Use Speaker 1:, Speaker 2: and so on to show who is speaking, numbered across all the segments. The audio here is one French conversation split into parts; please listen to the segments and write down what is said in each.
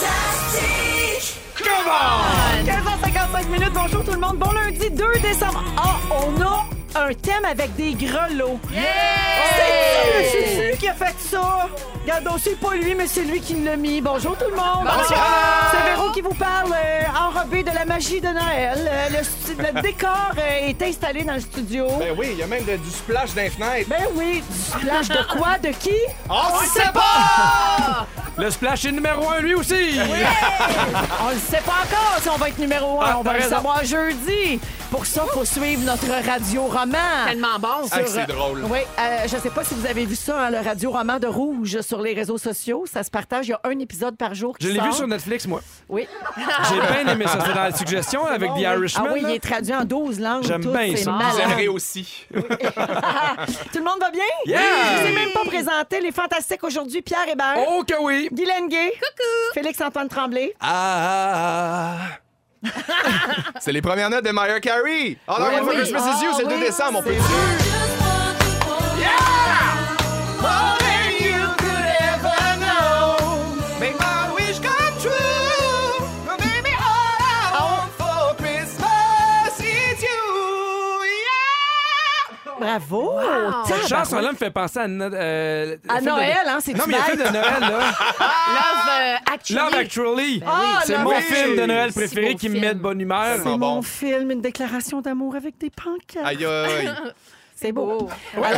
Speaker 1: Fantastique!
Speaker 2: 15h55 minutes, bonjour tout le monde. Bon lundi 2 décembre. Ah, on a un thème avec des grelots. C'est qui, le Fufu qui a fait ça? Regarde, donc, c'est pas lui, mais c'est lui qui l'a mis. Bonjour tout le monde. C'est Véro qui vous parle, euh, enrobé de la magie de Noël. Euh, le, stu- le décor euh, est installé dans le studio.
Speaker 3: Ben oui, il y a même de- du splash d'un fenêtre.
Speaker 2: Ben oui, du splash de quoi, de qui?
Speaker 3: On sait pas!
Speaker 4: Le splash est numéro un, lui aussi!
Speaker 2: On le sait pas encore si on va être numéro 1.
Speaker 4: Ah,
Speaker 2: on va
Speaker 4: t'as
Speaker 2: le
Speaker 4: raison.
Speaker 2: savoir jeudi. Pour ça, faut suivre notre radio roman.
Speaker 5: Tellement bon.
Speaker 3: Ah, c'est drôle.
Speaker 2: Oui, euh, je ne sais pas si vous avez vu ça, hein, le radio roman de Rouge sur les réseaux sociaux. Ça se partage. Il y a un épisode par jour qui
Speaker 4: Je l'ai
Speaker 2: sort.
Speaker 4: vu sur Netflix, moi.
Speaker 2: Oui.
Speaker 4: J'ai bien aimé ça. C'est dans la suggestion avec The Irishman.
Speaker 2: Ah oui, il
Speaker 4: là.
Speaker 2: est traduit en 12 langues.
Speaker 4: J'aime
Speaker 2: tout,
Speaker 4: bien
Speaker 2: c'est
Speaker 4: ça.
Speaker 2: malade.
Speaker 3: Vous aimerez aussi.
Speaker 2: Tout le monde va bien?
Speaker 4: Yeah!
Speaker 2: Je ne vous ai même pas présenté les fantastiques aujourd'hui. Pierre Hébert,
Speaker 4: Oh que oui!
Speaker 2: Guylaine Gay, Félix-Antoine Tremblay.
Speaker 4: Ah, ah,
Speaker 3: C'est les premières notes de Mariah Carey. Oh non,
Speaker 2: Ouais,
Speaker 3: une fois que
Speaker 2: oui.
Speaker 3: je me suis
Speaker 2: Ah,
Speaker 3: c'est le
Speaker 2: oui.
Speaker 3: 2 décembre, on peut le
Speaker 2: C'est
Speaker 3: dire.
Speaker 2: Bravo!
Speaker 5: Wow!
Speaker 4: ah. Cette chanson-là me fait penser à, no- euh, le
Speaker 2: ben À
Speaker 4: film de-
Speaker 2: Noël, hein, c'est
Speaker 4: Non, mais il y a un film de Noël, là.
Speaker 5: Love euh, Actually.
Speaker 4: Love Actually.
Speaker 2: Ah,
Speaker 4: c'est
Speaker 2: Love
Speaker 4: mon
Speaker 3: Actually.
Speaker 4: film de Noël
Speaker 5: Si
Speaker 4: préféré
Speaker 5: beau
Speaker 4: qui me
Speaker 5: film.
Speaker 4: met de bonne humeur.
Speaker 2: C'est
Speaker 3: Ah,
Speaker 2: mon
Speaker 3: bon.
Speaker 2: film, une déclaration d'amour avec des pancartes.
Speaker 3: Aïe, aïe.
Speaker 2: C'est beau.
Speaker 5: Ouais.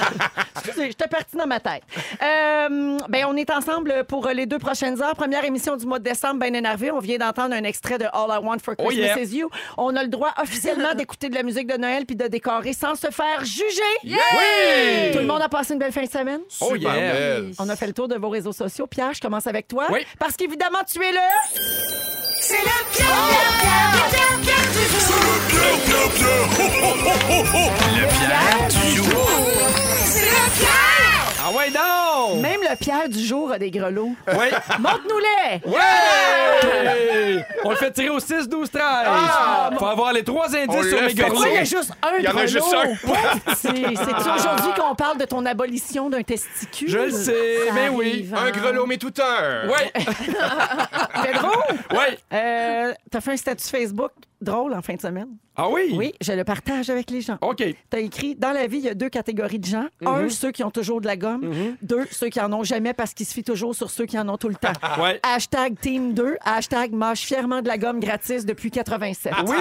Speaker 2: Excusez, j'étais partie dans ma tête. Euh, ben, on est ensemble pour les deux prochaines heures. Première émission du mois de décembre, bien énervé. On vient d'entendre un extrait de All I Want for Christmas
Speaker 4: Oh yeah.
Speaker 2: is You. On a le droit officiellement d'écouter de la musique de Noël puis de décorer sans se faire juger.
Speaker 4: Oui!
Speaker 2: Tout le monde a passé une belle fin de semaine.
Speaker 4: Oh,
Speaker 3: Super
Speaker 4: yeah.
Speaker 3: belle.
Speaker 2: On a fait le tour de vos réseaux sociaux. Pierre, je commence avec toi.
Speaker 4: Oui.
Speaker 2: Parce qu'évidemment, tu es le.
Speaker 1: C'est le Pierre, Pierre, Pierre, Pierre, Pierre du jour. C'est le Pierre.
Speaker 4: Ah ouais, donc!
Speaker 2: Même le Pierre du jour a des grelots.
Speaker 4: Ouais.
Speaker 2: Montre-nous-les!
Speaker 4: Ouais! On le fait tirer au 6, 12, 13. Faut avoir les trois
Speaker 3: On
Speaker 4: indices sur
Speaker 3: l'a
Speaker 4: mes
Speaker 3: fait
Speaker 4: gorlots.
Speaker 2: Pourquoi il y a juste un
Speaker 3: Il y en
Speaker 2: grelot?
Speaker 3: a juste un.
Speaker 2: Pauvre petit. C'est-tu aujourd'hui qu'on parle de ton abolition d'un testicule?
Speaker 4: Je le sais,
Speaker 2: ben
Speaker 4: mais oui.
Speaker 5: arrive, hein.
Speaker 3: Un grelot mais tout un.
Speaker 4: Ouais,
Speaker 2: Pedro,
Speaker 4: ouais.
Speaker 2: euh, t'as fait un statut Facebook drôle en fin de semaine.
Speaker 4: Ah oui?
Speaker 2: Oui, je le partage avec les gens.
Speaker 4: OK.
Speaker 2: T'as écrit, dans la vie, il y a deux catégories de gens. Un, ceux qui ont toujours de la gomme. Deux, ceux qui en ont jamais parce qu'ils se fient toujours sur ceux qui en ont tout le temps.
Speaker 4: Ouais.
Speaker 2: Hashtag Team 2, hashtag mâche fièrement de la gomme gratis depuis 87.
Speaker 4: Oui!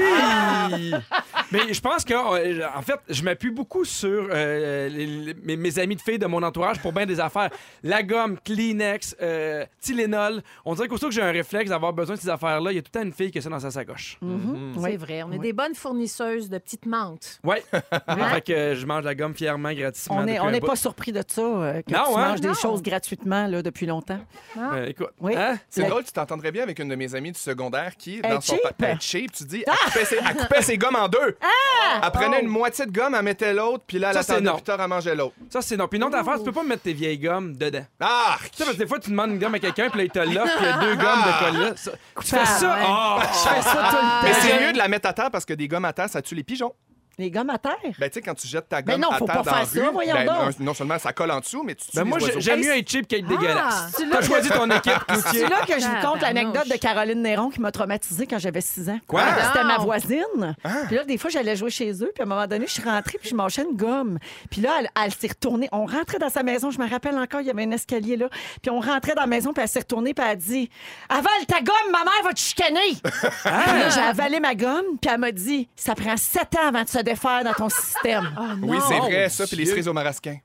Speaker 4: Mais je pense que, euh, en fait, je m'appuie beaucoup sur euh, les- les- mes, mes amis de filles de mon entourage pour bien des affaires. La gomme, Kleenex, euh, Tylenol. On dirait qu'aussitôt que j'ai un réflexe d'avoir besoin de ces affaires-là, il y a tout le temps une fille qui a ça dans sa sacoche.
Speaker 5: C'est vrai, on est des bonnes fournisseuses de petites menthes.
Speaker 4: Ouais. fait que euh, je mange la gomme fièrement, gratuitement.
Speaker 2: On n'est
Speaker 4: depuis
Speaker 2: on
Speaker 4: un
Speaker 2: n'est
Speaker 4: bout.
Speaker 2: pas surpris de ça, euh, que
Speaker 4: Non,
Speaker 2: tu
Speaker 4: hein?
Speaker 2: manges des
Speaker 5: Non.
Speaker 2: choses gratuitement là, depuis longtemps.
Speaker 4: Euh, écoute.
Speaker 2: Ah. Oui.
Speaker 4: Hein?
Speaker 3: C'est
Speaker 2: La-
Speaker 3: drôle, tu t'entendrais bien avec une de mes amies du secondaire qui,
Speaker 2: Elle
Speaker 3: dans son
Speaker 2: cheap.
Speaker 3: pa- elle cheap, tu dis, elle
Speaker 2: Ah!
Speaker 3: coupait, ses, elle coupait ses gommes en deux. Elle
Speaker 2: Oh.
Speaker 3: prenait une moitié de gomme, elle mettait l'autre, puis là, elle
Speaker 4: Ça, c'est
Speaker 3: attendait
Speaker 4: non.
Speaker 3: plus tard, elle mangeait l'autre.
Speaker 4: Ça, c'est non. Puis une autre affaire, tu peux pas mettre tes vieilles gommes dedans.
Speaker 3: Ah!
Speaker 4: Tu sais, parce que des fois, tu demandes une gomme à quelqu'un, puis là, il te l'offre, puis il y a deux gommes de colle là. Ça- Tu fais ça?
Speaker 2: ouais.
Speaker 4: Ah!
Speaker 2: Je fais ça tout le
Speaker 3: Mais
Speaker 2: temps.
Speaker 3: c'est mieux de la mettre à terre parce que des gommes à terre, ça tue les pigeons.
Speaker 2: Les gommes à terre.
Speaker 3: Ben, tu sais, quand tu jettes ta
Speaker 2: Ben
Speaker 3: gomme
Speaker 2: non,
Speaker 3: à
Speaker 2: faut
Speaker 3: terre
Speaker 2: pas
Speaker 3: dans
Speaker 2: faire
Speaker 3: la
Speaker 2: ça,
Speaker 3: rue,
Speaker 2: voyons
Speaker 3: ben,
Speaker 2: donc.
Speaker 3: non- non seulement ça colle en dessous, mais tu tues
Speaker 4: Ben
Speaker 3: les
Speaker 4: moi, j'ai-
Speaker 3: oiseaux.
Speaker 4: j'aime mieux être cheap qu'être dégueulasse.
Speaker 5: Tu
Speaker 4: T'as choisi ton équipe, Cloutier.
Speaker 2: C'est là que je vous
Speaker 5: Ah,
Speaker 2: compte l'anecdote
Speaker 5: tabarnouche.
Speaker 2: de Caroline Néron qui m'a traumatisée quand j'avais 6 ans.
Speaker 4: Quoi?
Speaker 2: C'était
Speaker 5: Non.
Speaker 2: ma voisine.
Speaker 6: Ah.
Speaker 2: Puis là, des fois, j'allais jouer chez eux. Puis à un moment donné, je suis rentrée puis je mangeais une gomme. Puis là, elle, elle s'est retournée. On rentrait dans sa maison. Je me rappelle encore, il y avait un escalier là. Puis on rentrait dans la maison puis elle s'est retournée puis elle a dit « Avale ta gomme, ma mère va te chicaner!
Speaker 6: Ah.
Speaker 2: Puis là, J'ai avalé ma gomme puis elle m'a dit « Ça prend 7 ans avant de se défaire dans ton système.
Speaker 5: Ah,
Speaker 3: Oui, c'est
Speaker 4: Oh,
Speaker 3: vrai, ça, puis les
Speaker 4: Dieu.
Speaker 3: cerises au marasquin.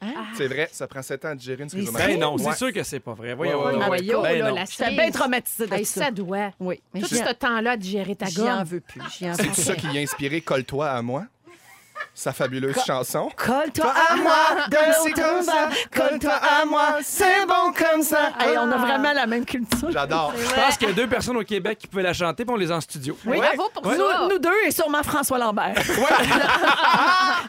Speaker 2: Ah.
Speaker 3: C'est vrai, ça prend 7 ans à digérer une schizoménie.
Speaker 6: Ben non, c'est
Speaker 3: Ouais.
Speaker 6: sûr que c'est pas vrai.
Speaker 3: Ouais, ouais,
Speaker 6: Voyons.
Speaker 3: ouais.
Speaker 5: Ah, Voyons,
Speaker 6: Ben
Speaker 5: là,
Speaker 6: non.
Speaker 5: la
Speaker 2: J'étais bien
Speaker 5: cerise.
Speaker 2: traumatisée de
Speaker 5: Hey,
Speaker 2: ça.
Speaker 5: ça doit.
Speaker 2: Oui, mais
Speaker 5: Tout
Speaker 2: j'y
Speaker 5: ce temps-là de gérer ta
Speaker 2: j'y en
Speaker 5: gomme.
Speaker 2: veux plus. J'y en veux
Speaker 3: C'est tout ça qui a inspiré Colle-toi à moi, sa fabuleuse chanson.
Speaker 2: Colle-toi à moi, de l'eau
Speaker 3: comme ça. Colle-toi à moi,
Speaker 2: c'est bon comme ça. Hey, on a vraiment la même culture.
Speaker 3: J'adore.
Speaker 6: Je pense qu'il y a deux personnes au Québec qui pouvaient la chanter, puis on les a en studio.
Speaker 2: Oui.
Speaker 5: Bravo pour
Speaker 2: Nous,
Speaker 5: ça.
Speaker 2: nous deux et sûrement François Lambert.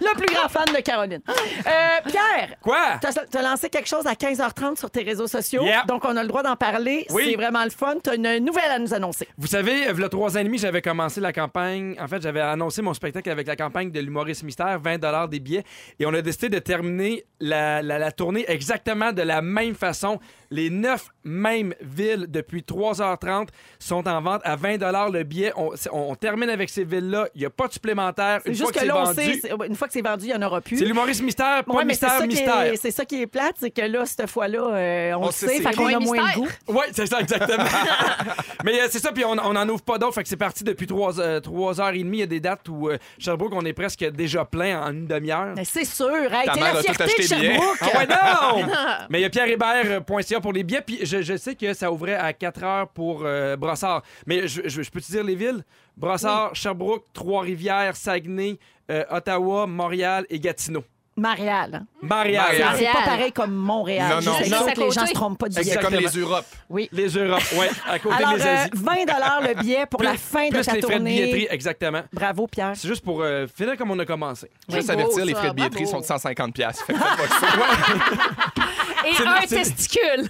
Speaker 2: le plus grand fan de Caroline. Euh, Pierre,
Speaker 6: Quoi?
Speaker 2: t'as as lancé quelque chose à 15h30 sur tes réseaux sociaux,
Speaker 6: Yeah.
Speaker 2: donc on a le droit d'en parler.
Speaker 6: Oui.
Speaker 2: C'est vraiment le fun. T'as une nouvelle à nous annoncer.
Speaker 6: Vous savez, il y a trois ans et demi, j'avais commencé la campagne. En fait, j'avais annoncé mon spectacle avec la campagne de l'humoriste mystère, 20 des billets. Et on a décidé de terminer la, la- la tournée exactement de la même façon. Les neuf mêmes villes depuis 3h30 sont en vente à 20 le billet. On, c'est- on- on termine avec ces villes-là. Il n'y a pas de supplémentaire. Une fois
Speaker 2: Juste
Speaker 6: que
Speaker 2: que
Speaker 6: c'est
Speaker 2: là, on
Speaker 6: vendu,
Speaker 2: sait, c'est- une fois que c'est vendu, il n'y en aura plus.
Speaker 6: c'est l'humoriste mystère, pas
Speaker 2: Ouais, mais c'est
Speaker 6: mystère,
Speaker 2: ça, qui
Speaker 6: mystère.
Speaker 2: est- c'est ça qui est plate, c'est que là, cette fois-là, euh, on,
Speaker 3: On
Speaker 2: le
Speaker 3: sait
Speaker 2: sait,
Speaker 3: c'est
Speaker 2: fait
Speaker 3: qui.
Speaker 2: qu'on a
Speaker 5: Moins
Speaker 2: moins de
Speaker 5: mystère.
Speaker 2: goût.
Speaker 6: Oui, c'est ça, exactement. Mais euh, c'est ça, puis on on n'en ouvre pas d'autres. Fait que c'est parti depuis 3, heures et demie. Il y a des dates où euh, Sherbrooke, on est presque déjà plein en une demi-heure.
Speaker 2: Mais c'est sûr, hey,
Speaker 3: Ta
Speaker 2: t'es
Speaker 3: mère
Speaker 2: la
Speaker 3: a tout
Speaker 2: fierté
Speaker 3: acheté
Speaker 2: de
Speaker 3: bien.
Speaker 2: Sherbrooke.
Speaker 6: Ah ouais, non! Mais il y a pierrehébert.ca pour les billets, puis je, je sais que ça ouvrait à 4 heures pour euh, Brossard. Mais je, je- je peux te dire les villes? Brossard, Sherbrooke, Trois-Rivières, Saguenay, euh, Ottawa, Montréal et Gatineau.
Speaker 2: Montréal. hein.
Speaker 6: Montréal.
Speaker 3: Montréal.
Speaker 2: C'est
Speaker 5: Montréal.
Speaker 2: pas pareil comme Montréal.
Speaker 3: Non, non,
Speaker 2: C'est
Speaker 5: non.
Speaker 2: sûr que les gens
Speaker 5: Juste
Speaker 2: se
Speaker 5: à
Speaker 2: trompent pas du
Speaker 3: C'est
Speaker 6: Exactement.
Speaker 3: comme les Europes.
Speaker 6: Les Europes, oui, à côté
Speaker 2: Alors,
Speaker 6: des
Speaker 2: euh,
Speaker 6: Asies.
Speaker 2: 20 le billet pour la
Speaker 6: Plus-
Speaker 2: fin de
Speaker 6: plus
Speaker 2: ta
Speaker 6: les frais de billetterie,
Speaker 2: tournée.
Speaker 6: exactement.
Speaker 2: Bravo, Pierre.
Speaker 6: C'est juste pour euh, finir comme on a commencé.
Speaker 3: Juste
Speaker 5: beau,
Speaker 3: avertir,
Speaker 5: ça,
Speaker 3: les frais de billetterie sont
Speaker 5: bravo.
Speaker 3: de 150 piastres. Fait que faites pas ça.
Speaker 5: Et
Speaker 6: C'est-
Speaker 5: un
Speaker 6: c'est-
Speaker 5: testicule.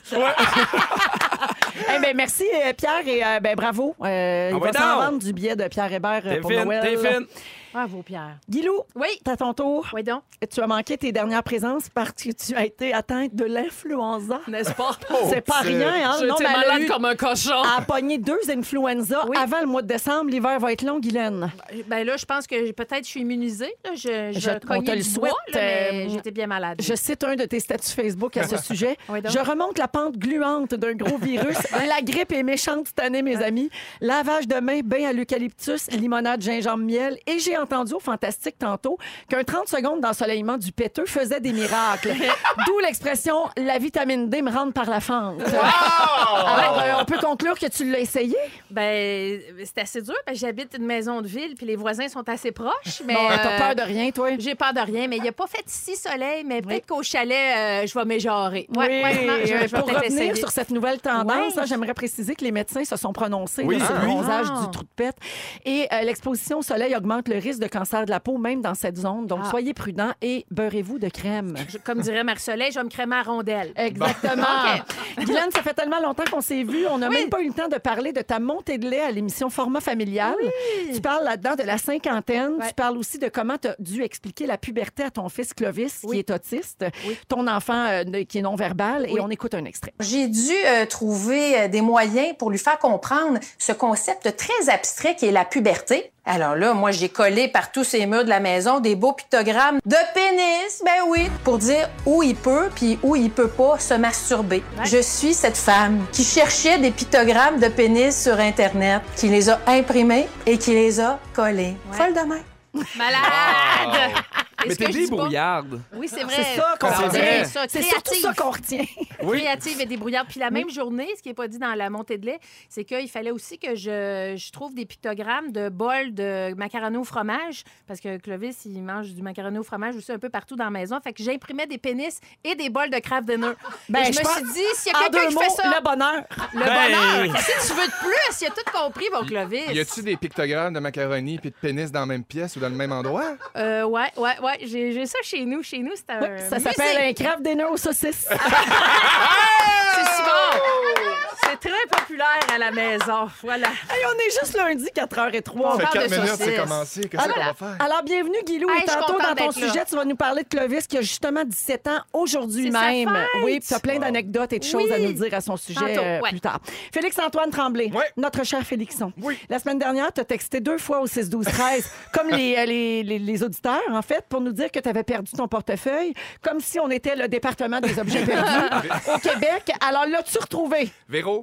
Speaker 2: Eh ben, merci, euh, Pierre, et euh, ben, bravo. Euh, il
Speaker 6: Ah ouais,
Speaker 2: va s'en
Speaker 6: donc.
Speaker 2: vendre du billet de Pierre Hébert euh,
Speaker 6: T'es
Speaker 2: pour
Speaker 6: fine,
Speaker 2: Noël.
Speaker 6: t'es fine.
Speaker 5: Bravo, Pierre.
Speaker 2: Guilou,
Speaker 5: Oui.
Speaker 2: t'as ton tour.
Speaker 5: Oui, donc.
Speaker 2: Tu as manqué tes dernières présences parce que tu as été atteinte de l'influenza.
Speaker 5: N'est-ce pas?
Speaker 2: C'est pas
Speaker 6: Oh,
Speaker 2: rien, hein?
Speaker 5: J'étais
Speaker 2: mais elle a
Speaker 5: malade
Speaker 2: eu-
Speaker 5: comme un cochon.
Speaker 2: a pogné deux influenza
Speaker 5: Oui.
Speaker 2: avant le mois de décembre. L'hiver va être long, Guylaine.
Speaker 5: Ben là, je pense que peut-être je suis immunisée. là. Je, je,
Speaker 2: Je- on
Speaker 5: cognais
Speaker 2: te le
Speaker 5: du bois,
Speaker 2: souhaite,
Speaker 5: là, mais
Speaker 2: euh,
Speaker 5: j'étais bien malade.
Speaker 2: Je cite un de tes statuts Facebook à ce sujet.
Speaker 5: Oui, donc.
Speaker 2: Je remonte la pente gluante d'un gros virus. la grippe est méchante cette année, mes amis. Lavage de mains, bain à l'eucalyptus, limonade, gingembre, miel. Et j'ai entendu au Fantastique tantôt qu'un 30 secondes d'ensoleillement du péteux faisait des miracles. D'où l'expression « la vitamine D me rentre par la fente Alors, euh, on peut conclure que tu l'as essayé?
Speaker 5: Ben, c'est assez dur parce que j'habite une maison de ville puis les voisins sont assez proches. Mais
Speaker 2: Bon,
Speaker 5: euh,
Speaker 2: T'as peur de rien, toi?
Speaker 5: J'ai peur de rien, mais il n'y a pas fait si soleil, mais peut-être qu'au chalet, euh, je vais m'éjarrer. Ouais,
Speaker 2: Oui, euh,
Speaker 5: ouais, non, je- je, vais
Speaker 2: pour
Speaker 5: peut-être
Speaker 2: revenir
Speaker 5: essayer.
Speaker 2: sur cette nouvelle tendance,
Speaker 5: Ouais.
Speaker 2: hein, j'aimerais préciser que les médecins se sont prononcés
Speaker 3: Oui,
Speaker 2: là, sur
Speaker 3: ah
Speaker 2: le
Speaker 3: oui.
Speaker 2: bronzage
Speaker 5: Ah.
Speaker 2: du trou de pète. Et euh, l'exposition au soleil augmente le risque de cancer de la peau, même dans cette zone. Donc,
Speaker 5: Ah.
Speaker 2: soyez prudents et beurrez-vous de crème.
Speaker 5: Je- comme dirait Marcelet, je vais me crémer à rondelle.
Speaker 2: Exactement. Guylaine, ça fait tellement longtemps qu'on s'est vus. On n'a même pas eu le temps de parler de ta montée de lait à l'émission Format familial. Tu parles là-dedans de la cinquantaine.
Speaker 5: Ouais.
Speaker 2: Tu parles aussi de comment tu as dû expliquer la puberté à ton fils Clovis, qui
Speaker 5: Oui.
Speaker 2: est autiste,
Speaker 5: Oui.
Speaker 2: ton enfant euh, ne- qui est non-verbal.
Speaker 5: Oui.
Speaker 2: Et on écoute un extrait.
Speaker 1: J'ai dû euh, trouver euh, des moyens pour lui faire comprendre ce concept très abstrait qui est la puberté. Alors là, moi, j'ai collé par tous ces murs de la maison des beaux pictogrammes de pénis, ben oui, pour dire où il peut puis où il peut pas se masturber.
Speaker 5: Ouais.
Speaker 1: Je suis cette femme qui cherchait des pictogrammes de pénis sur Internet, qui les a imprimés et qui les a collés.
Speaker 5: Ouais.
Speaker 1: Folle de même.
Speaker 5: Malade! Est-ce
Speaker 6: Mais t'es
Speaker 5: que je dis pas?
Speaker 6: débrouillarde.
Speaker 5: Oui, c'est vrai.
Speaker 2: C'est ça qu'on
Speaker 6: C'est vrai.
Speaker 2: retient.
Speaker 5: C'est ça,
Speaker 2: C'est surtout
Speaker 5: créative.
Speaker 2: ça qu'on retient.
Speaker 5: créative et débrouillarde. Puis la même journée, ce qui n'est pas dit dans la montée de lait, c'est qu'il fallait aussi que je, je trouve des pictogrammes de bols de macaroni au fromage, parce que Clovis, il mange du macaroni au fromage aussi un peu partout dans la maison. Fait que j'imprimais des pénis et des bols de Kraft Dinner.
Speaker 2: Ben,
Speaker 5: Et je,
Speaker 2: je
Speaker 5: me
Speaker 2: pense-
Speaker 5: suis dit, s'il y
Speaker 2: En
Speaker 5: a
Speaker 2: deux
Speaker 5: quelqu'un qui
Speaker 2: mots,
Speaker 5: fait ça,
Speaker 2: le bonheur.
Speaker 5: le,
Speaker 6: Ben-
Speaker 5: bonheur, qu'est-ce que tu veux de plus? Il a tout compris, mon Clovis.
Speaker 3: Y a-tu des pictogrammes de macaroni puis de pénis dans la même pièce ou dans le même endroit?
Speaker 5: Euh, ouais, ouais, ouais. J'ai j'ai ça chez nous. Chez nous, c'est un.
Speaker 2: Ça s'appelle un craft dinner aux saucisses.
Speaker 5: Ah, C'est si bon. C'est très populaire à la maison. Voilà.
Speaker 2: Hey, on est juste lundi, 4h03.
Speaker 5: On
Speaker 3: Fait
Speaker 5: parle
Speaker 3: quatre
Speaker 5: de
Speaker 3: minutes, c'est
Speaker 5: saucisses. Ah,
Speaker 3: commencé. Qu'est-ce qu'on va faire?
Speaker 2: Alors, bienvenue, Guilou.
Speaker 5: Hey,
Speaker 2: et
Speaker 5: je suis
Speaker 2: tantôt, dans
Speaker 5: contente
Speaker 2: ton
Speaker 5: d'être là.
Speaker 2: sujet, tu vas nous parler de Clovis, qui a justement 17 ans aujourd'hui
Speaker 5: C'est sa
Speaker 2: même.
Speaker 5: fête.
Speaker 2: Oui, tu as plein d'anecdotes et de choses
Speaker 5: Oui.
Speaker 2: à nous dire à son sujet
Speaker 5: Tantôt,
Speaker 2: euh,
Speaker 5: ouais.
Speaker 2: plus tard. Félix-Antoine Tremblay,
Speaker 3: Ouais.
Speaker 2: notre cher Félixon.
Speaker 3: Oui.
Speaker 2: La semaine dernière, tu as texté deux fois au 6-12-13, comme les, euh, les, les- les auditeurs, en fait, pour nous dire que tu avais perdu ton portefeuille, comme si on était le département des objets perdus au Québec. Alors là, tu retrouvé.
Speaker 3: Véro,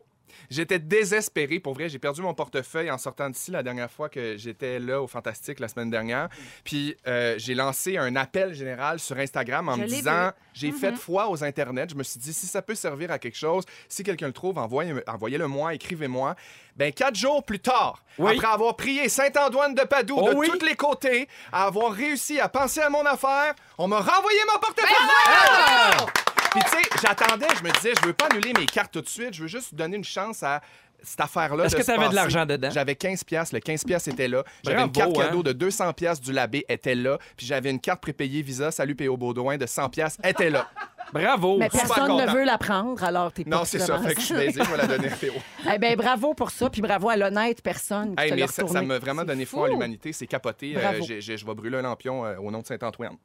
Speaker 3: J'étais désespéré, pour vrai. J'ai perdu mon portefeuille en sortant d'ici la dernière fois que j'étais là au Fantastique la semaine dernière. Puis euh, j'ai lancé un appel général sur Instagram en
Speaker 5: Je
Speaker 3: me
Speaker 5: l'ai
Speaker 3: disant
Speaker 5: vu. Mhm.
Speaker 3: j'ai fait foi aux internets. Je me suis dit si ça peut servir à quelque chose, si quelqu'un le trouve, envoyez- envoyez-le moi, écrivez-moi. Ben quatre jours plus tard,
Speaker 6: Oui.
Speaker 3: après avoir prié Saint-Antoine de Padoue
Speaker 6: Oh
Speaker 3: de
Speaker 6: oui.
Speaker 3: tous les côtés, à avoir réussi à penser à mon affaire, on m'a renvoyé mon
Speaker 2: Ben
Speaker 3: portefeuille. Puis tu sais, j'attendais, je me disais, je veux pas annuler mes cartes tout de suite, je veux juste donner une chance à cette affaire-là.
Speaker 6: Est-ce que
Speaker 3: tu
Speaker 6: t'avais de l'argent dedans?
Speaker 3: J'avais 15 pièces, le 15 pièces était là. J'avais une
Speaker 6: Bravo,
Speaker 3: carte
Speaker 6: hein?
Speaker 3: cadeau de 200 pièces du labé était là, puis j'avais une carte prépayée Visa Salut P.O. Baudouin de 100 pièces était là.
Speaker 6: Bravo.
Speaker 2: Mais
Speaker 3: Oh, Super
Speaker 2: personne ne
Speaker 3: content.
Speaker 2: veut la prendre, alors t'es pas
Speaker 3: Non, c'est ça,
Speaker 2: vraiment-
Speaker 3: fait que je suis baisé, je vais la donner à P.O.
Speaker 2: Eh bien, bravo pour ça, puis bravo à l'honnête personne qui
Speaker 3: Hey,
Speaker 2: te
Speaker 3: mais
Speaker 2: l'a
Speaker 3: ça- ça
Speaker 2: retourné.
Speaker 3: m'a vraiment donné foi en
Speaker 2: fou.
Speaker 3: l'humanité, c'est capoté. Euh,
Speaker 2: Bravo.
Speaker 3: j'ai- j'ai- je vais brûler un lampion euh, au nom de Saint-Antoine.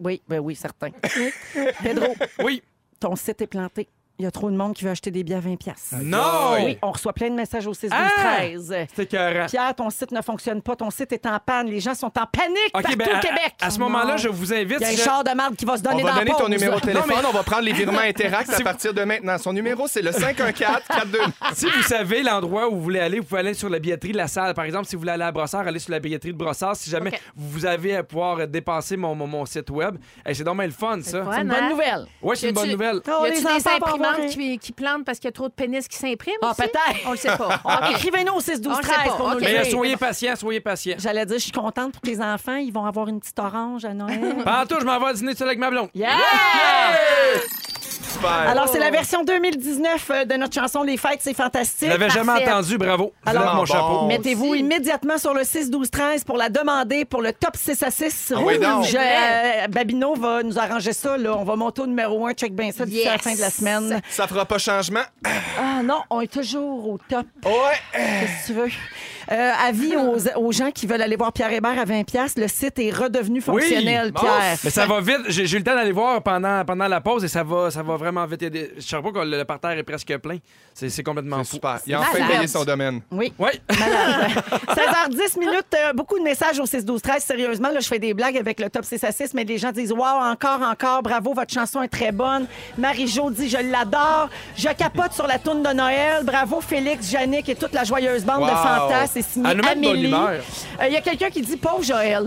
Speaker 2: Oui, ben oui, certain. Pedro,
Speaker 6: Oui.
Speaker 2: ton site est planté. Il y a trop de monde qui veut acheter des billets à 20
Speaker 6: Ah.
Speaker 2: pièces.
Speaker 6: Non!
Speaker 2: Oui, on reçoit plein de messages au 6 12
Speaker 6: Ah!
Speaker 2: 13.
Speaker 6: C'est écœurant.
Speaker 2: Pierre, ton site ne fonctionne pas, ton site est en panne, les gens sont en panique partout
Speaker 6: ben, à-
Speaker 2: au Québec.
Speaker 6: À, à ce moment-là, je vous invite.
Speaker 2: Il y a un
Speaker 6: si
Speaker 2: char de marde qui va se
Speaker 3: On
Speaker 2: donner
Speaker 3: va
Speaker 2: dans
Speaker 3: donner
Speaker 2: la
Speaker 3: ton
Speaker 2: pause.
Speaker 3: numéro de téléphone,
Speaker 6: Non, mais-
Speaker 3: on va prendre les virements Interact à partir de maintenant. Son numéro, c'est le 514-42.
Speaker 6: Si vous savez l'endroit où vous voulez aller, vous pouvez aller sur la billetterie de la salle. Par exemple, si vous voulez aller à Brossard, allez sur la billetterie de Brossard. Si jamais
Speaker 5: OK.
Speaker 6: vous avez à pouvoir dépasser mon, mon, mon site web, Hey, c'est dommage le fun, ça.
Speaker 5: le fun.
Speaker 2: C'est une
Speaker 5: Hein?
Speaker 2: bonne nouvelle.
Speaker 6: Ouais, c'est une
Speaker 5: Y a-tu-
Speaker 6: bonne nouvelle.
Speaker 2: Oh,
Speaker 5: y
Speaker 2: les
Speaker 5: a-tu
Speaker 2: enfants
Speaker 5: des
Speaker 2: vont avoir
Speaker 5: imprimantes
Speaker 2: ri.
Speaker 5: qui, qui plantent parce qu'il y a trop de pénis qui s'impriment?
Speaker 2: Ah,
Speaker 5: aussi?
Speaker 2: peut-être.
Speaker 5: On le sait pas. OK.
Speaker 2: Écrivez-nous au 6 12
Speaker 5: On le sait
Speaker 2: 13
Speaker 5: pas,
Speaker 2: pour nous
Speaker 5: OK.
Speaker 2: le
Speaker 6: Mais euh,
Speaker 2: dire.
Speaker 6: soyez patient, soyez patient.
Speaker 2: J'allais dire, je suis contente pour tes enfants, ils vont avoir une petite orange à Noël.
Speaker 6: Pantou, je m'en vais à dîner tout seul avec ma blonde.
Speaker 5: Ah!
Speaker 2: Yeah!
Speaker 3: Super.
Speaker 2: Alors, c'est la version 2019 euh, de notre chanson Les Fêtes, c'est fantastique.
Speaker 6: Je l'avais jamais
Speaker 2: Parfait.
Speaker 6: entendu, bravo. Je
Speaker 2: Alors,
Speaker 6: lève mon
Speaker 3: bon.
Speaker 6: chapeau.
Speaker 3: Mais-
Speaker 2: Mettez-vous
Speaker 5: aussi.
Speaker 2: immédiatement sur le 6-12-13 pour la demander pour le top 6 à 6
Speaker 3: Ah oui, donc.
Speaker 2: rouge. Euh, Babino va nous arranger ça. Là. On va monter au numéro 1, check bien ça d'ici
Speaker 5: Yes.
Speaker 2: la fin de la semaine.
Speaker 3: Ça fera pas changement.
Speaker 2: Ah non, on est toujours au top.
Speaker 3: Ouais.
Speaker 2: Qu'est-ce que tu veux? Oh. Euh, avis aux, aux gens qui veulent aller voir Pierre Hébert à 20$, le site est redevenu fonctionnel,
Speaker 6: Bon.
Speaker 2: Pierre.
Speaker 6: Mais ça va vite. J'ai j'ai eu le temps d'aller voir pendant, pendant la pause et ça va, ça va vraiment vite. Il y a des- Je sais pas que le, le parterre est presque plein. C'est c'est complètement fou.
Speaker 3: Super. Il a
Speaker 2: Ah,
Speaker 3: enfin
Speaker 5: malade.
Speaker 3: payé son domaine.
Speaker 2: Oui.
Speaker 6: Oui.
Speaker 2: 16h10 minutes, euh, beaucoup de messages au 6 12 13 Sérieusement, là, je fais des blagues avec le top 6 à 6, mais les gens disent Waouh, encore, encore, bravo, votre chanson est très bonne. Marie-Jo dit Je l'adore. Je capote sur la tourne de Noël. Bravo, Félix, Yannick et toute la joyeuse bande de
Speaker 3: Wow.
Speaker 2: fantas. C'est signé
Speaker 6: Elle nous met de bonne
Speaker 2: Amélie.
Speaker 6: humeur.
Speaker 2: Euh, Il y a quelqu'un qui dit Pauvre Joël.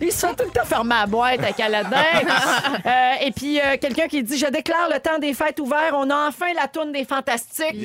Speaker 2: Ils sont tout le temps fermés à boîte à Canada. Euh, et puis, euh, quelqu'un qui dit Je déclare le temps des fêtes ouvert. On a enfin la tourne des fantastiques.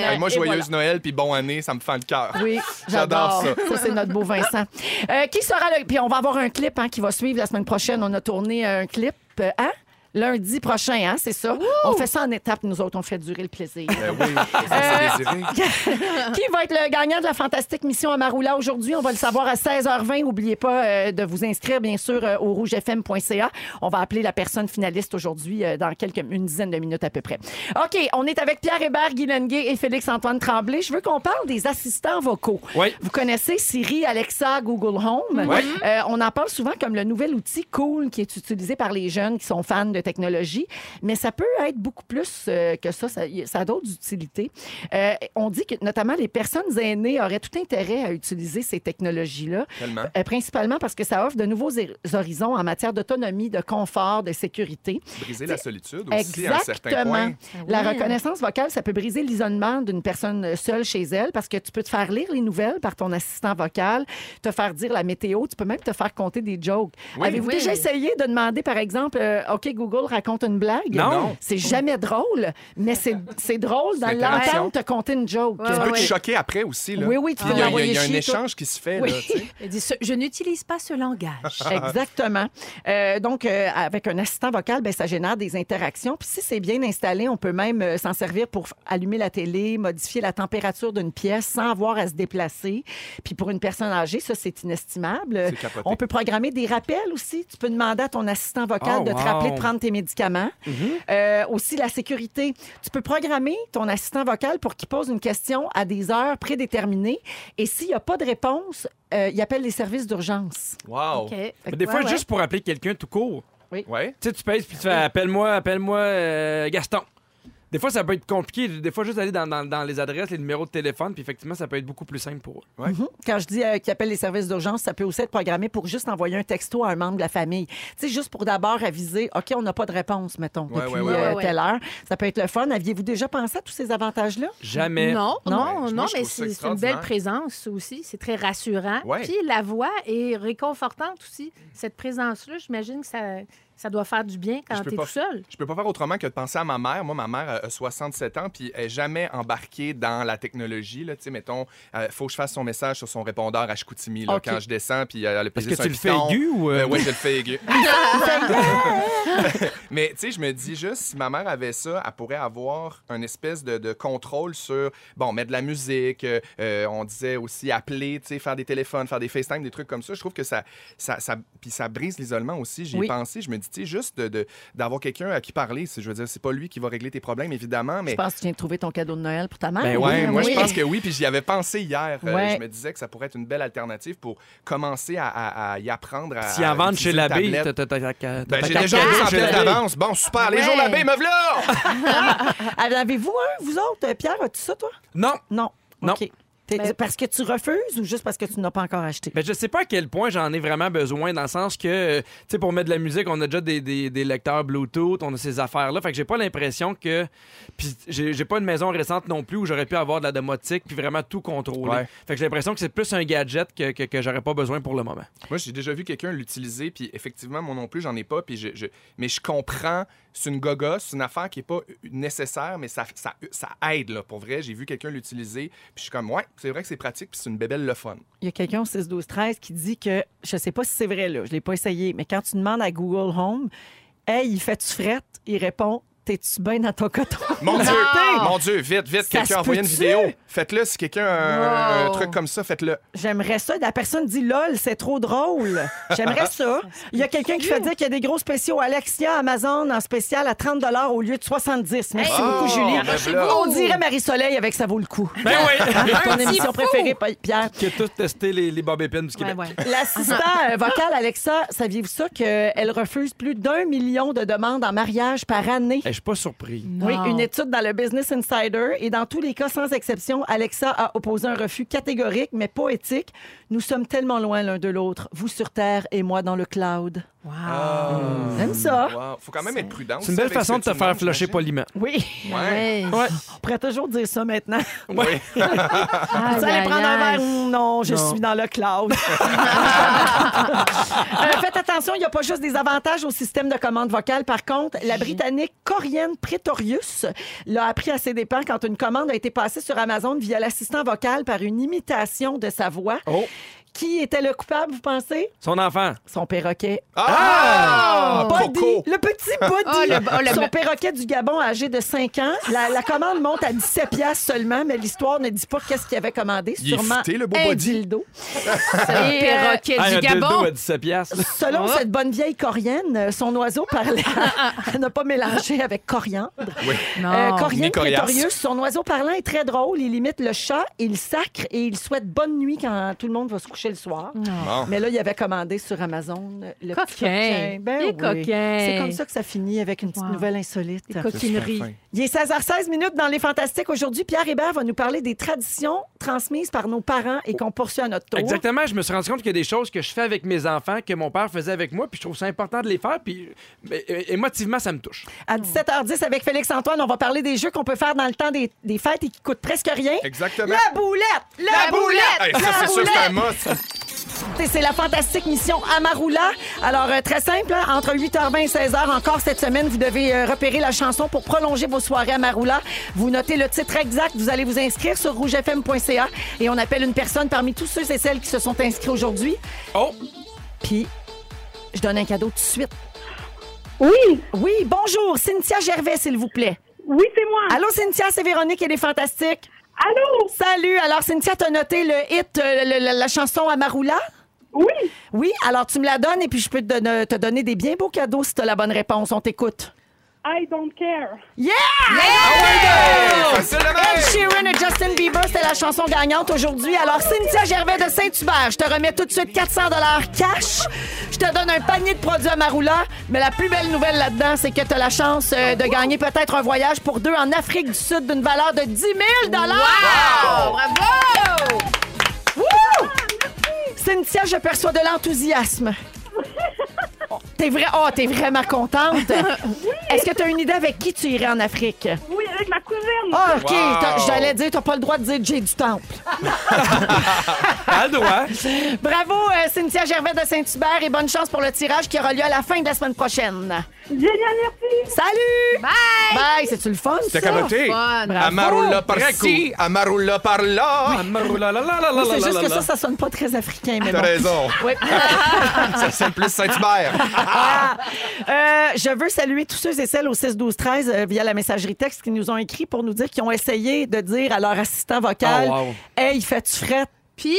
Speaker 5: Yeah!
Speaker 3: Hey, moi,
Speaker 2: Et
Speaker 3: joyeuse Noël puis bonne année, ça me fend le cœur.
Speaker 2: oui,
Speaker 3: J'adore
Speaker 2: j'adore. Ça, c'est notre beau Vincent. Euh, qui sera le. Puis on va avoir un clip hein, qui va suivre la semaine prochaine. On a tourné un clip. euh, hein? Lundi prochain, hein, c'est ça. On fait ça en étapes, nous autres. On fait durer le plaisir.
Speaker 3: Ben oui, ça, c'est désiré.
Speaker 2: Qui va être le gagnant de la fantastique mission à Maroula aujourd'hui? On va le savoir à 16h20. N'oubliez pas euh, de vous inscrire, bien sûr, euh, au rougefm.ca. On va appeler la personne finaliste aujourd'hui euh, dans quelques, une dizaine de minutes à peu près. OK, on est avec Pierre Hébert, Guy Lenguet et Félix-Antoine Tremblay. Je veux qu'on parle des assistants vocaux.
Speaker 6: Oui.
Speaker 2: Vous connaissez Siri, Alexa, Google Home.
Speaker 6: Oui.
Speaker 2: Euh, on en parle souvent comme le nouvel outil cool qui est utilisé par les jeunes qui sont fans de technologie, mais ça peut être beaucoup plus euh, que ça. Ça, y- ça a d'autres utilités. Euh, on dit que notamment les personnes aînées auraient tout intérêt à utiliser ces technologies-là,
Speaker 3: Tellement.
Speaker 2: euh, principalement parce que ça offre de nouveaux hé- horizons en matière d'autonomie, de confort, de sécurité.
Speaker 3: Briser la solitude aussi à un certain
Speaker 2: Exactement.
Speaker 3: point.
Speaker 2: La
Speaker 5: Ah oui.
Speaker 2: reconnaissance vocale, ça peut briser l'isolement d'une personne seule chez elle parce que tu peux te faire lire les nouvelles par ton assistant vocal, te faire dire la météo, tu peux même te faire compter des jokes.
Speaker 3: Oui.
Speaker 2: Avez-vous
Speaker 5: Oui.
Speaker 2: déjà essayé de demander, par exemple, euh, OK, Google raconte une blague?
Speaker 6: Non.
Speaker 2: C'est jamais drôle, mais c'est c'est drôle dans
Speaker 3: C'est intéressant.
Speaker 2: l'entendre te compter une joke.
Speaker 5: Ouais,
Speaker 3: Tu
Speaker 5: ouais. Ah,
Speaker 3: peux te choquer après aussi. Là.
Speaker 2: Ah Oui, oui, tu
Speaker 3: Puis
Speaker 2: peux
Speaker 3: Il y a, il y a-
Speaker 2: l'envoyer
Speaker 3: il y a un
Speaker 2: chier, toi.
Speaker 3: échange qui se fait.
Speaker 2: Oui.
Speaker 3: Là, tu sais.
Speaker 5: Elle dit, Ce- je n'utilise pas ce langage.
Speaker 2: Exactement. Euh, donc, euh, avec un assistant vocal, ben, ça génère des interactions. Puis si c'est bien installé, on peut même euh, s'en servir pour f- allumer la télé, modifier la température d'une pièce sans avoir à se déplacer. Puis pour une personne âgée, ça, c'est inestimable.
Speaker 3: C'est capoté.
Speaker 2: On peut programmer des rappels aussi. Tu peux demander à ton assistant vocal
Speaker 6: Oh,
Speaker 2: de te
Speaker 6: wow.
Speaker 2: rappeler de prendre tes médicaments. Euh, aussi, la sécurité. Tu peux programmer ton assistant vocal pour qu'il pose une question à des heures prédéterminées. Et s'il n'y a pas de réponse, euh, il appelle les services d'urgence.
Speaker 3: Wow.
Speaker 5: OK. Fait que
Speaker 6: Mais des
Speaker 5: ouais,
Speaker 6: fois,
Speaker 5: ouais.
Speaker 6: juste pour appeler quelqu'un tout court.
Speaker 3: Ouais.
Speaker 6: Tu sais, tu pèses puis tu fais appelle-moi, appelle-moi euh, Gaston. Des fois, ça peut être compliqué. Des fois, juste aller dans, dans- dans les adresses, les numéros de téléphone, puis effectivement, ça peut être beaucoup plus simple pour eux.
Speaker 2: Quand je dis euh, qu'ils appellent les services d'urgence, ça peut aussi être programmé pour juste envoyer un texto à un membre de la famille. Tu sais, juste pour d'abord aviser, OK, on n'a pas de réponse, mettons,
Speaker 3: Ouais,
Speaker 2: depuis
Speaker 3: ouais, ouais,
Speaker 2: euh,
Speaker 5: ouais.
Speaker 2: telle heure. Ça peut être le fun. Aviez-vous déjà pensé à tous ces avantages-là?
Speaker 6: Jamais.
Speaker 5: Non, non,
Speaker 3: Ouais,
Speaker 5: non,
Speaker 3: moi, je
Speaker 5: mais
Speaker 3: trouve ça
Speaker 5: c'est c'est une
Speaker 3: extraordinaire.
Speaker 5: belle présence aussi. C'est très rassurant.
Speaker 3: Ouais.
Speaker 5: Puis la voix est réconfortante aussi. Cette présence-là, j'imagine que ça, ça doit faire du bien
Speaker 3: Je
Speaker 5: quand
Speaker 3: peux
Speaker 5: t'es
Speaker 3: pas-
Speaker 5: tout seul.
Speaker 3: Je peux pas faire autrement que de penser à ma mère. Moi, ma mère a 67 ans, puis elle est jamais embarquée dans la technologie. Là. Tu sais, mettons, euh, faut que je fasse son message sur son répondeur à Chicoutimi là,
Speaker 2: OK.
Speaker 3: quand je descends, puis euh, elle a
Speaker 6: Parce
Speaker 3: pesé
Speaker 6: que
Speaker 3: sur
Speaker 6: tu
Speaker 3: un
Speaker 6: le fais
Speaker 3: piton.
Speaker 6: aigu ou. euh,
Speaker 3: Euh, ouais, je le fais aigu. Mais tu sais, je me dis juste, si ma mère avait ça, elle pourrait avoir un espèce de, de contrôle sur, bon, mettre de la musique, euh, euh, on disait aussi appeler, tu sais, faire des téléphones, faire des FaceTime, des trucs comme ça. Je trouve que ça, ça, ça- puis ça brise l'isolement aussi. J'y ai
Speaker 2: Oui.
Speaker 3: pensé, je me dis, tu sais, juste de- de- d'avoir quelqu'un à qui parler. c'est- Je veux dire, c'est pas lui qui va régler tes problèmes, évidemment, mais.
Speaker 2: Je pense que tu viens de trouver ton cadeau de Noël pour ta mère.
Speaker 6: Ben
Speaker 3: Ouais,
Speaker 2: Oui,
Speaker 3: moi
Speaker 2: oui.
Speaker 3: je pense que oui, puis j'y avais pensé hier. Euh,
Speaker 2: Ouais.
Speaker 3: je me disais que ça pourrait être une belle alternative pour commencer à, à- à y apprendre à.
Speaker 6: Si
Speaker 3: à
Speaker 6: en vente
Speaker 3: Ah, utiliser
Speaker 6: chez
Speaker 3: une
Speaker 6: l'abbé,
Speaker 3: tablette.
Speaker 6: t'as- t'as- t'as- t'as-
Speaker 3: Ben,
Speaker 6: t'as-
Speaker 3: j'ai
Speaker 6: t'as-
Speaker 3: déjà
Speaker 6: t'as-
Speaker 3: vu en
Speaker 6: chez
Speaker 3: pleine
Speaker 6: l'abbé.
Speaker 3: d'avance. Bon, super, les
Speaker 5: Ouais.
Speaker 3: jours l'abbé, me v'là!
Speaker 2: Ah, Avez-vous un, vous autres? Euh, Pierre, as-tu ça, toi?
Speaker 6: Non,
Speaker 2: Non.
Speaker 6: Non.
Speaker 2: OK. T'es-
Speaker 5: Ben-
Speaker 2: Parce que tu refuses ou juste parce que tu n'as pas encore acheté?
Speaker 6: Ben, je sais pas à quel point j'en ai vraiment besoin, dans le sens que, euh, tu sais, pour mettre de la musique, on a déjà des, des- des lecteurs Bluetooth, on a ces affaires-là. Fait que j'ai pas l'impression que. Puis j'ai j'ai pas une maison récente non plus où j'aurais pu avoir de la domotique puis vraiment tout contrôler.
Speaker 3: Ouais.
Speaker 6: Fait que j'ai l'impression que c'est plus un gadget que, que, que j'aurais pas besoin pour le moment.
Speaker 3: Moi, j'ai déjà vu quelqu'un l'utiliser, puis effectivement, moi non plus, j'en ai pas. Puis je, je- Mais je comprends, c'est une gogosse, c'est une affaire qui est pas nécessaire, mais ça, ça, ça aide, là, pour vrai. J'ai vu quelqu'un l'utiliser, puis je suis comme, ouais, c'est vrai que c'est pratique, puis c'est une bébelle le fun.
Speaker 2: Il y a quelqu'un au 6 12 13 qui dit que je sais pas si c'est vrai là, je l'ai pas essayé, mais quand tu demandes à Google Home, "Hey, il fait tu frette?" Il répond "T'es-tu bien dans ton coton
Speaker 3: Mon Dieu!
Speaker 2: Martin!
Speaker 3: Mon Dieu, vite,
Speaker 2: Ça
Speaker 3: vite,
Speaker 2: se
Speaker 3: quelqu'un a envoyé une
Speaker 2: peut-tu?
Speaker 3: vidéo. Faites-le si quelqu'un a un, un
Speaker 5: Wow.
Speaker 3: truc comme ça, faites-le.
Speaker 2: J'aimerais ça, la personne dit "Lol, c'est trop drôle." J'aimerais ça. Il y a quelqu'un qui fait dire qu'il y a des gros spéciaux Alexia Amazon en spécial à 30 au lieu de 70. Merci
Speaker 5: Hey!
Speaker 2: beaucoup
Speaker 3: Oh,
Speaker 2: Julie.
Speaker 3: ben
Speaker 5: Arrochez-vous.
Speaker 3: voilà.
Speaker 2: On dirait Marie Soleil avec ça vaut le coup.
Speaker 6: Ben oui!
Speaker 2: Hein, ton émission préférée Pierre.
Speaker 6: qui a tous testé les, les Bob Épines du
Speaker 5: Ouais,
Speaker 6: Québec.
Speaker 5: ouais.
Speaker 2: L'assistant euh, vocal Alexa, saviez-vous ça qu'elle refuse plus d'un million de demandes en mariage par année?
Speaker 6: Eh, Je suis pas surpris.
Speaker 2: Oui,
Speaker 5: Non.
Speaker 2: une étude dans le Business Insider. Et dans tous les cas, sans exception, Alexa a opposé un refus catégorique, mais pas éthique. Nous sommes tellement loin l'un de l'autre, vous sur Terre et moi dans le cloud.
Speaker 5: Wow.
Speaker 3: Ah,
Speaker 2: Ah. J'aime ça.
Speaker 3: Hmm. Wow. Faut quand même être prudent.
Speaker 6: ben, C'est une
Speaker 3: aussi
Speaker 6: belle
Speaker 3: avec ce
Speaker 6: façon de
Speaker 3: que
Speaker 6: te
Speaker 3: tu
Speaker 6: faire
Speaker 3: demandes,
Speaker 6: flusher
Speaker 3: j'imagine.
Speaker 6: poliment.
Speaker 2: Oui,
Speaker 3: Ouais.
Speaker 6: Ouais.
Speaker 2: on pourrait toujours dire ça maintenant.
Speaker 6: Ouais.
Speaker 2: Vous allez prendre un verre? Mm, Non, je
Speaker 6: Non.
Speaker 2: suis dans le cloud. Euh, faites attention, il n'y a pas juste des avantages au système de commande vocale. Par contre, la Britannique Corienne Pretorius l'a appris à ses dépens quand une commande a été passée sur Amazon via l'assistant vocal par une imitation de sa voix.
Speaker 6: Oh,
Speaker 2: Qui était le coupable, vous pensez?
Speaker 6: son enfant.
Speaker 2: Son perroquet.
Speaker 3: Ah!
Speaker 2: Buddy,
Speaker 3: Coco!
Speaker 2: le petit Buddy,
Speaker 5: Oh, le- oh, le-
Speaker 2: son perroquet du Gabon âgé de 5 ans. La, la commande monte à 17 piastres seulement, mais l'histoire ne dit pas qu'est-ce qu'il avait commandé.
Speaker 3: Il est
Speaker 2: Sûrement
Speaker 3: futé, le beau
Speaker 2: un
Speaker 3: body.
Speaker 2: dildo.
Speaker 5: C'est perroquet
Speaker 6: Ah,
Speaker 5: du
Speaker 6: un dildo à
Speaker 5: Gabon.
Speaker 6: 17 piastres.
Speaker 2: Selon
Speaker 5: Ah.
Speaker 2: cette bonne vieille coréenne, euh, son oiseau parlait. Elle n'a pas mélangé avec coriandre.
Speaker 5: Non.
Speaker 2: Euh, coriandre
Speaker 3: Ni coriace.
Speaker 2: prétorius, son oiseau parlant est très drôle. Il imite le chat, il sacre et il souhaite bonne nuit quand tout le monde va se coucher le soir.
Speaker 3: Bon.
Speaker 2: Mais là, il avait commandé sur Amazon euh, le petit
Speaker 5: Mm. Coquin.
Speaker 2: Ben
Speaker 5: Il
Speaker 2: oui.
Speaker 5: est coquin.
Speaker 2: C'est comme ça que ça finit avec une petite
Speaker 5: Wow.
Speaker 2: nouvelle insolite.
Speaker 5: Des
Speaker 3: C'est super
Speaker 5: coquineries.
Speaker 3: fin.
Speaker 2: Il est 16h16 minutes dans Les Fantastiques. Aujourd'hui, Pierre Hébert va nous parler des traditions transmises par nos parents et qu'on poursuit à notre tour.
Speaker 6: Exactement, je me suis rendu compte qu'il y a des choses que je fais avec mes enfants que mon père faisait avec moi, puis je trouve ça important de les faire, puis mais, euh, émotivement, ça me touche.
Speaker 2: À 17h10 avec Félix-Antoine, on va parler des jeux qu'on peut faire dans le temps des, des fêtes et qui coûtent presque rien.
Speaker 3: Exactement.
Speaker 2: La boulette! La, boulette!
Speaker 3: Hey, ça, c'est sûr que c'est un must.
Speaker 2: Et C'est la fantastique mission Amaroula. Alors, euh, très simple, hein, entre 8h20 et 16h encore cette semaine, vous devez euh, repérer la chanson pour prolonger vos soirées Amaroula. Vous notez le titre exact, vous allez vous inscrire sur rougefm.ca et on appelle une personne parmi tous ceux et celles qui se sont inscrits aujourd'hui.
Speaker 6: Oh,
Speaker 2: Puis, je donne un cadeau tout de suite. Oui. Oui, bonjour. Cynthia Gervais, s'il vous plaît.
Speaker 7: Oui, c'est moi.
Speaker 2: Allô, Cynthia, c'est Véronique, elle est fantastique.
Speaker 7: Allô?
Speaker 2: Salut. Alors, Cynthia, t'as noté le hit, euh, le- la, la chanson Amaroula?
Speaker 7: Oui.
Speaker 2: Oui, alors tu me la donnes et puis je peux te, donner- te donner des bien beaux cadeaux si t'as la bonne réponse. On t'écoute.
Speaker 7: I don't care.
Speaker 2: Yeah! Ah
Speaker 3: Facile de même.
Speaker 2: Ed Sheeran et Justin Bieber, c'était la chanson gagnante aujourd'hui. Alors, Cynthia Gervais de Saint-Hubert, je te remets tout de suite 400 cash. Je te donne un panier de produits à Maroula. Mais la plus belle nouvelle là-dedans, c'est que tu as la chance euh, de gagner peut-être un voyage pour deux en Afrique du Sud d'une valeur de 10 000
Speaker 5: Bravo!
Speaker 2: Wouh! Cynthia, je perçois de l'enthousiasme. Oh, T'es vrai... oh, t'es vraiment contente. Est-ce que t'as une idée avec qui tu irais en Afrique?
Speaker 7: Oui, avec ma cousine.
Speaker 2: Ah, OK.
Speaker 3: Wow.
Speaker 2: t'as- J'allais dire, t'as pas le droit de dire Jay du Temple.
Speaker 6: À le droit.
Speaker 2: Bravo, euh, Cynthia Gervais de Saint-Hubert et bonne chance pour le tirage qui aura lieu à la fin de la semaine prochaine.
Speaker 7: Génial, merci.
Speaker 2: Salut!
Speaker 5: Bye!
Speaker 2: Bye! C'est-tu le fun, ça?
Speaker 3: C'était capoté.
Speaker 5: Fun.
Speaker 3: Amarula
Speaker 6: Très
Speaker 3: par-ci, Amarula
Speaker 6: Ah,
Speaker 3: par-là.
Speaker 2: Oui, c'est juste que ça, ça sonne pas très africain, mais
Speaker 3: Ah, T'as
Speaker 2: bon.
Speaker 3: raison.
Speaker 2: Oui.
Speaker 3: Ça sonne plus Saint-Hubert.
Speaker 2: Ah! Euh, je veux saluer tous ceux et celles au 6-12-13 euh, via la messagerie texte qui nous ont écrit pour nous dire qu'ils ont essayé de dire à leur assistant vocal
Speaker 6: Ah, wow.
Speaker 2: Hey, il fait-tu frette?
Speaker 5: Puis,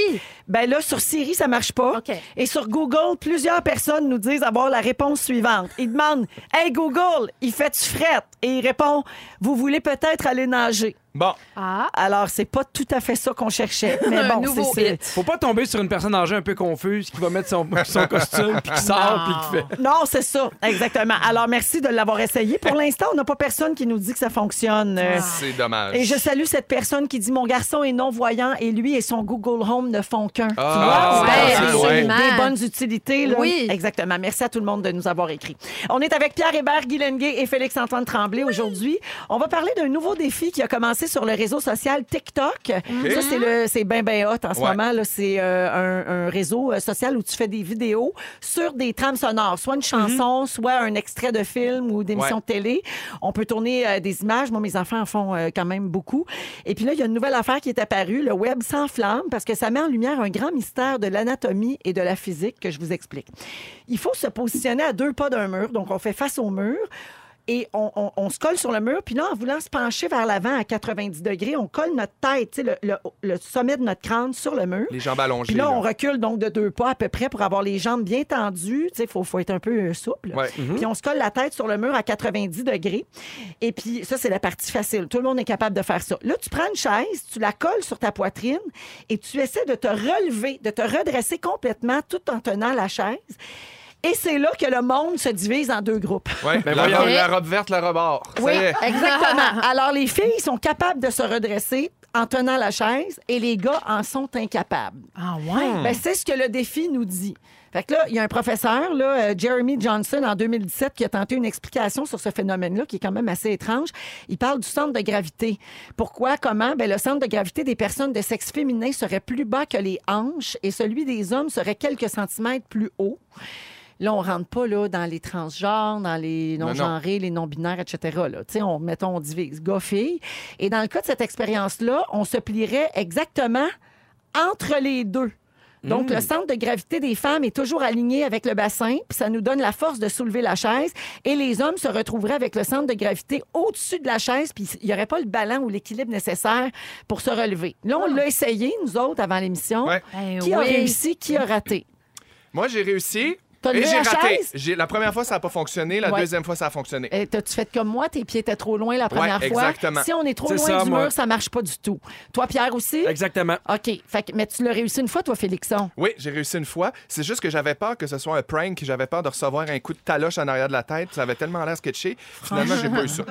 Speaker 2: Ben là, sur Siri, ça marche pas.
Speaker 5: OK.
Speaker 2: Et sur Google, plusieurs personnes nous disent avoir la réponse suivante. Ils demandent Hey Google, il fait-tu frette? Et il répond Vous voulez peut-être aller nager.
Speaker 3: Bon,
Speaker 5: ah,
Speaker 2: Alors, c'est pas tout à fait ça qu'on cherchait. Mais
Speaker 5: Un
Speaker 2: bon,
Speaker 5: nouveau
Speaker 2: c'est- c'est-
Speaker 5: hit.
Speaker 6: Faut pas tomber sur une personne âgée un peu confuse qui va mettre son, son costume, puis qui sort, puis qui fait.
Speaker 2: Non, c'est ça, exactement. Alors, merci de l'avoir essayé. Pour l'instant, on n'a pas personne qui nous dit que ça fonctionne. Euh,
Speaker 3: c'est dommage.
Speaker 2: Et je salue cette personne qui dit Mon garçon est non-voyant et lui et son Google Home ne font qu'un.
Speaker 3: Ah,
Speaker 2: tu vois,
Speaker 5: ouais,
Speaker 2: on parle des-
Speaker 5: absolument.
Speaker 2: des bonnes utilités. là.
Speaker 5: Oui.
Speaker 2: Exactement. Merci à tout le monde de nous avoir écrit. On est avec Pierre Hébert, Guy Lenguet et Félix-Antoine Tremblay aujourd'hui. On va parler d'un nouveau défi qui a commencé sur le réseau social TikTok. Ça, c'est le- c'est ben ben hot en ce
Speaker 3: Ouais.
Speaker 2: moment. là. C'est euh, un, un réseau euh, social où tu fais des vidéos sur des trames sonores, soit une chanson, soit un extrait de film ou d'émission
Speaker 3: Ouais.
Speaker 2: de télé. On peut tourner euh, des images. Moi, mes enfants en font euh, quand même beaucoup. Et puis là, il y a une nouvelle affaire qui est apparue, le web sans flamme, parce que ça met en lumière un grand mystère de l'anatomie et de la physique que je vous explique. Il faut se positionner à deux pas d'un mur, donc on fait face au mur. Et on, on- on se colle sur le mur, puis là, en voulant se pencher vers l'avant à 90 degrés, on colle notre tête, tu sais, le, le- le sommet de notre crâne sur le mur.
Speaker 3: Les jambes allongées.
Speaker 2: Puis là, on
Speaker 3: là.
Speaker 2: recule donc de deux pas à peu près pour avoir les jambes bien tendues. Il faut, faut être un peu euh, souple.
Speaker 3: Ouais. mm-hmm.
Speaker 2: Puis on se colle la tête sur le mur à 90 degrés. Et puis ça, c'est la partie facile. Tout le monde est capable de faire ça. Là, tu prends une chaise, tu la colles sur ta poitrine et tu essaies de te relever, de te redresser complètement tout en tenant la chaise. Et c'est là que le monde se divise en deux groupes.
Speaker 3: Ouais,
Speaker 6: Ben
Speaker 3: la,
Speaker 6: voyons.
Speaker 3: robe, la robe verte, la robe or. Ça
Speaker 2: Oui,
Speaker 3: y est.
Speaker 2: exactement. Alors, les filles sont capables de se redresser en tenant la chaise et les gars en sont incapables.
Speaker 5: ah ouais.
Speaker 3: Hmm.
Speaker 2: Ben, c'est ce que le défi nous dit. Fait que là, il y a un professeur, là, euh, Jeremy Johnson, en 2017, qui a tenté une explication sur ce phénomène-là, qui est quand même assez étrange. Il parle du centre de gravité. Pourquoi, comment? Ben, le centre de gravité des personnes de sexe féminin serait plus bas que les hanches et celui des hommes serait quelques centimètres plus haut. Là, on rentre pas là, dans les transgenres, dans les
Speaker 3: non.
Speaker 2: non-genrés, les non-binaires, etc. Là. Tu sais, On, mettons, on divise gars-filles. Et dans le cas de cette expérience-là, on se plierait exactement entre les deux. Donc, le centre de gravité des femmes est toujours aligné avec le bassin, puis ça nous donne la force de soulever la chaise. Et les hommes se retrouveraient avec le centre de gravité au-dessus de la chaise, puis il n'y aurait pas le ballon ou l'équilibre nécessaire pour se relever. Là, on l'a essayé, nous autres, avant l'émission.
Speaker 3: Ouais.
Speaker 5: Ben
Speaker 2: Qui a
Speaker 5: oui.
Speaker 2: réussi, qui a raté?
Speaker 3: Moi, j'ai réussi.
Speaker 2: T'as
Speaker 3: Et
Speaker 2: levé
Speaker 3: j'ai
Speaker 2: la
Speaker 3: raté.
Speaker 2: chaise?
Speaker 3: J'ai- La première fois, ça n'a pas fonctionné. La
Speaker 2: Ouais.
Speaker 3: deuxième fois, ça a fonctionné.
Speaker 2: Euh, T'as-tu fait comme moi? Tes pieds étaient trop loin la première
Speaker 3: Ouais,
Speaker 2: fois.
Speaker 3: exactement.
Speaker 2: Si on est trop
Speaker 6: C'est
Speaker 2: loin
Speaker 6: ça,
Speaker 2: du
Speaker 6: moi.
Speaker 2: mur, ça marche pas du tout. Toi, Pierre aussi?
Speaker 6: Exactement.
Speaker 2: OK. Fait que- mais tu l'as réussi une fois, toi, Félixon.
Speaker 3: Oui, j'ai réussi une fois. C'est juste que j'avais peur que ce soit un prank, j'avais peur de recevoir un coup de taloche en arrière de la tête. Ça avait tellement l'air sketché. Finalement, j'ai pas eu ça.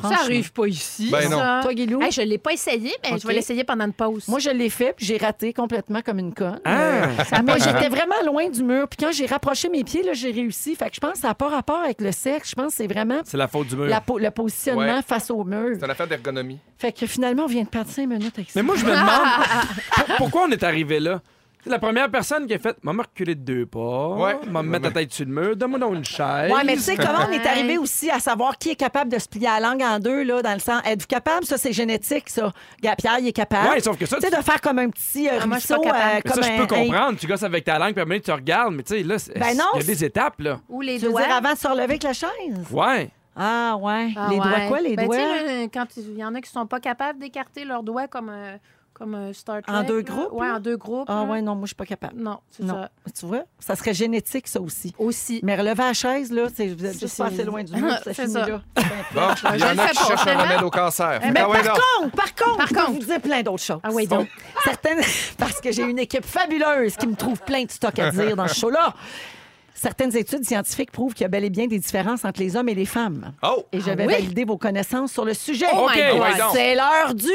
Speaker 5: Ça arrive pas ici.
Speaker 3: Ben non.
Speaker 5: ça.
Speaker 2: Toi, Guilou?
Speaker 5: Ah. Hey, je l'ai pas essayé, mais je
Speaker 2: Ok.
Speaker 5: vais l'essayer pendant une pause.
Speaker 2: Moi, je l'ai fait, puis j'ai raté complètement comme une conne.
Speaker 6: Ah.
Speaker 2: Euh, moi, j'étais vraiment loin du mur. Puis quand j'ai rapproché mes pieds, là, j'ai réussi. Fait que je pense que ça n'a pas rapport avec le cercle. Je pense que c'est vraiment
Speaker 6: C'est la faute du mur.
Speaker 2: la po- le positionnement
Speaker 3: Ouais.
Speaker 2: face au mur.
Speaker 3: C'est une affaire d'ergonomie.
Speaker 2: Fait que finalement, on vient de perdre cinq minutes avec ça.
Speaker 6: Mais moi, je me demande pour- pourquoi on est arrivé là. C'est la première personne qui a fait Maman reculer de deux pas,
Speaker 3: Ouais.
Speaker 6: maman mettre la tête sur le mur, donne-moi donc une chaise.
Speaker 2: Ouais, mais tu sais comment on est arrivé aussi à savoir qui est capable de se plier la langue en deux, là, dans le sens. Êtes-vous capable? Ça, c'est génétique, ça. Gars, Pierre, il est capable.
Speaker 6: Ouais, sauf que ça,
Speaker 2: Tu sais, de faire comme un petit euh,
Speaker 5: Ah, moi, je suis
Speaker 2: ruisseau,
Speaker 5: pas capable.
Speaker 2: euh,
Speaker 6: Mais ça,
Speaker 2: comme
Speaker 6: je
Speaker 2: un-
Speaker 6: peux
Speaker 2: un-
Speaker 6: comprendre. Tu gosses avec ta langue, puis à un moment donné, tu regardes, mais tu sais, là, c'est-
Speaker 2: Ben non,
Speaker 6: il y a des étapes, là.
Speaker 5: Ou les
Speaker 2: Tu veux
Speaker 5: doigts.
Speaker 2: dire avant de se relever avec la chaise?
Speaker 6: Ouais.
Speaker 2: Ah, ouais.
Speaker 5: Ah
Speaker 2: les doigts,
Speaker 5: ouais.
Speaker 2: quoi? Les
Speaker 5: Ben, tu
Speaker 2: doigts?
Speaker 5: sais, là, quand il y en a qui sont pas capables d'écarter leurs doigts comme euh, Comme un Star Trek.
Speaker 2: En deux
Speaker 5: là.
Speaker 2: groupes,
Speaker 5: Ouais,
Speaker 2: là?
Speaker 5: en deux groupes.
Speaker 2: Ah
Speaker 5: là.
Speaker 2: ouais, non, moi, je suis pas capable.
Speaker 5: Non, c'est
Speaker 2: Non.
Speaker 5: ça.
Speaker 2: Tu vois? Ça serait génétique, ça aussi.
Speaker 5: Aussi.
Speaker 2: Mais relever la chaise, là, c'est vous êtes
Speaker 5: C'est-
Speaker 2: juste pas
Speaker 5: c'est-
Speaker 2: assez loin du mur, puis ça
Speaker 5: C'est
Speaker 2: finit là.
Speaker 5: ça.
Speaker 3: Bon, il y
Speaker 5: Je
Speaker 3: en
Speaker 5: le
Speaker 3: a
Speaker 5: fais
Speaker 3: qui
Speaker 5: pas,
Speaker 3: cherchent un
Speaker 5: tellement.
Speaker 3: remède au cancer.
Speaker 6: Ben
Speaker 2: Mais
Speaker 3: Ah ouais,
Speaker 2: par
Speaker 3: non.
Speaker 2: contre, par contre,
Speaker 5: Par
Speaker 2: je peux
Speaker 5: contre.
Speaker 2: vous dire plein d'autres choses.
Speaker 5: Ah oui, donc.
Speaker 2: Certaines, parce que j'ai une équipe fabuleuse qui me trouve plein de stock à dire dans ce show-là. Certaines études scientifiques prouvent qu'il y a bel et bien des différences entre les hommes et les femmes.
Speaker 3: Oh!
Speaker 2: Et je vais
Speaker 5: Ah oui?
Speaker 2: valider vos connaissances sur le sujet.
Speaker 5: Oh my
Speaker 6: OK,
Speaker 5: God.
Speaker 6: ouais, donc.
Speaker 2: C'est l'heure du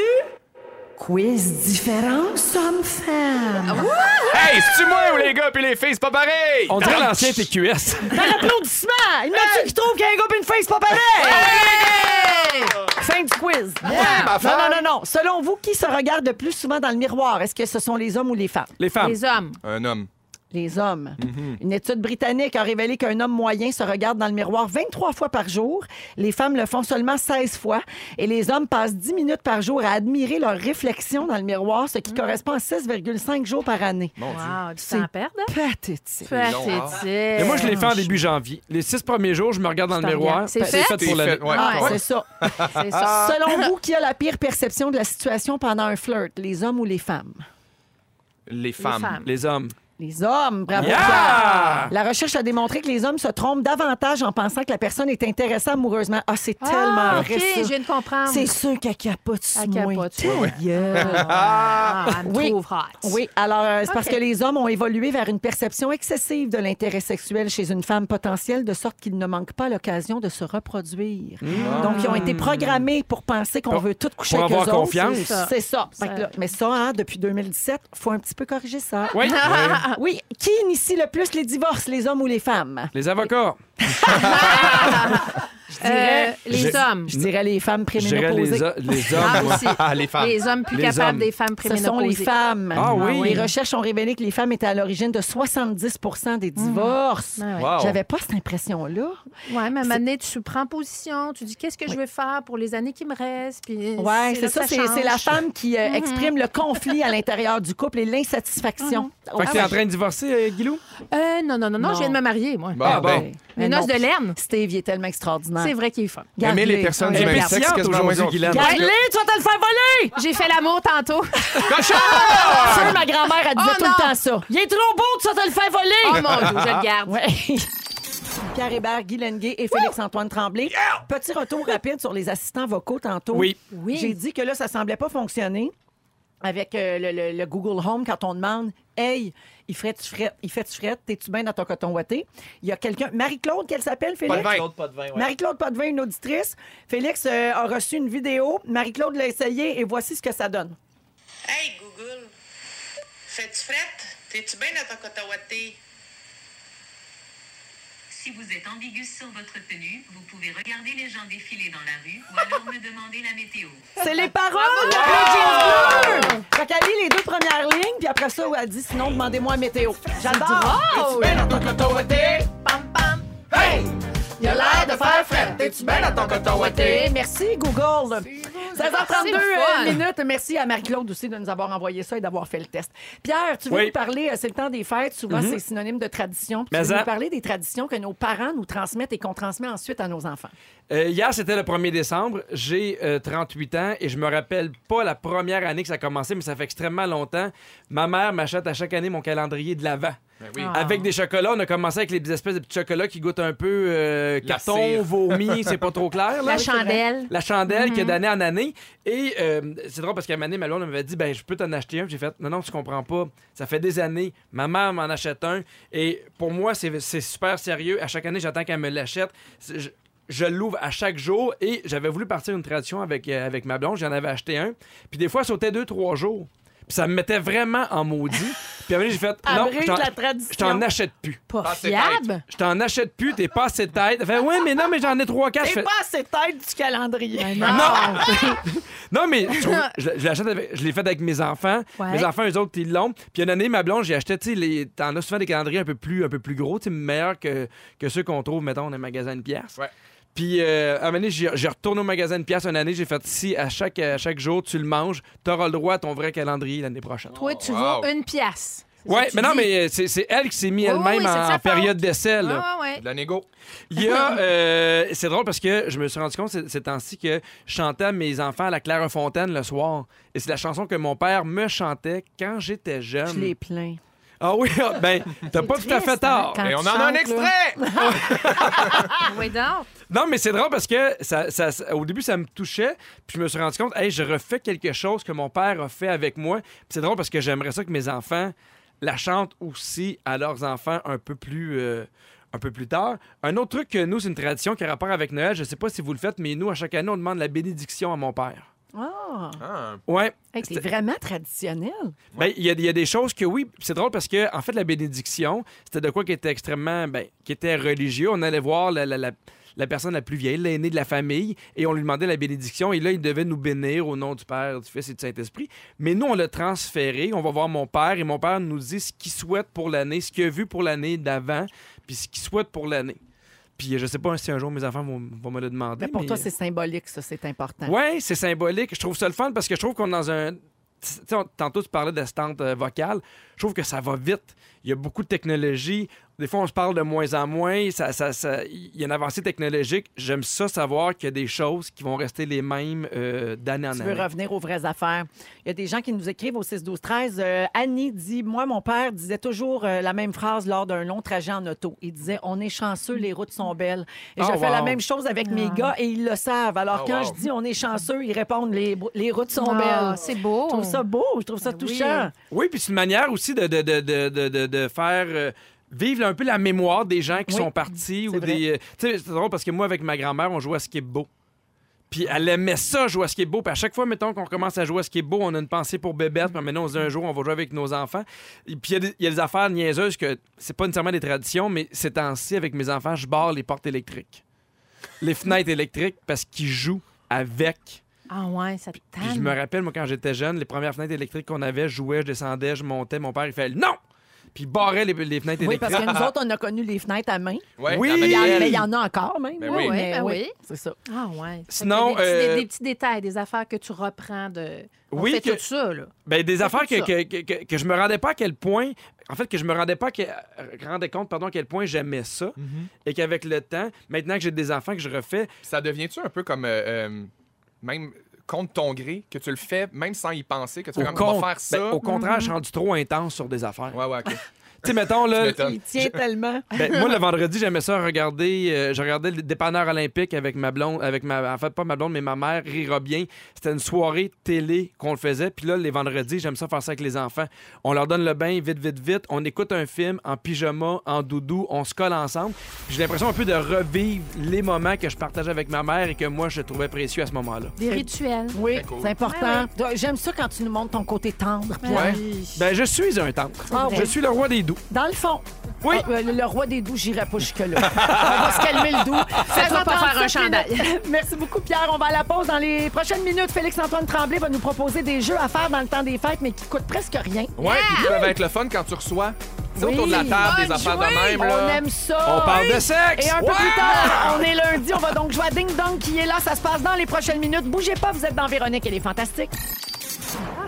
Speaker 2: quiz différence
Speaker 5: Ah
Speaker 2: hommes-femmes.
Speaker 3: Hey, c'est-tu moi ou les gars puis les filles, c'est pas pareil?
Speaker 2: Oh.
Speaker 6: On dirait l'ancien TQS.
Speaker 2: Par applaudissement! Il y en a-tu qui trouve qu'il y a un gars et une face pas pareil?
Speaker 5: Ah
Speaker 2: Fin du quiz.
Speaker 3: ma
Speaker 2: non,
Speaker 3: femme.
Speaker 2: non, non, non. Selon vous, qui se regarde le plus souvent dans le miroir? Est-ce que ce sont les hommes ou les femmes?
Speaker 6: Les femmes. Ah,
Speaker 5: Les hommes.
Speaker 3: Un homme.
Speaker 2: Les hommes.
Speaker 3: Mhm.
Speaker 2: Une étude britannique a révélé qu'un homme moyen se regarde dans le miroir 23 fois par jour. Les femmes le font seulement 16 fois. Et les hommes passent 10 minutes par jour à admirer leur réflexion dans le miroir, ce qui correspond à 6,5 jours par année.
Speaker 3: Mon Dieu.
Speaker 5: Wow, tu
Speaker 2: C'est- hein?
Speaker 5: t'en perds, là?
Speaker 2: Pathétique.
Speaker 3: long,
Speaker 5: Pathétique.
Speaker 6: Mais moi, je l'ai fait en début janvier. Les six premiers jours, je me regarde dans le
Speaker 5: C'est
Speaker 6: miroir. Ben,
Speaker 5: bien. C'est fait?
Speaker 3: T'es
Speaker 6: pour l'année.
Speaker 3: fait, ouais,
Speaker 2: Ah,
Speaker 3: ouais. Ah.
Speaker 2: c'est ça.
Speaker 5: C'est ça.
Speaker 2: Selon vous, qui a la pire perception de la situation pendant un flirt, les hommes ou les femmes?
Speaker 3: Les femmes.
Speaker 5: femmes.
Speaker 6: Les hommes.
Speaker 2: Les hommes, bravo.
Speaker 6: Yeah!
Speaker 2: La recherche a démontré que les hommes se trompent davantage en pensant que la personne est intéressée amoureusement. Ah, c'est tellement
Speaker 5: Ah, OK,
Speaker 2: vrai, ça.
Speaker 5: je viens de comprendre.
Speaker 2: C'est sûr qu'elle capote sur
Speaker 5: Elle
Speaker 2: moi.
Speaker 5: capote sur
Speaker 2: Ta
Speaker 5: moi.
Speaker 2: gueule.
Speaker 5: Ah, elle me
Speaker 2: Oui.
Speaker 5: trouve hot.
Speaker 2: Oui, alors euh, c'est parce
Speaker 5: OK.
Speaker 2: que les hommes ont évolué vers une perception excessive de l'intérêt sexuel chez une femme potentielle, de sorte qu'ils ne manquent pas l'occasion de se reproduire. Donc, ils ont été programmés pour penser qu'on
Speaker 6: Pour-
Speaker 2: veut tout coucher
Speaker 6: pour
Speaker 2: avec
Speaker 6: avoir
Speaker 2: eux autres.
Speaker 6: confiance.
Speaker 2: C'est ça. C'est ça. Fait que là, mais ça, hein, depuis 2017, faut un petit peu corriger ça. Ah,
Speaker 6: Oui.
Speaker 2: Oui, qui initie le plus les divorces, les hommes ou les femmes?
Speaker 6: Les avocats.
Speaker 5: Euh, les
Speaker 6: J'ai-
Speaker 5: hommes.
Speaker 2: Je dirais les femmes
Speaker 6: Je dirais
Speaker 2: préménopausées.
Speaker 6: les, o- les hommes.
Speaker 5: Ah,
Speaker 6: moi.
Speaker 5: aussi.
Speaker 3: Ah, les femmes.
Speaker 5: Les hommes plus
Speaker 6: Les
Speaker 5: capables
Speaker 6: hommes.
Speaker 5: des femmes
Speaker 2: Ce sont les
Speaker 5: préménopausées.
Speaker 2: femmes.
Speaker 6: Ah oui.
Speaker 2: Les recherches ont révélé que les femmes étaient à l'origine de 70 des divorces.
Speaker 5: Mmh. Ah ouais.
Speaker 3: Wow.
Speaker 2: J'avais pas cette impression-là.
Speaker 5: Ouais, mais à un moment donné, tu prends position, tu dis qu'est-ce que je vais faire pour les années qui me restent. Puis
Speaker 2: Oui, c'est
Speaker 5: là
Speaker 2: ça.
Speaker 5: que
Speaker 2: C'est c'est la
Speaker 5: change. Mmh.
Speaker 2: femme qui euh, exprime le conflit à l'intérieur du couple et l'insatisfaction.
Speaker 5: Mmh.
Speaker 6: Fait que t'es en train de divorcer, euh, Guilou?
Speaker 5: Euh, non, non, non, non,
Speaker 2: Non.
Speaker 5: je viens de me marier, moi.
Speaker 3: Bon,
Speaker 6: Ah, bon.
Speaker 3: ben,
Speaker 5: Les
Speaker 2: Mais
Speaker 5: noces
Speaker 2: non.
Speaker 5: de laine,
Speaker 2: Steve, il est tellement extraordinaire.
Speaker 5: c'est vrai qu'il est fun.
Speaker 3: aimer
Speaker 2: Garde-les.
Speaker 3: les personnes
Speaker 6: Elle
Speaker 3: du
Speaker 6: est
Speaker 3: même sexe,
Speaker 6: pétillante
Speaker 3: qu'est-ce que
Speaker 6: aujourd'hui,
Speaker 3: aujourd'hui,
Speaker 6: Guylaine.
Speaker 2: Garde-les, tu vas te le faire voler!
Speaker 5: J'ai fait l'amour tantôt.
Speaker 3: Ah.
Speaker 2: Ça, ma grand-mère, elle disait
Speaker 5: Oh
Speaker 2: tout
Speaker 5: non!
Speaker 2: le temps ça. Il est trop beau, tu vas te le faire voler!
Speaker 5: Oh mon Dieu, je le garde.
Speaker 2: Ouais. Pierre Hébert, Guy Lenguet et Félix-Antoine Tremblay. Petit retour rapide sur les assistants vocaux tantôt.
Speaker 6: Oui.
Speaker 5: Oui.
Speaker 2: J'ai dit que là, ça semblait pas fonctionner avec euh, le, le- le Google Home quand on demande Hey, il fait tu frette, il fait tu frette, t'es-tu bien dans ton coton ouaté? Il y a quelqu'un, Marie-Claude, qu'elle s'appelle, Félix? Marie-Claude Potvin, une auditrice. Félix euh, a reçu une vidéo. Marie-Claude l'a essayé et voici ce que ça donne.
Speaker 8: Hey Google, fais-tu frette? T'es-tu bien dans ton cotawaté?
Speaker 9: Si vous êtes ambigu sur votre tenue, vous pouvez regarder les gens défiler dans la rue ou alors me demander la météo.
Speaker 2: C'est les paroles de Claude Gisler. Fait qu'elle lit les deux premières lignes, puis après ça, elle dit sinon, demandez-moi météo. J'adore!
Speaker 5: Oh! Pam, pam.
Speaker 2: Il a l'air de faire frère. T'es-tu
Speaker 3: Ben,
Speaker 2: bien à ton coton ouaté? Merci, Google. 16h32
Speaker 5: C'est le fun.
Speaker 2: euh, minutes. Merci à Marie-Claude aussi de nous avoir envoyé ça et d'avoir fait le test. Pierre, tu veux
Speaker 6: Oui. Mhm.
Speaker 2: nous parler, euh, c'est le temps des fêtes, souvent c'est synonyme de tradition. Puis
Speaker 6: Mais
Speaker 2: Tu veux
Speaker 6: en-
Speaker 2: nous parler des traditions que nos parents nous transmettent et qu'on transmet ensuite à nos enfants.
Speaker 6: Euh, hier, c'était le 1er décembre. J'ai euh, 38 ans et je me rappelle pas la première année que ça a commencé, mais ça fait extrêmement longtemps. Ma mère m'achète à chaque année mon calendrier de l'Avent.
Speaker 3: Ben
Speaker 5: Ah.
Speaker 6: Avec des chocolats, on a commencé avec les petites espèces de petits chocolats qui goûtent un peu euh,
Speaker 3: La
Speaker 6: carton,
Speaker 3: cire.
Speaker 6: vomi, c'est pas trop clair. là.
Speaker 5: La chandelle.
Speaker 6: La chandelle
Speaker 2: Mhm.
Speaker 6: que d'année en année. Et euh, c'est drôle parce qu'à un moment donné, ma blonde m'avait dit ben, Je peux t'en acheter un. Puis J'ai fait Non, non, tu comprends pas. Ça fait des années. Ma mère m'en achète un. Et pour moi, c'est c'est super sérieux. À chaque année, j'attends qu'elle me l'achète. C'est- Je, je l'ouvre à chaque jour. Et j'avais voulu partir une tradition avec, euh, avec ma blonde. J'en avais acheté un. Puis des fois, elle sautait deux, trois jours. Puis ça me mettait vraiment en maudit. Puis à un moment donné, j'ai fait Non,
Speaker 2: Abrite
Speaker 6: je t'en-
Speaker 2: la tradition.
Speaker 6: je t'en achète plus.
Speaker 5: Pas
Speaker 3: Passez
Speaker 5: fiable.
Speaker 6: Je t'en achète plus, t'es pas assez de tête. Elle fait, ouais, mais non, mais j'en ai trois, quatre. Je fais,
Speaker 2: assez tête du calendrier.
Speaker 5: Ah,
Speaker 6: non! non, mais je, trouve- je- je l'achète avec- je l'ai fait avec mes enfants.
Speaker 5: Ouais.
Speaker 6: Mes enfants, eux autres, ils l'ont. Puis une année, ma blonde, j'ai acheté, tu sais, les- t'en as souvent des calendriers un peu plus, un peu plus gros, tu sais, meilleurs que, que ceux qu'on trouve, mettons, dans un magasin de pièces.
Speaker 3: Ouais.
Speaker 6: Puis, euh, à un moment donné, j'ai j'ai retourné au magasin de pièces une année, j'ai fait si à chaque, à chaque jour tu le manges, t'auras le droit à ton vrai calendrier l'année prochaine.
Speaker 5: Toi, tu
Speaker 3: Wow.
Speaker 5: vaux une pièce. C'est
Speaker 6: Oui, mais non, mais euh, c'est c'est elle qui s'est mise
Speaker 5: Oui, oui,
Speaker 6: elle-même
Speaker 5: oui, c'est de
Speaker 6: en,
Speaker 5: sa faute.
Speaker 6: période d'essai. là.
Speaker 5: Ah, ouais, ouais.
Speaker 3: De la négo.
Speaker 6: Il y a. euh, c'est drôle parce que je me suis rendu compte ces, ces temps-ci que je chantais à mes enfants à la Claire Fontaine le soir. Et c'est la chanson que mon père me chantait quand j'étais jeune.
Speaker 2: Je l'ai plaint.
Speaker 6: Ah oui, ah, ben, t'as pas tout à fait
Speaker 5: triste,
Speaker 6: tort.
Speaker 5: hein,
Speaker 2: Ah,
Speaker 5: quand
Speaker 3: Et on en
Speaker 5: tu
Speaker 3: a un
Speaker 5: chantes, là.
Speaker 3: extrait!
Speaker 5: Oui, donc.
Speaker 6: Non, mais c'est drôle parce que ça, ça- ça- au début, ça me touchait. Puis je me suis rendu compte, hey, je refais quelque chose que mon père a fait avec moi. Puis c'est drôle parce que j'aimerais ça que mes enfants la chantent aussi à leurs enfants un peu plus. euh, un peu plus tard. Un autre truc que nous, c'est une tradition qui a rapport avec Noël. Je sais pas si vous le faites, mais nous, à chaque année, on demande la bénédiction à mon père.
Speaker 2: Ah!
Speaker 3: Ah,
Speaker 6: Ouais.
Speaker 2: Hey, T'es vraiment traditionnel.
Speaker 6: Ben, il y, a- il y a des choses que oui, puis c'est drôle parce que en fait la bénédiction, c'était de quoi qui était extrêmement, ben, qui était religieux. On allait voir la, la- la- la personne la plus vieille, l'aînée de la famille, et on lui demandait la bénédiction. Et là, il devait nous bénir au nom du Père, du Fils et du Saint-Esprit. Mais nous, on l'a transféré. On va voir mon père et mon père nous dit ce qu'il souhaite pour l'année, ce qu'il a vu pour l'année d'avant, puis ce qu'il souhaite pour l'année. Puis je sais pas si un jour mes enfants vont, vont me le demander.
Speaker 2: Mais Ben, pour
Speaker 6: mais-
Speaker 2: toi, c'est symbolique, ça, c'est important.
Speaker 6: Ouais, c'est symbolique. Je trouve ça le fun parce que je trouve qu'on est dans un. tu sais, on- tantôt, tu parlais d'assistante euh, vocale. Je trouve que ça va vite. Il y a beaucoup de technologie. Des fois, on se parle de moins en moins. Ça, ça- ça- Il y a une avancée technologique. J'aime ça savoir qu'il y a des choses qui vont rester les mêmes euh, d'année en
Speaker 2: Tu
Speaker 6: année.
Speaker 2: veux revenir aux vraies affaires. Il y a des gens qui nous écrivent au 6 12 13 euh, Annie dit moi mon père disait toujours euh, la même phrase lors d'un long trajet en auto. Il disait on est chanceux, les routes sont belles. Et
Speaker 6: Oh,
Speaker 2: je fais la
Speaker 6: wow.
Speaker 2: même chose avec mes gars et ils le savent. Alors
Speaker 3: Oh,
Speaker 2: quand
Speaker 3: wow.
Speaker 2: je dis on est chanceux, ils répondent les, les routes sont
Speaker 5: Ah,
Speaker 2: belles.
Speaker 5: c'est
Speaker 2: Je
Speaker 5: beau.
Speaker 2: trouve ça beau, je trouve ça
Speaker 5: Ben oui.
Speaker 2: touchant.
Speaker 6: Oui, puis c'est une manière aussi de, de, de, de, de, de- de faire euh, vivre un peu la mémoire des gens qui
Speaker 2: Oui,
Speaker 6: sont partis. ou
Speaker 2: c'est vrai.
Speaker 6: des. euh, Tu sais, c'est drôle parce que moi, avec ma grand-mère, on jouait à ce qui est beau. Puis elle aimait ça, jouer à ce qui est beau. Puis à chaque fois, mettons qu'on commence à jouer à ce qui est beau, on a une pensée pour bébête. Puis maintenant, on se dit un jour, on va jouer avec nos enfants. Et puis il y a des- il y, a des affaires niaiseuses que c'est pas nécessairement des traditions, mais ces temps-ci, avec mes enfants, je barre les portes électriques, les fenêtres électriques, parce qu'ils jouent avec.
Speaker 5: Ah, ouais, ça te
Speaker 6: Puis je
Speaker 5: tanne.
Speaker 6: me rappelle, moi, quand j'étais jeune, les premières fenêtres électriques qu'on avait, je jouais, je descendais, je montais. Mon père, il fait non! Puis il barrait les, les fenêtres
Speaker 2: Oui, parce
Speaker 6: électriques.
Speaker 2: que nous autres, on a connu les fenêtres à main.
Speaker 3: Ouais,
Speaker 6: Oui!
Speaker 3: la
Speaker 2: Il y en-
Speaker 3: manuelle.
Speaker 2: mais il y en a encore même.
Speaker 3: Ben
Speaker 2: là,
Speaker 3: oui.
Speaker 2: mais
Speaker 5: Ben oui.
Speaker 2: C'est ça.
Speaker 5: Ah, ouais.
Speaker 6: Sinon,
Speaker 5: Fait que Des, petits-
Speaker 6: euh,
Speaker 5: des- des petits détails, des affaires que tu reprends de. On
Speaker 6: Oui,
Speaker 5: fait
Speaker 6: que-
Speaker 5: tout ça, là.
Speaker 6: Ben, des affaires que,
Speaker 5: tout
Speaker 6: que, que, que- que je me rendais pas à quel point. En fait, que je me rendais pas que, rendais compte pardon, à quel point j'aimais ça.
Speaker 2: Mm-hmm.
Speaker 6: Et qu'avec le temps, maintenant que j'ai des enfants que je refais,
Speaker 3: Ça devient-tu un peu comme euh, euh, même contre ton gré, que tu le fais même sans y penser, que tu
Speaker 6: au,
Speaker 3: fais comme on
Speaker 6: con-
Speaker 3: va faire ça.
Speaker 6: ben, au contraire,
Speaker 2: Mm-hmm.
Speaker 6: je suis rendu trop intense sur des affaires.
Speaker 3: Ouais,
Speaker 5: Euh,
Speaker 3: ouais, ok.
Speaker 6: Tu sais, mettons,
Speaker 3: Tu
Speaker 6: là,
Speaker 3: m'étonnes.
Speaker 2: Il tient tellement.
Speaker 6: Ben, moi, le vendredi, j'aimais ça regarder. euh, je regardais le dépanneur olympique avec ma blonde, avec ma. En fait, pas ma blonde, mais ma mère rira bien. C'était une soirée télé qu'on le faisait. Puis là, les vendredis, j'aime ça faire ça avec les enfants. On leur donne le bain vite, vite, vite. On écoute un film en pyjama, en doudou. On se colle ensemble. Puis J'ai l'impression un peu de revivre les moments que je partageais avec ma mère et que moi, je trouvais précieux à ce moment-là.
Speaker 5: Des rituels.
Speaker 2: Oui,
Speaker 3: Très cool.
Speaker 2: c'est important.
Speaker 5: Ben
Speaker 2: J'aime ça quand tu nous montres ton côté tendre. puis
Speaker 3: Ouais.
Speaker 6: Ben, je suis un tendre.
Speaker 2: Ah ouais.
Speaker 6: Je suis le roi des doux.
Speaker 2: Dans le fond.
Speaker 6: Oui.
Speaker 2: Ah, euh, le roi des doux, j'irai pas jusque-là. on va se calmer le doux. Ça
Speaker 5: va pas faire un
Speaker 2: 37 minutes. Merci beaucoup, Pierre. On va à la pause dans les prochaines minutes. Félix-Antoine Tremblay va nous proposer des jeux à faire dans le temps des fêtes, mais qui coûtent presque rien.
Speaker 3: Ouais, puis ça va être le fun quand tu reçois. C'est
Speaker 2: Oui.
Speaker 3: autour de la table, des
Speaker 2: Bonne
Speaker 3: affaires
Speaker 2: jouée.
Speaker 3: de même.
Speaker 2: On
Speaker 3: là.
Speaker 2: aime ça.
Speaker 6: On parle de sexe!
Speaker 2: Et un peu plus
Speaker 6: Ouais!
Speaker 2: tard, on est lundi, on va donc jouer à Ding Dong qui est là. Ça se passe dans les prochaines minutes. Bougez pas, vous êtes dans Véronique, elle est fantastique.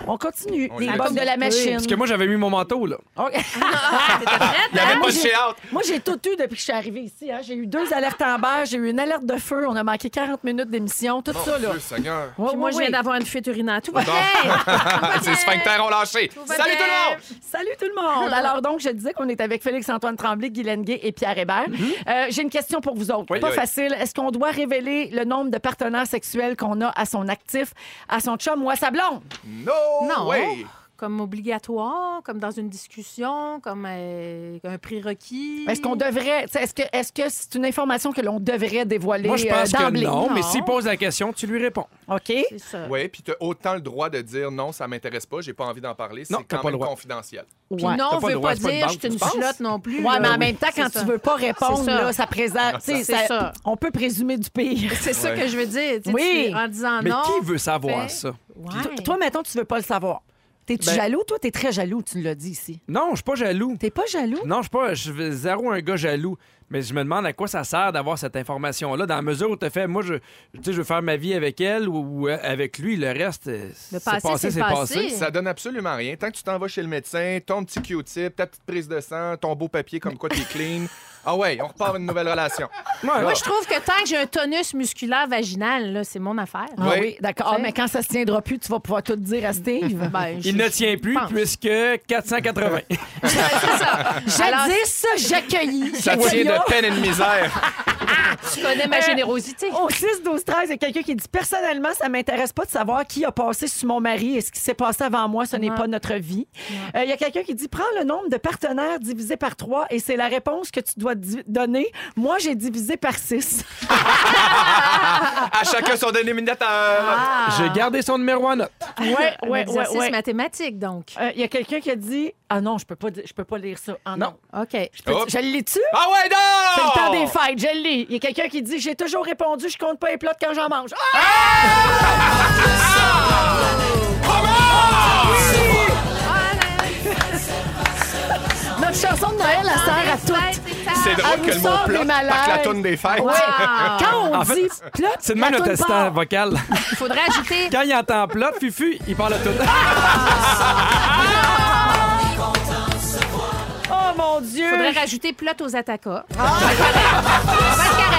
Speaker 2: On continue.
Speaker 3: On
Speaker 2: les
Speaker 3: y va.
Speaker 2: bugs de la machine.
Speaker 6: Parce que moi, j'avais mis mon manteau, là.
Speaker 2: Oh, Moi,
Speaker 3: Il n'y avait pas de
Speaker 2: Ah, j'ai-
Speaker 3: chez-out.
Speaker 2: Moi, j'ai tout eu depuis que je suis arrivée ici. hein. J'ai eu deux alertes en bas, j'ai eu une alerte de feu, on a manqué 40 minutes d'émission, tout ça, là.
Speaker 3: Dieu Seigneur.
Speaker 2: Ouais,
Speaker 5: Puis moi,
Speaker 2: ouais,
Speaker 5: je viens
Speaker 2: ouais.
Speaker 5: d'avoir une fuite urinaire. Tout va
Speaker 3: Bon.
Speaker 5: bien. Tout va
Speaker 3: Ces
Speaker 5: bien.
Speaker 3: sphincters ont lâché.
Speaker 5: Tout va
Speaker 3: Salut tout
Speaker 5: bien.
Speaker 3: le monde!
Speaker 2: Salut tout le monde! Alors donc, je disais qu'on est avec Félix-Antoine Tremblay, Guylaine Gay et Pierre Hébert. Euh, J'ai une question pour vous autres.
Speaker 3: Oui,
Speaker 2: Pas
Speaker 3: oui.
Speaker 2: facile. Est-ce qu'on doit révéler le nombre de partenaires sexuels qu'on a à son actif, à son chum ou à sa blonde?
Speaker 3: No
Speaker 5: Non.
Speaker 3: way!
Speaker 5: Comme obligatoire, comme dans une discussion, comme euh, un prérequis.
Speaker 2: Est-ce qu'on devrait... t'sais, Est-ce que est-ce que c'est une information que l'on devrait dévoiler
Speaker 6: Moi, je pense
Speaker 2: euh,
Speaker 6: que
Speaker 2: d'emblée?
Speaker 6: non, mais
Speaker 5: Non.
Speaker 6: s'il pose la question, tu lui réponds.
Speaker 2: OK.
Speaker 5: C'est ça.
Speaker 3: Oui, puis tu as autant le droit de dire non, ça m'intéresse pas, j'ai pas envie d'en parler. C'est
Speaker 6: Non, t'as
Speaker 3: quand
Speaker 6: pas le
Speaker 3: même
Speaker 6: droit.
Speaker 3: confidentiel.
Speaker 5: Puis
Speaker 2: Ouais.
Speaker 5: non,
Speaker 6: T'as
Speaker 5: on
Speaker 6: pas
Speaker 5: veut
Speaker 6: le droit,
Speaker 5: pas
Speaker 6: c'est pas une
Speaker 5: dire je
Speaker 6: banque,
Speaker 5: suis une
Speaker 6: tu penses?
Speaker 5: slotte non
Speaker 2: Ouais,
Speaker 5: plus. là.
Speaker 2: mais en même temps,
Speaker 5: C'est
Speaker 2: quand
Speaker 5: ça.
Speaker 2: tu veux pas répondre,
Speaker 5: C'est ça.
Speaker 2: là, ça présente. t'sais,
Speaker 5: C'est
Speaker 2: ça-
Speaker 5: ça.
Speaker 2: On peut présumer du pire.
Speaker 5: C'est ça
Speaker 3: Ouais.
Speaker 5: que je veux dire. tu sais,
Speaker 2: Oui.
Speaker 5: tu- en
Speaker 2: Ah,
Speaker 5: disant
Speaker 6: Mais
Speaker 5: non.
Speaker 6: qui veut savoir
Speaker 5: fait-
Speaker 6: ça?
Speaker 5: Ouais.
Speaker 2: Toi- Toi, mettons, tu veux pas le savoir. T'es-tu
Speaker 6: Ben-
Speaker 2: jaloux? Toi, t'es très jaloux, tu l'as dit ici.
Speaker 6: Non, je suis pas jaloux.
Speaker 2: T'es pas jaloux?
Speaker 6: Non, je suis pas. Je suis zéro un gars jaloux. Mais je me demande à quoi ça sert d'avoir cette information-là, dans la mesure où tu fait, moi, je, tu sais, je veux faire ma vie avec elle ou, ou, euh, avec lui, le reste, euh, c'est passé, c'est
Speaker 5: Eh.
Speaker 6: passé.
Speaker 3: Ça donne absolument rien. Tant que tu t'en vas chez le médecin, ton petit Q-tip, ta petite prise de sang, ton beau papier comme quoi tu es clean. Ah ouais, on repart une nouvelle relation.
Speaker 5: Ah, Moi, je trouve que tant que j'ai un tonus musculaire vaginal, là, c'est mon affaire.
Speaker 2: Ah oui, d'accord. Ah, mais quand ça se tiendra plus, tu vas pouvoir tout dire à Steve.
Speaker 6: Il ne tient plus puisque 480.
Speaker 2: Jadis, j'accueillis.
Speaker 3: Ça tient de peine et de misère.
Speaker 5: Tu connais ma
Speaker 2: Euh,
Speaker 5: générosité.
Speaker 2: Au 6, 12, 13, il y a quelqu'un qui dit Personnellement, ça m'intéresse pas de savoir qui a passé sur mon mari et ce qui s'est passé avant moi, ce n'est
Speaker 5: Ouais.
Speaker 2: pas notre vie. Euh, Il y a quelqu'un qui dit Prends le nombre de partenaires divisé par 3 et c'est la réponse que tu dois di- donner. Moi, j'ai divisé par 6.
Speaker 3: À chacun son dénominateur.
Speaker 2: Ah.
Speaker 6: J'ai gardé son numéro en note.
Speaker 2: Ouais,
Speaker 5: Un
Speaker 2: ouais, ouais,
Speaker 5: exercice
Speaker 2: ouais.
Speaker 5: mathématique, donc.
Speaker 2: Euh, Il y a quelqu'un qui a dit Ah non, je peux pas, dire- je peux pas lire ça. Ah non.
Speaker 5: OK.
Speaker 2: Je, peux-
Speaker 3: Oups.
Speaker 2: je l'ai-tu?
Speaker 3: Ah ouais, non!
Speaker 2: C'est le
Speaker 3: Oh!
Speaker 2: temps des fêtes, je l'ai. Il y a quelqu'un qui dit J'ai toujours répondu, je compte pas les plots quand j'en mange. Ah!
Speaker 3: Ah
Speaker 2: Ah! Notre chanson de Noël, elle sert à tout.
Speaker 3: C'est
Speaker 2: Ah,
Speaker 3: drôle
Speaker 2: vous
Speaker 3: que le mot
Speaker 2: sort des
Speaker 3: plot
Speaker 2: malaises.
Speaker 3: parte la toune des fêtes.
Speaker 2: Ouais. Quand on
Speaker 6: En
Speaker 2: dit plot,
Speaker 6: C'est de même
Speaker 2: la
Speaker 6: notre
Speaker 2: toune
Speaker 6: test
Speaker 2: part.
Speaker 6: vocal.
Speaker 5: Il faudrait ajouter
Speaker 6: Quand il entend plot, Fufu, il parle à tout.
Speaker 2: Oh mon Dieu!
Speaker 5: faudrait rajouter plot aux attaquas. Ça va être correct. Ça va être correct.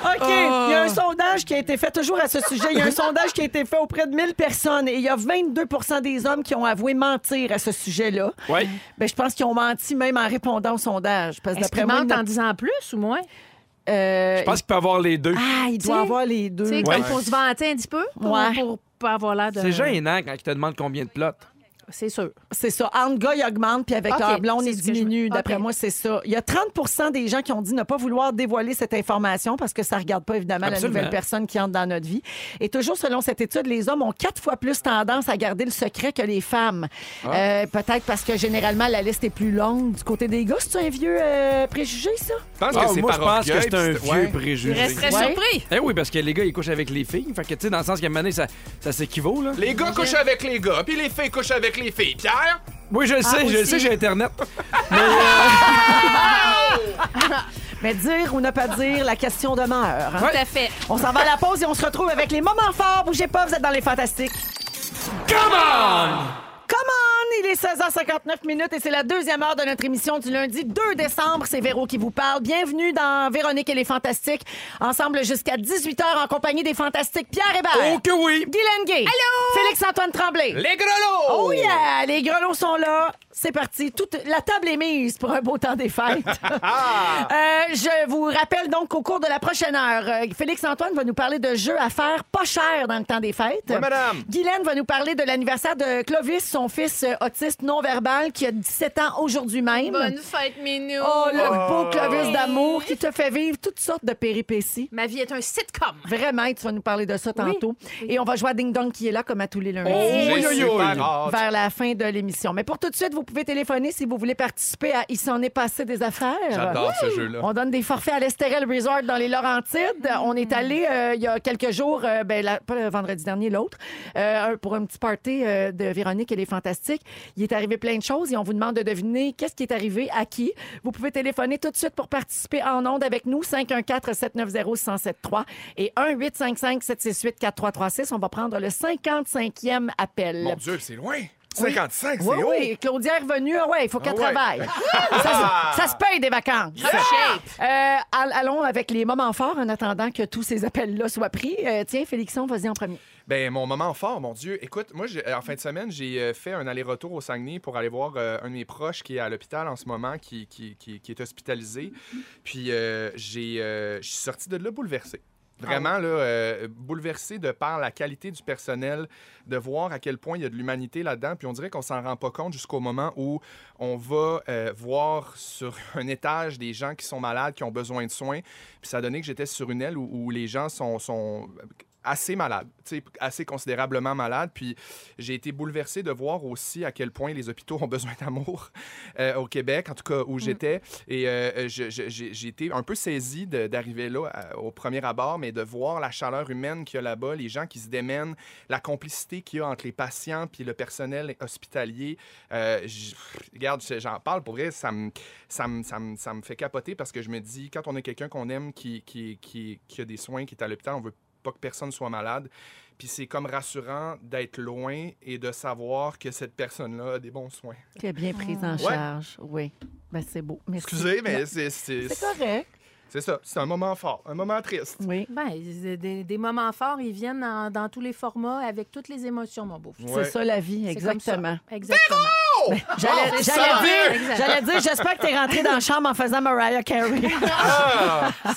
Speaker 2: OK, il y a un sondage qui a été fait toujours à ce sujet. Il y a un sondage qui a été fait auprès de 1000 personnes et il y a 22 des hommes qui ont avoué mentir à ce sujet-là.
Speaker 6: Ouais.
Speaker 2: Ben, je pense qu'ils ont menti même en répondant au sondage. Parce que
Speaker 5: Est-ce
Speaker 2: d'après
Speaker 5: qu'il
Speaker 2: moi,
Speaker 5: mente
Speaker 2: il y en
Speaker 5: en disant plus ou moins?
Speaker 2: a- euh,
Speaker 6: Je pense qu'il peut avoir les deux.
Speaker 2: Ah, il
Speaker 5: Tu
Speaker 2: doit
Speaker 5: sais,
Speaker 2: avoir les deux.
Speaker 5: Tu sais,
Speaker 2: Ouais.
Speaker 5: comme pour se vanter un petit peu, pour,
Speaker 2: Ouais.
Speaker 5: pour pas avoir l'air de...
Speaker 6: C'est gênant quand il te demande combien de plots.
Speaker 5: C'est sûr.
Speaker 2: C'est ça. Entre gars, ils augmentent, puis avec
Speaker 5: OK,
Speaker 2: leur blonde,
Speaker 5: c'est
Speaker 2: ils
Speaker 5: ce que je veux.
Speaker 2: diminuent. D'après
Speaker 5: OK.
Speaker 2: moi, c'est ça. Il y a 30 des gens qui ont dit ne pas vouloir dévoiler cette information parce que ça ne regarde pas, évidemment,
Speaker 6: Absolument.
Speaker 2: la nouvelle personne qui entre dans notre vie. Et toujours selon cette étude, les hommes ont quatre fois plus tendance à garder le secret que les femmes. Euh, Peut-être parce que généralement, la liste est plus longue. Du côté des gars, c'est un vieux euh, préjugé, ça?
Speaker 3: Je pense
Speaker 6: Ah,
Speaker 3: que c'est
Speaker 6: moi, je
Speaker 3: par
Speaker 6: pense que
Speaker 3: orgueil,
Speaker 6: c'est un
Speaker 3: puis
Speaker 6: vieux
Speaker 3: ouais.
Speaker 5: Je
Speaker 6: préjugé.
Speaker 5: resterais
Speaker 2: Ouais.
Speaker 5: surpris.
Speaker 6: Eh oui, parce que les gars, ils couchent avec les filles. Fait que, tu sais, dans le sens qu'à un moment donné, ça, ça s'équivaut, là.
Speaker 3: Les gars couchent avec les gars, puis les filles couchent avec les filles. Pierre?
Speaker 6: Oui, je le sais, je le sais, j'ai Internet.
Speaker 2: Mais dire ou ne pas dire, la question demeure. hein?
Speaker 5: Tout à fait.
Speaker 2: On s'en va à la pause et on se retrouve avec les moments forts. Bougez pas, vous êtes dans les fantastiques.
Speaker 6: Come on!
Speaker 2: Come on! Il est 16h59 minutes et c'est la deuxième heure de notre émission du lundi 2 décembre. C'est Véro qui vous parle. Bienvenue dans Véronique et les Fantastiques. Ensemble jusqu'à 18h en compagnie des Fantastiques Pierre Hébert.
Speaker 6: Oh que oui!
Speaker 2: Guylaine Gay. Allô! Félix-Antoine Tremblay.
Speaker 3: Les grelots!
Speaker 2: Oh yeah! Les grelots sont là. C'est parti. Toute la table est mise pour un beau temps des fêtes.
Speaker 3: Ah!
Speaker 2: Euh, je vous rappelle donc qu'au cours de la prochaine heure, euh, Félix-Antoine va nous parler de jeux à faire pas cher dans le temps des fêtes.
Speaker 3: Oui, madame.
Speaker 2: Guylaine va nous parler de l'anniversaire de Clovis, son fils euh, autiste non-verbal qui a 17 ans aujourd'hui
Speaker 5: Hein,
Speaker 2: même.
Speaker 5: fête, Minou.
Speaker 2: Oh, le beau Clovis d'amour qui te fait vivre toutes sortes de péripéties.
Speaker 5: Ma vie est un sitcom.
Speaker 2: Vraiment, tu vas nous parler de ça tantôt. Et on va jouer à Ding Dong qui est là comme à tous les lundis
Speaker 3: J'ai
Speaker 6: Oi, oi,
Speaker 3: super
Speaker 6: oi.
Speaker 3: hâte.
Speaker 2: vers la fin de l'émission. Mais pour tout de suite, vous pouvez téléphoner si vous voulez participer à Il s'en est passé des affaires.
Speaker 3: J'adore ce jeu-là.
Speaker 2: On donne des forfaits à l'Estérel Resort dans les Laurentides. On est allé euh, il y a quelques jours, euh, ben, la- pas le vendredi dernier, l'autre, euh, pour un petit party euh, de Véronique et les Fantastiques. Il est arrivé plein de choses et on vous demande de deviner qu'est-ce qui est arrivé à qui. Vous pouvez téléphoner tout de suite pour participer en ondes avec nous, 514-790-1073 et 1-855-768-4336. On va prendre le 55e appel.
Speaker 3: Mon Dieu, c'est loin. 55, c'est
Speaker 2: Oui,
Speaker 3: haut.
Speaker 2: oui, Claudia est revenue. Ah ouais, il faut qu'elle
Speaker 3: Ah ouais. Ah!
Speaker 2: travaille. ça, se- ça se paye des vacances. Euh, all- allons avec les moments forts en attendant que tous ces appels-là soient pris. Euh, tiens, Félixon, vas-y en premier.
Speaker 3: Ben, mon moment fort, mon Dieu. Écoute, moi, j'ai- en fin de semaine, j'ai euh, fait un aller-retour au Saguenay pour aller voir euh, un de mes proches qui est à l'hôpital en ce moment, qui, qui, qui- qui est hospitalisé. Puis, euh, j'ai, euh, je suis sorti de là bouleversé. Vraiment, là, euh, bouleversé de par la qualité du personnel, de voir à quel point il y a de l'humanité là-dedans. Puis on dirait qu'on s'en rend pas compte jusqu'au moment où on va euh, voir sur un étage des gens qui sont malades, qui ont besoin de soins. Puis ça a donné que j'étais sur une aile où, où les gens sont, sont assez malade, tu sais, assez considérablement malade. Puis j'ai été bouleversé de voir aussi à quel point les hôpitaux ont besoin d'amour euh, au Québec, en tout cas où j'étais. Et euh, je- je- j'ai j'ai été un peu saisi de- d'arriver là à- au premier abord, mais de voir la chaleur humaine qu'il y a là-bas, les gens qui se démènent, la complicité qu'il y a entre les patients puis le personnel hospitalier. Euh, j- regarde, je- j'en parle pour vrai, ça me ça me- ça me- ça me fait capoter parce que je me dis, quand on a quelqu'un qu'on aime qui, qui, qui, qui a des soins, qui est à l'hôpital, on veut pas que personne soit malade. Puis c'est comme rassurant d'être loin et de savoir que cette personne-là a des bons soins.
Speaker 2: Tu es bien prise en
Speaker 3: Ouais.
Speaker 2: charge. Oui. Ben, c'est beau. Merci.
Speaker 3: Excusez, mais
Speaker 2: Non.
Speaker 3: c'est... C'est
Speaker 2: C'est correct.
Speaker 3: c'est ça, c'est un moment fort, un moment triste.
Speaker 2: Oui.
Speaker 5: Ben, c'est des, des moments forts, ils viennent dans, dans tous les formats avec toutes les émotions, mon beau.
Speaker 2: C'est ça la vie,
Speaker 5: C'est comme ça.
Speaker 2: exactement.
Speaker 5: Exactement.
Speaker 3: Ben,
Speaker 2: J'allais
Speaker 5: Oh, ça
Speaker 2: j'allais
Speaker 5: va.
Speaker 2: dire, j'allais dire, j'espère que t'es rentré dans la chambre en faisant Mariah Carey.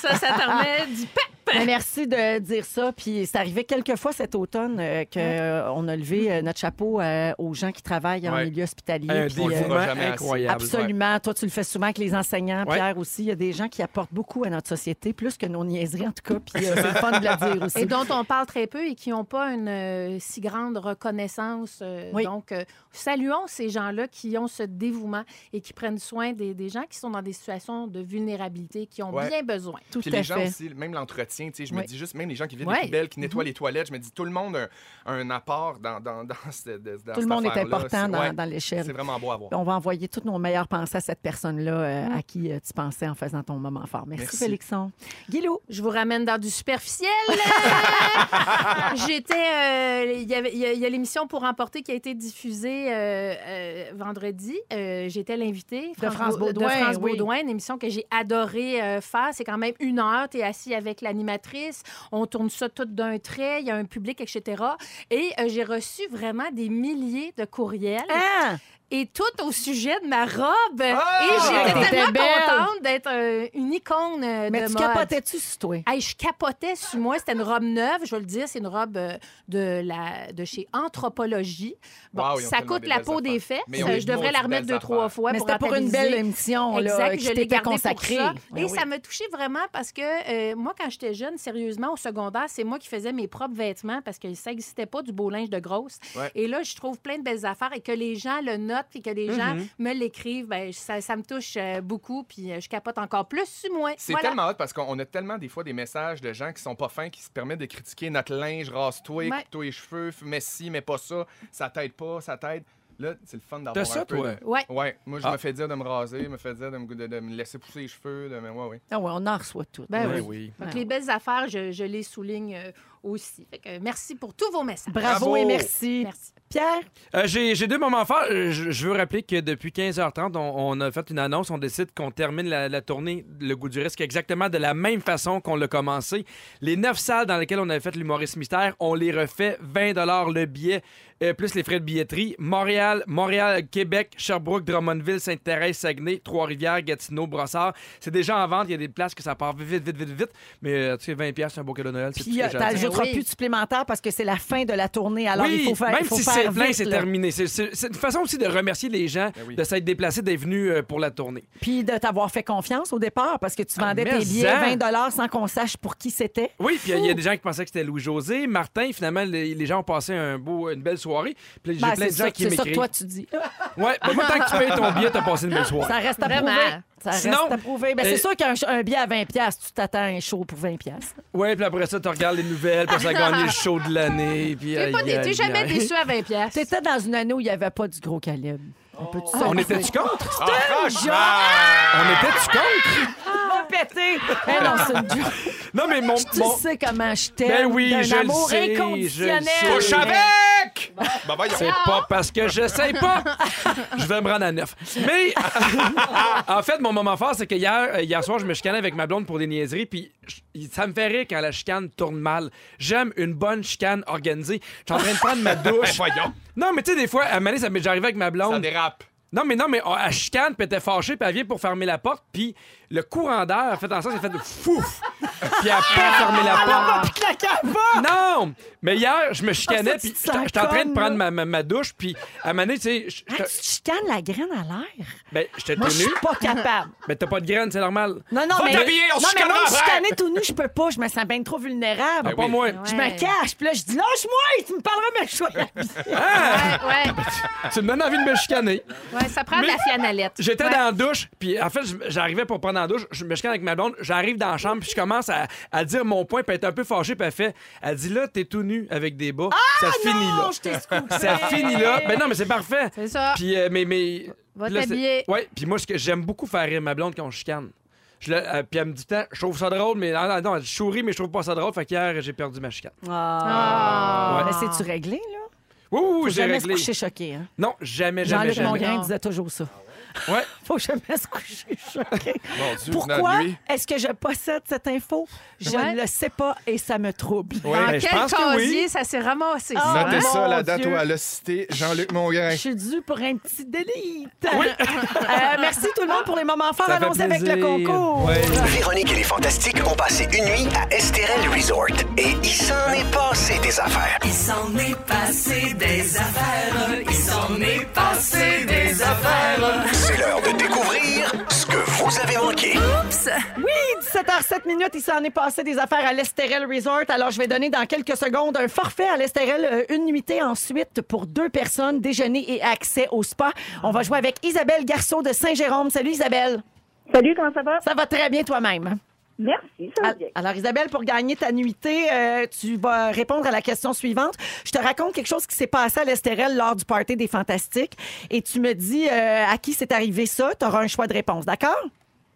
Speaker 5: Ça, ça te remet du pep.
Speaker 2: Mais merci de dire ça. Puis c'est arrivé quelques fois cet automne euh, que euh, on a levé euh, notre chapeau euh, aux gens qui travaillent en
Speaker 6: Ouais.
Speaker 2: milieu hospitalier.
Speaker 6: Un
Speaker 2: Puis, euh,
Speaker 6: dévouement
Speaker 3: jamais assez.
Speaker 6: incroyable.
Speaker 2: Absolument. Toi, tu le fais souvent avec les enseignants,
Speaker 6: Ouais.
Speaker 2: Pierre aussi. Il y a des gens qui apportent beaucoup à notre société, plus que nos niaiseries en tout cas. Puis euh, c'est le fun de le dire aussi.
Speaker 5: Et dont on parle très peu et qui n'ont pas une euh, si grande reconnaissance. euh,
Speaker 2: Oui.
Speaker 5: Donc, euh, saluons ces gens-là qui ont ce dévouement et qui prennent soin des, des gens qui sont dans des situations de vulnérabilité, qui ont
Speaker 3: Ouais.
Speaker 5: bien besoin.
Speaker 2: tout
Speaker 3: Puis
Speaker 2: à
Speaker 3: les gens
Speaker 2: fait.
Speaker 3: aussi, même l'entretien, tu sais, je me
Speaker 2: Ouais. Mhm.
Speaker 3: dis juste, même les gens qui viennent
Speaker 5: Ouais.
Speaker 3: des poubelles, qui nettoient les toilettes, je me dis, tout le monde a un, un apport dans, dans, dans, ce- de- dans
Speaker 2: Tout le
Speaker 3: cette
Speaker 2: monde est
Speaker 3: affaire-là.
Speaker 2: important
Speaker 3: C'est-
Speaker 2: dans,
Speaker 3: ouais,
Speaker 2: dans l'échelle.
Speaker 3: C'est vraiment beau à voir.
Speaker 2: On va envoyer toutes nos meilleures pensées à cette personne-là euh, à qui euh, tu pensais en faisant ton moment fort. Merci,
Speaker 3: Merci.
Speaker 2: Félixon. Guilou,
Speaker 5: Je vous ramène dans du superficiel. J'étais. euh, Il y avait- il y a, il y a l'émission Pour emporter qui a été diffusée euh, euh, vendredi. Euh, J'étais l'invitée
Speaker 2: France
Speaker 5: Bau-
Speaker 2: Beaudoin,
Speaker 5: De France
Speaker 2: oui.
Speaker 5: Beaudoin, une émission que j'ai adoré euh, faire. C'est quand même une heure. Tu es assis avec l'animatrice. On tourne ça tout d'un trait. Il y a un public, etc. Et euh, j'ai reçu vraiment des milliers de courriels
Speaker 2: hein?
Speaker 5: et tout au sujet de ma robe.
Speaker 3: Ah!
Speaker 5: et j'étais
Speaker 2: T'étais
Speaker 5: tellement
Speaker 2: belle.
Speaker 5: contente d'être euh, une icône euh,
Speaker 2: mais
Speaker 5: de
Speaker 2: tu
Speaker 5: mode.
Speaker 2: capotais-tu sur toi?
Speaker 5: Hey, je capotais sur moi. C'était une robe neuve, je vais le dire. C'est une robe euh, de, la, de chez Anthropologie. Bon,
Speaker 3: Wow, ils ont
Speaker 5: ça
Speaker 3: tellement
Speaker 5: coûte
Speaker 3: des
Speaker 5: la
Speaker 3: belles
Speaker 5: peau des
Speaker 3: affaires.
Speaker 5: fesses.
Speaker 3: Mais ils ont
Speaker 5: Euh,
Speaker 3: des
Speaker 5: Je devrais la
Speaker 3: maudites
Speaker 5: remettre
Speaker 3: belles
Speaker 5: deux, trois
Speaker 3: affaires.
Speaker 5: fois
Speaker 2: mais
Speaker 5: pour
Speaker 2: c'était pour une
Speaker 5: rentabiliser.
Speaker 2: belle émission là, euh,
Speaker 5: Exact,
Speaker 2: qui
Speaker 5: je l'ai
Speaker 2: t'était
Speaker 5: gardé
Speaker 2: consacrée.
Speaker 5: pour ça.
Speaker 2: Ben
Speaker 5: Et
Speaker 2: oui.
Speaker 5: ça me touchait vraiment parce que euh, moi, quand j'étais jeune, sérieusement, au secondaire, c'est moi qui faisais mes propres vêtements parce que ça n'existait pas du beau linge de grosse.
Speaker 3: Ouais.
Speaker 5: Et là, je trouve plein de belles affaires et que les gens le notent et que les gens
Speaker 2: Mm-hmm.
Speaker 6: Mhm.
Speaker 5: me l'écrivent, ben, ça, ça me touche euh, beaucoup puis euh, je capote encore plus sur moi.
Speaker 3: C'est
Speaker 5: Voilà.
Speaker 3: tellement hot parce qu'on a tellement des fois des messages de gens qui sont pas fins, qui se permettent de critiquer notre linge, rase-toi,
Speaker 5: Ouais.
Speaker 3: coupe-toi les cheveux, f- mets ci, mets pas ça, ça t'aide pas, ça t'aide. Là, c'est le fun d'avoir
Speaker 6: T'as
Speaker 3: un
Speaker 6: ça,
Speaker 3: peu
Speaker 6: toi?
Speaker 3: de-
Speaker 5: Ouais.
Speaker 3: Ouais, moi je
Speaker 6: Ah.
Speaker 3: me fais dire de me raser, me fais dire de me, de- de me laisser pousser les cheveux, de me... ouais, ouais.
Speaker 2: Ah ouais, on en reçoit tout.
Speaker 5: Ben
Speaker 6: Oui,
Speaker 5: oui.
Speaker 6: Eh oui.
Speaker 5: Donc, les belles affaires, je, je les souligne euh, aussi. Fait que merci pour tous vos messages.
Speaker 2: Bravo,
Speaker 3: Bravo.
Speaker 2: et merci.
Speaker 5: Merci.
Speaker 2: Pierre,
Speaker 6: Euh, J'ai j'ai deux moments forts. Euh, Je, je veux rappeler que depuis 15h30, on, on a fait une annonce. On décide qu'on termine la, la tournée Le Goût du Risque exactement de la même façon qu'on l'a commencé. Les neuf salles dans lesquelles on avait fait l'humoriste mystère, on les refait 20 le billet, euh, plus les frais de billetterie. Montréal, Montréal, Québec, Sherbrooke, Drummondville, Sainte-Thérèse, Saguenay, Trois-Rivières, Gatineau, Brossard. C'est déjà en vente. Il y a des places que ça part vite, vite, vite, vite. Mais euh, tu sais, 20 piastres, c'est un beau cadeau de Noël. C'est tout
Speaker 2: puis
Speaker 6: ce
Speaker 2: euh,
Speaker 6: que j'ai à dire.
Speaker 2: t'ajouteras
Speaker 5: Ben oui.
Speaker 2: plus de supplémentaires parce que c'est la fin de la tournée. Alors
Speaker 6: oui,
Speaker 2: il faut faire,
Speaker 6: même
Speaker 2: il faut
Speaker 6: si
Speaker 2: faire
Speaker 6: c'est plein,
Speaker 2: vite,
Speaker 6: c'est
Speaker 2: là.
Speaker 6: terminé. C'est- C'est c'est une façon aussi de remercier les gens
Speaker 3: Ben oui.
Speaker 6: de s'être déplacés, d'être venus euh, pour la tournée.
Speaker 2: Puis de t'avoir fait confiance au départ parce que tu
Speaker 6: Ah,
Speaker 2: vendais
Speaker 6: mais
Speaker 2: tes billets
Speaker 6: ça.
Speaker 2: 20 sans qu'on sache pour qui c'était.
Speaker 6: Oui, puis il y a des gens qui pensaient que c'était Louis-José. Martin, finalement, les, les gens ont passé un beau, une belle soirée. Puis
Speaker 2: Ben,
Speaker 6: là, j'ai
Speaker 2: c'est
Speaker 6: plein de gens
Speaker 2: ça,
Speaker 6: qui
Speaker 2: c'est ça que
Speaker 6: m'écrivent.
Speaker 2: toi tu dis.
Speaker 6: Ouais, ben, moi, tant que tu payes ton billet, t'as passé une belle soirée.
Speaker 2: Ça reste à
Speaker 5: Vraiment.
Speaker 2: prouver. Ça reste
Speaker 6: Sinon,
Speaker 2: à prouver. Ben, c'est
Speaker 6: euh,
Speaker 2: sûr qu'un ch- un billet à 20 tu t'attends à un show pour 20
Speaker 6: Ouais, puis après ça, tu regardes les nouvelles, puis ça a gagné le show de l'année. puis
Speaker 5: T'es
Speaker 6: aïe,
Speaker 5: pas-
Speaker 6: aïe,
Speaker 5: t'es jamais
Speaker 6: aïe.
Speaker 5: déçu à 20 pièces.
Speaker 2: C'était dans une année où il n'y avait pas du gros calibre.
Speaker 6: Oh.
Speaker 2: On peut-tu ça?
Speaker 6: On était-tu contre?
Speaker 3: Ah, franchement!
Speaker 6: On était-tu contre?
Speaker 2: pas pété! Eh non, c'est une joke.
Speaker 6: Non, mais mon...
Speaker 2: Tu
Speaker 6: mon-
Speaker 2: sais comment je t'aime.
Speaker 6: Ben oui,
Speaker 2: d'un
Speaker 6: je le
Speaker 2: amour
Speaker 6: sais, je le
Speaker 2: inconditionnel.
Speaker 6: sais.
Speaker 3: Couche avec! Ben voyons.
Speaker 6: C'est pas parce que je sais pas. Je vais me rendre à neuf. Mais en fait, mon moment fort, c'est que hier, euh, hier soir, je me chicanais avec ma blonde pour des niaiseries, puis je- ça me fait rire quand la chicane tourne mal. J'aime une bonne chicane organisée. Je suis en train de prendre ma
Speaker 3: Ben
Speaker 6: douche.
Speaker 3: voyons,
Speaker 6: Non, mais tu sais, des fois, à Mané, ça m'est j'arrivais avec ma
Speaker 3: ça
Speaker 6: blonde.
Speaker 3: dérape.
Speaker 6: Non, mais non, mais oh, elle chicane, puis elle était fâchée, puis elle vient pour fermer la porte, puis le courant d'air a fait en sorte qu'elle a fait de fouf, puis elle a pas fermé la porte.
Speaker 2: Ah, puis claquer à bas!
Speaker 6: Non! non, mais hier, je me chicanais,
Speaker 2: Ah, ça,
Speaker 6: puis
Speaker 2: tu te
Speaker 6: j'étais
Speaker 2: sens
Speaker 6: j'étais en train de
Speaker 2: conne,
Speaker 6: prendre
Speaker 2: là.
Speaker 6: ma, ma- ma douche, puis à un moment donné, tu sais, je-
Speaker 2: Ah,
Speaker 6: j'étais-
Speaker 2: tu chicanes la graine à l'air.
Speaker 6: ben, j'étais
Speaker 2: Moi,
Speaker 6: tout
Speaker 2: je suis
Speaker 6: nu.
Speaker 2: pas capable.
Speaker 6: Mais t'as pas de graines, c'est normal.
Speaker 2: Non, non,
Speaker 6: Va
Speaker 2: mais.
Speaker 6: t'habiller, on se
Speaker 2: non, mais moi,
Speaker 6: chicanera
Speaker 2: je
Speaker 6: après.
Speaker 2: chicanais tout nu, je peux pas. Je me sens bien trop vulnérable.
Speaker 6: Ben, pas moi.
Speaker 2: Je me cache, puis là, je dis lâche-moi, tu me parleras, mais je suis
Speaker 6: Ah!
Speaker 5: Ouais, ouais.
Speaker 6: Tu me donnes envie de me chicaner.
Speaker 5: Ouais, ça prend de
Speaker 6: Mais
Speaker 5: la flanalette.
Speaker 6: J'étais
Speaker 5: Ouais.
Speaker 6: dans la douche, puis en fait, je- j'arrivais pour prendre la douche, je me chicane avec ma blonde, j'arrive dans la chambre, puis je commence à, à dire mon point, puis elle est un peu fâchée, puis elle fait Elle dit là, t'es tout nu avec des
Speaker 2: Ah,
Speaker 6: bas. ça finit là.
Speaker 2: je t'ai scoopé.
Speaker 6: Ça finit là. Ben Mais non, mais c'est parfait.
Speaker 5: C'est ça.
Speaker 6: Puis, euh, mais, mais.
Speaker 5: Va
Speaker 6: là, c'est-
Speaker 5: t'habiller.
Speaker 6: Ouais, puis moi, ce que j'aime beaucoup faire rire ma blonde quand on chicane. Je la- euh, puis elle me dit, Tant, je trouve ça drôle, mais non, non, non, je souris, mais je trouve pas ça drôle. Fait qu'hier, j'ai perdu ma chicane.
Speaker 2: Ah.
Speaker 6: Ouais.
Speaker 2: Mais c'est-tu réglé, là?
Speaker 6: Oui, oui, oui,
Speaker 2: Faut
Speaker 6: j'ai
Speaker 2: jamais se
Speaker 6: réglé.
Speaker 2: coucher choqué. Hein?
Speaker 6: Non, jamais, jamais,
Speaker 2: Jean-Luc
Speaker 6: jamais.
Speaker 2: Mongrain disait toujours ça.
Speaker 6: Ouais.
Speaker 2: Faut jamais se coucher choqué.
Speaker 3: Mon Dieu,
Speaker 2: Pourquoi
Speaker 3: non, lui.
Speaker 2: est-ce que je possède cette info? Je
Speaker 5: Ouais.
Speaker 2: ne le sais pas et ça me trouble. Ah,
Speaker 6: Oui,
Speaker 5: Dans
Speaker 6: ben, je
Speaker 5: quel
Speaker 6: pense que oui. Ah,
Speaker 5: casier ça s'est ramassé? ça, hein?
Speaker 3: Notez ça,
Speaker 2: mon
Speaker 3: la date
Speaker 2: Dieu.
Speaker 3: où elle a cité Jean-Luc Mongrain.
Speaker 2: Je suis due pour un petit délire. Euh, merci tout le monde pour les moments forts
Speaker 6: Ça fait
Speaker 2: annoncés avec le
Speaker 6: plaisir.
Speaker 2: concours.
Speaker 6: Ouais.
Speaker 10: Véronique et les Fantastiques ont passé une nuit à Esterel Resort et il s'en est passé des affaires.
Speaker 11: Il s'en est passé des affaires, il s'en est passé des affaires.
Speaker 10: C'est l'heure de découvrir ce que vous avez manqué.
Speaker 2: Oui, 17h07 minutes, il s'en est passé des affaires à l'Estérel Resort. Alors, je vais donner dans quelques secondes un forfait à l'Estérel, euh, une nuitée ensuite pour deux personnes, déjeuner et accès au spa. On va jouer avec Isabelle Garceau de Saint-Jérôme. Salut Isabelle.
Speaker 7: Salut, comment ça va?
Speaker 2: Ça va très bien toi-même.
Speaker 7: Merci, ça va bien.
Speaker 2: Alors, Isabelle, pour gagner ta nuitée, euh, tu vas répondre à la question suivante. Je te raconte quelque chose qui s'est passé à l'Estérel lors du party des Fantastiques et tu me dis euh, à qui c'est arrivé ça. Tu auras un choix de réponse, d'accord?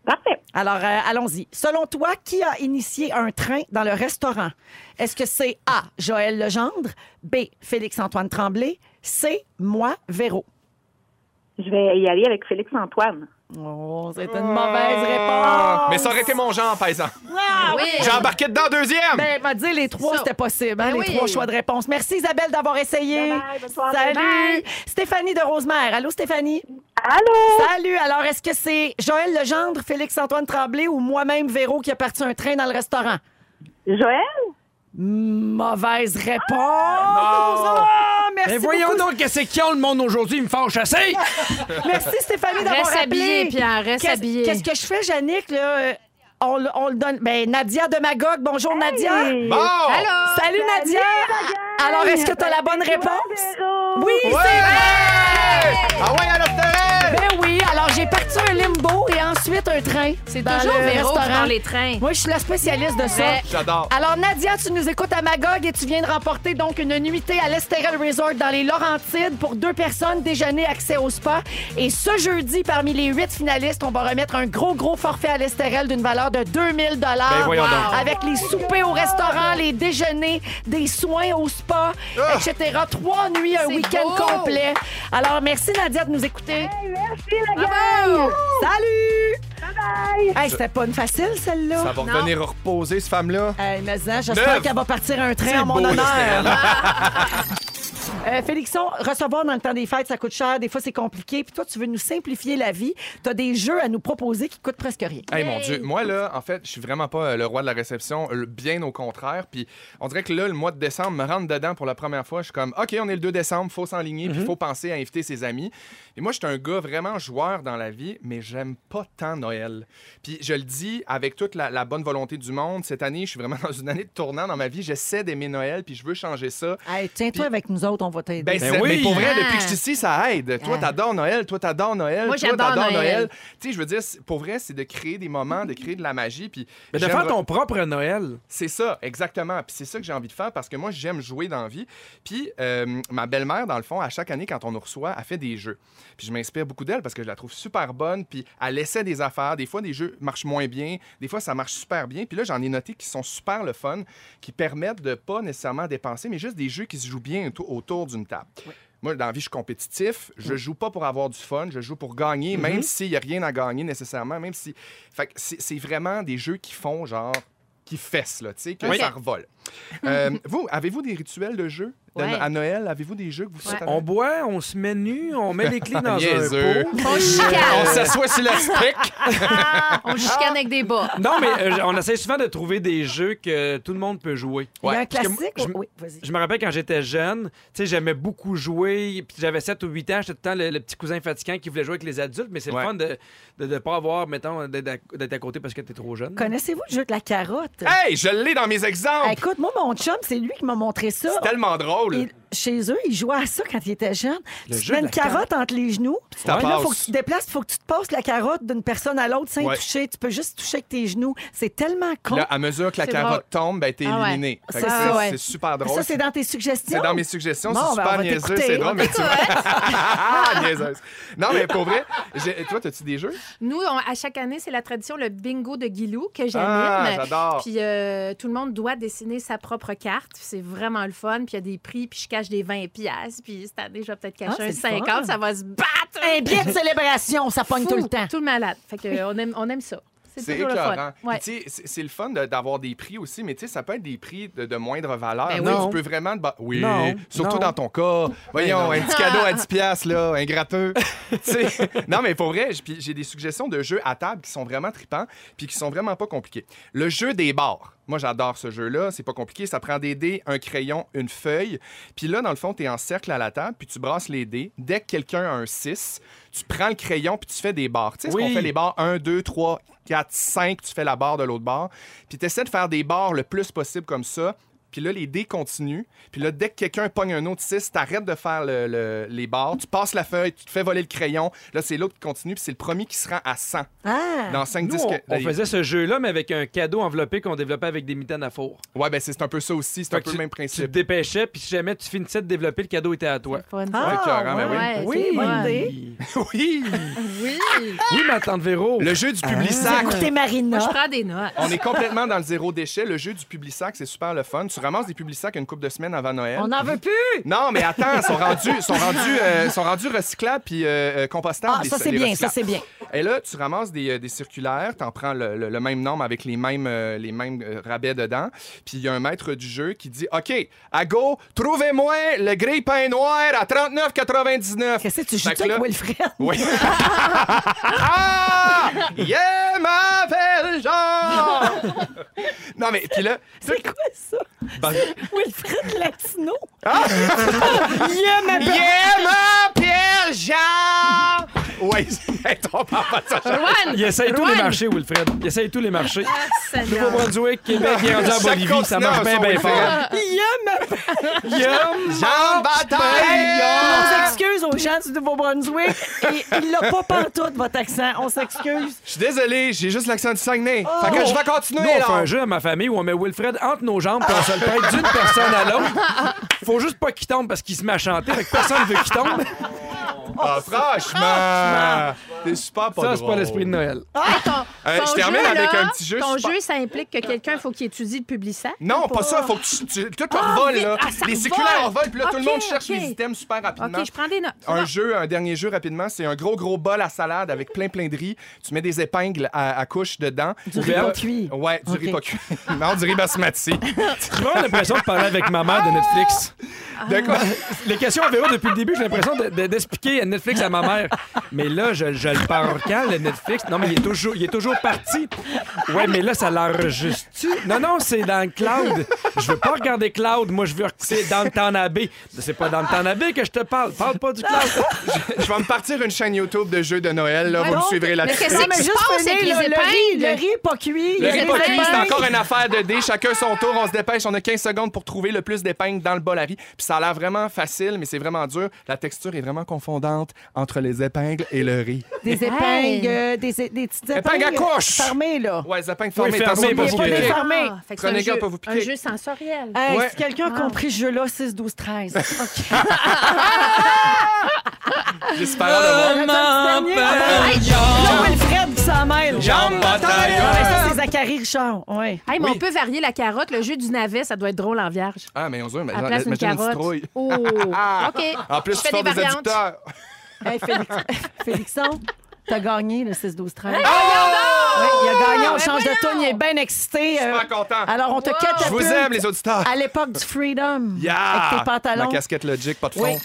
Speaker 7: Parfait.
Speaker 2: Alors, euh, allons-y. Selon toi, qui a initié un train dans le restaurant? Est-ce que c'est A, Joël Legendre, B, Félix-Antoine Tremblay, C, moi, Véro?
Speaker 7: Je vais y aller avec Félix-Antoine.
Speaker 2: Oh, c'est une mauvaise réponse.
Speaker 3: Ah! Mais ça aurait été mon genre, par exemple.
Speaker 2: Ah, oui.
Speaker 5: Oui.
Speaker 3: J'ai embarqué dedans deuxième.
Speaker 2: Ben, m'a dit les trois,
Speaker 5: Ça.
Speaker 2: c'était possible, hein,
Speaker 5: Ben
Speaker 2: les
Speaker 5: oui.
Speaker 2: trois choix de réponse. Merci Isabelle d'avoir essayé.
Speaker 7: Bye bye, bonne soirée.
Speaker 2: Salut.
Speaker 5: Bye.
Speaker 2: Stéphanie de Rosemère. Allô, Stéphanie?
Speaker 7: Allô?
Speaker 2: Salut. Alors, est-ce que c'est Joël Legendre, Félix-Antoine Tremblay ou moi-même, Véro, qui a parti un train dans le restaurant?
Speaker 7: Joël?
Speaker 2: Mauvaise réponse! Ah, merci
Speaker 6: Mais Ben, voyons
Speaker 2: beaucoup.
Speaker 6: donc, qu'est-ce qu'ils ont le monde aujourd'hui? Ils me font chasser!
Speaker 2: Merci Stéphanie d'avoir
Speaker 5: Reste
Speaker 2: appelé.
Speaker 5: habillée, Pierre, reste
Speaker 2: Qu'est-ce-
Speaker 5: habillée.
Speaker 2: Qu'est-ce que je fais, Yannick? Là? Euh, On, le- on le donne. Ben, Nadia de Magog. Bonjour, Nadia.
Speaker 3: Bon!
Speaker 5: Allô?
Speaker 2: Salut, Nadia. Alors, est-ce que tu as la bonne réponse? Oui, c'est
Speaker 3: Ouais!
Speaker 2: vrai!
Speaker 3: Ah ouais, à l'hôtel!
Speaker 2: Ben oui, alors j'ai parti un limbo et ensuite un train.
Speaker 5: C'est
Speaker 2: dans
Speaker 5: toujours
Speaker 2: le
Speaker 5: Véro qui
Speaker 2: restaurant.
Speaker 5: prend les trains. Ben,
Speaker 2: Moi, je suis la spécialiste de ça.
Speaker 5: Ouais.
Speaker 3: J'adore.
Speaker 2: Oh. Alors, Nadia, tu nous écoutes à Magog et tu viens de remporter donc une nuitée à l'Estérel Resort dans les Laurentides pour deux personnes, déjeuner, accès au spa. Et ce jeudi, parmi les huit finalistes, on va remettre un gros, gros forfait à l'Estérel d'une valeur de 2000 dollars.
Speaker 6: Ben, voyons donc.
Speaker 2: Avec les soupers au restaurant, les déjeuners, des soins au spa,
Speaker 3: Ah!
Speaker 2: etc. Trois nuits, un
Speaker 5: C'est
Speaker 2: week-end
Speaker 5: beau.
Speaker 2: complet. Alors, merci Nadia de nous écouter.
Speaker 7: Merci, la
Speaker 5: Bravo!
Speaker 2: Salut!
Speaker 7: Bye-bye.
Speaker 2: Hey, c'était pas une facile, celle-là.
Speaker 3: Ça va
Speaker 5: Non.
Speaker 3: revenir reposer, cette femme-là.
Speaker 2: Hey, mais hein,
Speaker 3: Neuf.
Speaker 2: j'espère qu'elle va partir un train en mon
Speaker 3: beau, le
Speaker 2: honneur. Euh, Félixon, recevoir dans le temps des fêtes, ça coûte cher. Des fois, c'est compliqué. Puis toi, tu veux nous simplifier la vie. Tu as des jeux à nous proposer qui coûtent presque rien.
Speaker 3: Hey, mon Dieu, moi là, en fait, je suis vraiment pas euh, le roi de la réception, euh, bien au contraire. Puis on dirait que là, le mois de décembre, me rentre dedans pour la première fois. Je suis comme, OK, on est le 2 décembre, faut s'enligner,
Speaker 6: Mhm.
Speaker 3: puis faut penser à inviter ses amis. Et moi, je suis un gars vraiment joueur dans la vie, mais j'aime pas tant Noël. Puis je le dis avec toute la, la bonne volonté du monde. Cette année, je suis vraiment dans une année de tournant dans ma vie. J'essaie d'aimer Noël, puis je veux changer ça.
Speaker 2: Hey, Tiens-toi
Speaker 3: Puis-
Speaker 2: avec nous autres, on va t'aider. Ah.
Speaker 3: Ben,
Speaker 6: Ben
Speaker 3: c'est-
Speaker 6: oui.
Speaker 3: mais pour vrai,
Speaker 5: Ah.
Speaker 3: depuis que je suis ici, ça aide. Toi, t'adores Noël, toi, t'adores Noël,
Speaker 5: Moi,
Speaker 3: toi,
Speaker 5: j'adore
Speaker 3: t'adores
Speaker 5: Noël.
Speaker 3: Tu sais, je veux dire, c'est- pour vrai, c'est de créer des moments, de créer de la magie. Puis
Speaker 6: Mais de
Speaker 3: j'aime-
Speaker 6: faire ton propre Noël.
Speaker 3: C'est ça, exactement. Puis c'est ça que j'ai envie de faire parce que moi, j'aime jouer dans la vie. Puis euh, ma belle-mère, dans le fond, à chaque année, quand on nous reçoit, elle fait des jeux. Puis je m'inspire beaucoup d'elle parce que je la trouve super bonne. Puis elle essaie des affaires. Des fois, des jeux marchent moins bien. Des fois, ça marche super bien. Puis là, j'en ai noté qui sont super le fun, qui permettent de pas nécessairement dépenser, mais juste des jeux qui se jouent bien auto- autour d'une table. Moi, dans la vie, je suis compétitif. Je joue pas pour avoir du fun. Je joue pour
Speaker 5: Mm-hmm.
Speaker 3: gagner, même s'il y a rien à gagner nécessairement. Même si... Fait que c'est c'est vraiment des jeux qui font genre qui fesse, là, tu sais, que
Speaker 5: Oui.
Speaker 3: ça revole. Euh, vous, avez-vous des rituels de jeu? de-
Speaker 6: Ouais.
Speaker 3: à Noël. Avez-vous des jeux que vous sortez
Speaker 6: On boit, on se met nu, on met les clés dans un
Speaker 3: Niaiseux.
Speaker 6: pot.
Speaker 3: On
Speaker 6: Et,
Speaker 3: chicane.
Speaker 6: euh,
Speaker 3: On s'assoit sur la stick.
Speaker 2: Ah.
Speaker 5: On chicane avec des bas.
Speaker 6: Non, mais euh, on essaie souvent de trouver des jeux que tout le monde peut jouer.
Speaker 2: Il y a un
Speaker 6: Parce que
Speaker 2: classique?
Speaker 6: moi, je-
Speaker 2: Oui, vas-y.
Speaker 6: Je me rappelle quand j'étais jeune, tu sais, j'aimais beaucoup jouer. Puis j'avais 7 ou 8 ans, j'étais tout le temps le, le petit cousin fatigant qui voulait jouer avec les adultes, mais c'est
Speaker 3: Ouais.
Speaker 6: le fun de ne pas avoir, mettons, d'être à- d'être à côté parce que t'es trop jeune.
Speaker 2: Connaissez-vous le jeu de la carotte? Ah,
Speaker 3: Hey, oh! je l'ai dans mes exemples.
Speaker 2: Écoute, moi, mon chum, c'est lui qui m'a montré ça.
Speaker 3: C'est tellement drôle.
Speaker 2: Il- chez eux, ils jouaient à ça quand ils étaient jeunes.
Speaker 3: Le
Speaker 2: tu te
Speaker 3: jeu
Speaker 2: mets
Speaker 3: de
Speaker 2: une
Speaker 3: la carotte.
Speaker 2: carotte entre les genoux.
Speaker 3: tu t'en
Speaker 2: Puis là,
Speaker 3: passes.
Speaker 2: faut que tu te déplaces, faut que tu te passes la carotte d'une personne à l'autre sans y
Speaker 3: Ouais.
Speaker 2: toucher. Tu peux juste toucher avec tes genoux. C'est tellement con.
Speaker 3: Là, à mesure que la
Speaker 2: Oh, C'est
Speaker 3: carotte tombe, ben, t'es
Speaker 2: Ah ouais.
Speaker 3: éliminé. Fait
Speaker 2: C'est
Speaker 3: que
Speaker 2: ça, ouais.
Speaker 3: C'est super drôle.
Speaker 2: Ça, c'est dans tes suggestions?
Speaker 3: C'est dans mes suggestions,
Speaker 2: Bon,
Speaker 3: c'est
Speaker 2: ben, on
Speaker 3: super
Speaker 2: va
Speaker 3: niaiseux,
Speaker 2: t'écouter.
Speaker 3: c'est drôle, mais tu vois. Niaiseuse. Non, mais pour vrai, j'ai- toi, t'as-tu des jeux?
Speaker 5: Nous, on- à chaque année, c'est la tradition, le bingo de Guilou que j'anime.
Speaker 3: Ah, j'adore.
Speaker 5: Puis euh, tout le monde doit dessiner sa propre carte. C'est vraiment le fun. Puis il y a des prix, puis je cache des 20 piastres. Puis cette année, je vais peut-être
Speaker 2: Ah,
Speaker 5: cacher
Speaker 2: c'est
Speaker 5: un
Speaker 2: le
Speaker 5: 50.
Speaker 2: fun.
Speaker 5: Ça va se battre.
Speaker 2: Un billet de célébration, ça pogne
Speaker 5: Fou,
Speaker 2: tout le temps.
Speaker 5: Tout le malade. Fait que, euh, on, aime, on aime ça.
Speaker 3: C'est
Speaker 5: toujours le fun.
Speaker 3: écœurant. Puis
Speaker 5: Ouais.
Speaker 3: tu sais, C'est c'est le fun de- d'avoir des prix aussi, mais tu sais, ça peut être des prix de, de moindre valeur.
Speaker 5: Ben
Speaker 3: Tu sais,
Speaker 5: oui. Ben
Speaker 3: Tu peux vraiment... te ba- Oui,
Speaker 6: Non,
Speaker 3: surtout
Speaker 6: non.
Speaker 3: dans ton cas. Voyons,
Speaker 6: non.
Speaker 3: un petit cadeau à 10 piastres, là, un gratteux. Tu sais, non, mais pour vrai, j- puis j'ai des suggestions de jeux à table qui sont vraiment tripants puis qui sont vraiment pas compliqués. Le jeu des bars. Moi, j'adore ce jeu-là. C'est pas compliqué. Ça prend des dés, un crayon, une feuille. Puis là, dans le fond, t'es en cercle à la table, puis tu brasses les dés. Dès que quelqu'un a un 6, tu prends le crayon, puis tu fais des barres. Tu sais ce
Speaker 6: Oui.
Speaker 3: qu'on fait les barres 1, 2, 3, 4, 5, tu fais la barre de l'autre barre. Puis tu essaies de faire des barres le plus possible comme ça. Puis là, les dés continuent. Puis là, dès que quelqu'un pogne un autre 6, t'arrêtes de faire le- le- les barres. Tu passes la feuille, tu te fais voler le crayon. Là, c'est l'autre qui continue, puis c'est le premier qui se rend à 100.
Speaker 2: Ah!
Speaker 3: Dans 5,
Speaker 6: Nous,
Speaker 3: 10...
Speaker 6: on, on faisait ce jeu-là, mais avec un cadeau enveloppé qu'on développait avec des mitaines à four.
Speaker 3: Ouais, ben c'est c'est un peu ça aussi. C'est un
Speaker 6: Fait que
Speaker 3: peu le
Speaker 6: tu-
Speaker 3: même
Speaker 6: Tu te
Speaker 3: principe.
Speaker 6: dépêchais, puis si jamais tu finissais de développer, le cadeau était à toi.
Speaker 3: Ah, Ouais, carrément, ben oui.
Speaker 5: ouais,
Speaker 6: oui.
Speaker 5: c'est bon.
Speaker 6: Oui.
Speaker 3: oui.
Speaker 5: Oui.
Speaker 6: Oui, ma tante Véro.
Speaker 3: Le jeu du public sac.
Speaker 2: Écoutez, Marina.
Speaker 5: Moi, je prends des notes.
Speaker 3: On est complètement dans le zéro déchet. Le jeu du public sac, c'est super le fun. Tu ramasses des public sacs une couple de semaines avant Noël.
Speaker 2: On n'en veut plus!
Speaker 3: Non, mais attends, ils sont rendus, sont rendus, euh, sont rendus recyclables puis euh, euh, compostables.
Speaker 2: Ah,
Speaker 3: les-
Speaker 2: ça, c'est
Speaker 3: les
Speaker 2: bien, ça,
Speaker 3: recyclables.
Speaker 2: c'est bien.
Speaker 3: Et là, tu ramasses des, euh, des circulaires, t'en prends le, le- le même nombre avec les mêmes, euh, les mêmes euh, rabais dedans. Puis il y a un maître du jeu qui dit OK, à go, trouvez-moi le gris pain noir à 39,99.
Speaker 2: Qu'est-ce que tu joues
Speaker 3: Fait que
Speaker 2: avec
Speaker 3: là-
Speaker 2: Wilfred?
Speaker 3: Oui. ah Yeah, ma belle jambe! Non, mais puis là.
Speaker 2: C'est quoi ça?
Speaker 3: bah,
Speaker 2: Wilfred Latino?
Speaker 3: Ah! Yeah, ma belle jambe! Ouais, hey, ton papa, ça change.
Speaker 5: Juan!
Speaker 6: Il essaye tous les
Speaker 5: Juan!
Speaker 6: marchés, Wilfred. Il essaye tous les marchés.
Speaker 5: Ah, Seigneur.
Speaker 6: Nouveau-Brunswick, Québec, il est rendu en
Speaker 3: Chaque
Speaker 6: Bolivie. Ça marche bien,
Speaker 3: continent a
Speaker 6: bien
Speaker 3: son
Speaker 6: fort. Yum!
Speaker 3: Jean
Speaker 2: On
Speaker 3: Bataille!
Speaker 2: s'excuse aux gens du Nouveau-Brunswick. Et il n'a pas partout votre accent. On s'excuse. Oh.
Speaker 3: Je suis désolé, j'ai juste l'accent du Saguenay. fait que je vais continuer,
Speaker 6: Nous, on
Speaker 3: là.
Speaker 6: fait un jeu à ma famille où on met Wilfred entre nos jambes puis on se le prête d'une personne à l'autre. Faut juste pas qu'il tombe parce qu'il se met à chanter. Fait que personne veut qu'il tombe.
Speaker 3: Ah, franchement! T'es super
Speaker 6: Ça, c'est
Speaker 3: pas
Speaker 6: pas
Speaker 3: drôle.
Speaker 6: l'esprit de Noël.
Speaker 5: Ah, ton-
Speaker 3: Euh,
Speaker 5: ton
Speaker 3: je termine
Speaker 5: jeu,
Speaker 3: avec
Speaker 5: là,
Speaker 3: un petit jeu
Speaker 5: Ton
Speaker 3: super-
Speaker 5: jeu, ça implique que quelqu'un, faut qu'il étudie le public sac.
Speaker 3: Non, pas ça, faut que tu, tu- tout
Speaker 5: Ah,
Speaker 3: revole,
Speaker 5: vite.
Speaker 3: là.
Speaker 5: Ah, ça
Speaker 3: les
Speaker 5: revole.
Speaker 3: circulaires revolent, puis là, tout le
Speaker 5: Ok,
Speaker 3: monde cherche
Speaker 5: ok.
Speaker 3: les items super rapidement.
Speaker 5: OK, je prends des notes.
Speaker 3: Un jeu, un dernier jeu rapidement, c'est un gros gros bol à salade avec plein plein de riz. Tu mets des épingles à, à couche dedans. Du
Speaker 2: riz pas cuit.
Speaker 3: Ouais, du riz
Speaker 2: Ok.
Speaker 3: pas cuit. non, du riz basmati.
Speaker 6: J'ai vraiment l'impression de parler avec maman de Netflix.
Speaker 5: Ah.
Speaker 3: De quoi?
Speaker 6: Les questions à Véro depuis le début, j'ai l'impression de- de- d'expliquer Netflix à ma mère. Mais là, je, je le parle quand, le Netflix? Non, mais il est toujours, il est toujours parti. Ouais, mais là, ça l'enregistre-tu? Non, non, c'est dans le cloud. Je veux pas regarder cloud. Moi, je veux c'est dans le Tanabe. C'est pas dans le Tanabe que je te parle. Parle pas du cloud.
Speaker 3: Je vais me partir une chaîne YouTube de jeux de Noël, là.
Speaker 5: Ouais,
Speaker 3: vous me
Speaker 5: non,
Speaker 3: suivrez
Speaker 5: mais
Speaker 3: là-dessus.
Speaker 5: qu'est-ce que
Speaker 2: Non,
Speaker 5: c'est
Speaker 2: mais
Speaker 5: qui se
Speaker 2: juste
Speaker 5: passe
Speaker 2: finir,
Speaker 5: avec
Speaker 2: le,
Speaker 5: les
Speaker 2: le riz,
Speaker 5: épingles?
Speaker 2: le riz est pas cuit.
Speaker 3: Le
Speaker 2: il y a
Speaker 3: riz
Speaker 2: des
Speaker 3: pas cuit, c'est
Speaker 2: épingles.
Speaker 3: encore une affaire de dés. Chacun son tour, on se dépêche. On a 15 secondes pour trouver le plus d'épingles dans le bol à riz. Puis ça a l'air vraiment facile, mais c'est vraiment dur. La texture est vraiment confondante entre les épingles et le riz.
Speaker 2: Des épingles, euh, des, des, des petites épingles.
Speaker 3: Épingles à Ah, couche.
Speaker 2: Fermées, là.
Speaker 3: Ouais, les épingles
Speaker 6: Oui,
Speaker 3: fermées.
Speaker 6: fermées,
Speaker 3: attention,
Speaker 6: parce
Speaker 3: pas
Speaker 6: que-
Speaker 3: vous piquer.
Speaker 2: Ah, fermé.
Speaker 5: Fait que c'est
Speaker 3: Prenez
Speaker 5: un
Speaker 3: garde
Speaker 5: jeu-
Speaker 3: pour vous piquer.
Speaker 5: Un jeu sensoriel.
Speaker 2: Hey,
Speaker 3: Ouais. Ah.
Speaker 2: Si quelqu'un a compris ce jeu-là, 6, 12, 13.
Speaker 3: J'espère
Speaker 6: Euh,
Speaker 3: d'avoir-
Speaker 2: Là, Wilfred qui s'en mêle.
Speaker 3: Ah. Jean Bataillon.
Speaker 2: Ah, mais ça, c'est Zachary Richard. Ouais.
Speaker 5: Hey, mais on peut varier la carotte. Le jeu du navet, ça doit être drôle en vierge.
Speaker 3: Ah, mais on se dit, mais
Speaker 5: À place d'une
Speaker 3: imagine une
Speaker 5: carotte.
Speaker 3: citrouille.
Speaker 5: Oh, OK.
Speaker 3: En plus,
Speaker 5: je
Speaker 3: tu
Speaker 5: fais
Speaker 3: fais
Speaker 5: des
Speaker 3: des
Speaker 5: variantes.
Speaker 3: adducteurs.
Speaker 2: Hey, Félix... Félixon, T'as gagné le 6-12-13.
Speaker 3: Hey, Oh!
Speaker 2: Ouais, il a gagné, on
Speaker 3: Ben
Speaker 2: change de tune, il est bien excité. euh.
Speaker 3: Super content.
Speaker 2: Alors, on te
Speaker 3: Wow!
Speaker 2: catapulte
Speaker 3: Je vous aime, les auditeurs.
Speaker 2: À l'époque du Freedom.
Speaker 3: Yeah!
Speaker 2: Avec tes pantalons.
Speaker 3: Ma casquette logique, pas de fond.
Speaker 2: Oui.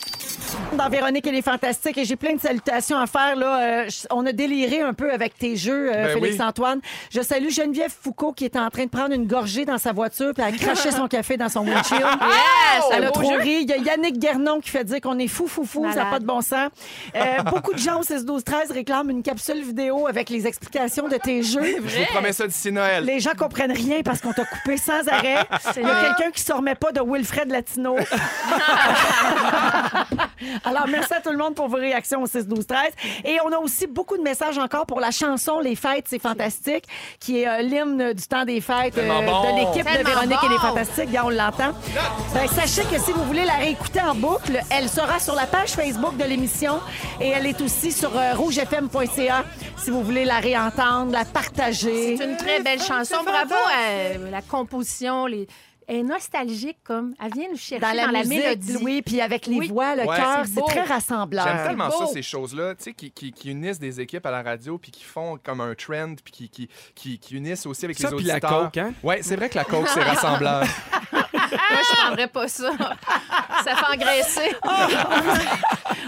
Speaker 2: Dans Véronique, elle est fantastique et j'ai plein de salutations à faire. Là. Euh, je- on a déliré un peu avec tes jeux, euh,
Speaker 3: Ben
Speaker 2: Félix-Antoine. Je salue Geneviève Foucault qui est en train de prendre une gorgée dans sa voiture puis elle a craché son café dans son windshield.
Speaker 11: Yes!
Speaker 2: Elle a
Speaker 11: Beau
Speaker 2: trop
Speaker 11: jeu.
Speaker 2: ri. Il y a Yannick Guernon qui fait dire qu'on est fou, fou, fou, ça n'a
Speaker 11: Malade.
Speaker 2: pas de bon sens. Euh, beaucoup de gens au 16, 12, 13 réclament une capsule vidéo avec les explications de tes jeux.
Speaker 3: Je vous promets ça d'ici Noël.
Speaker 2: Les gens comprennent rien parce qu'on t'a coupé sans arrêt.
Speaker 3: C'est
Speaker 2: Il y a
Speaker 3: vrai.
Speaker 2: quelqu'un qui ne se remet pas de Wilfred Latino. Alors, merci à tout le monde pour vos réactions au 6, 12, 13. Et on a aussi beaucoup de messages encore pour la chanson Les Fêtes, c'est fantastique, qui est euh, l'hymne du temps des fêtes euh,
Speaker 11: Tellement bon.
Speaker 2: de l'équipe de
Speaker 11: Tellement
Speaker 2: Véronique et les
Speaker 11: bon.
Speaker 2: Fantastiques. Regarde, on l'entend. Ben, sachez que si vous voulez la réécouter en boucle, elle sera sur la page Facebook de l'émission et elle est aussi sur euh, rougefm.ca si vous voulez la réentendre, la partager.
Speaker 5: C'est une très belle chanson. Bravo à euh, la composition. Les... Elle est nostalgique, comme. Elle vient nous chercher dans la, mélodie.
Speaker 2: Oui, puis avec les
Speaker 5: Oui.
Speaker 2: voix, le
Speaker 3: Ouais.
Speaker 2: cœur,
Speaker 5: C'est
Speaker 2: c'est
Speaker 5: beau.
Speaker 2: très rassembleur.
Speaker 3: J'aime tellement
Speaker 2: C'est
Speaker 3: ça,
Speaker 2: beau.
Speaker 3: ces choses-là, tu sais, qui, qui- qui unissent des équipes à la radio, puis qui font comme un trend, puis qui, qui, qui, qui unissent aussi avec
Speaker 6: Ça,
Speaker 3: les
Speaker 6: puis la
Speaker 3: auditeurs.
Speaker 6: Coke, hein?
Speaker 3: Ouais, c'est vrai que la coke, c'est rassembleur.
Speaker 5: Moi, je prendrais pas ça. Ça fait engraisser.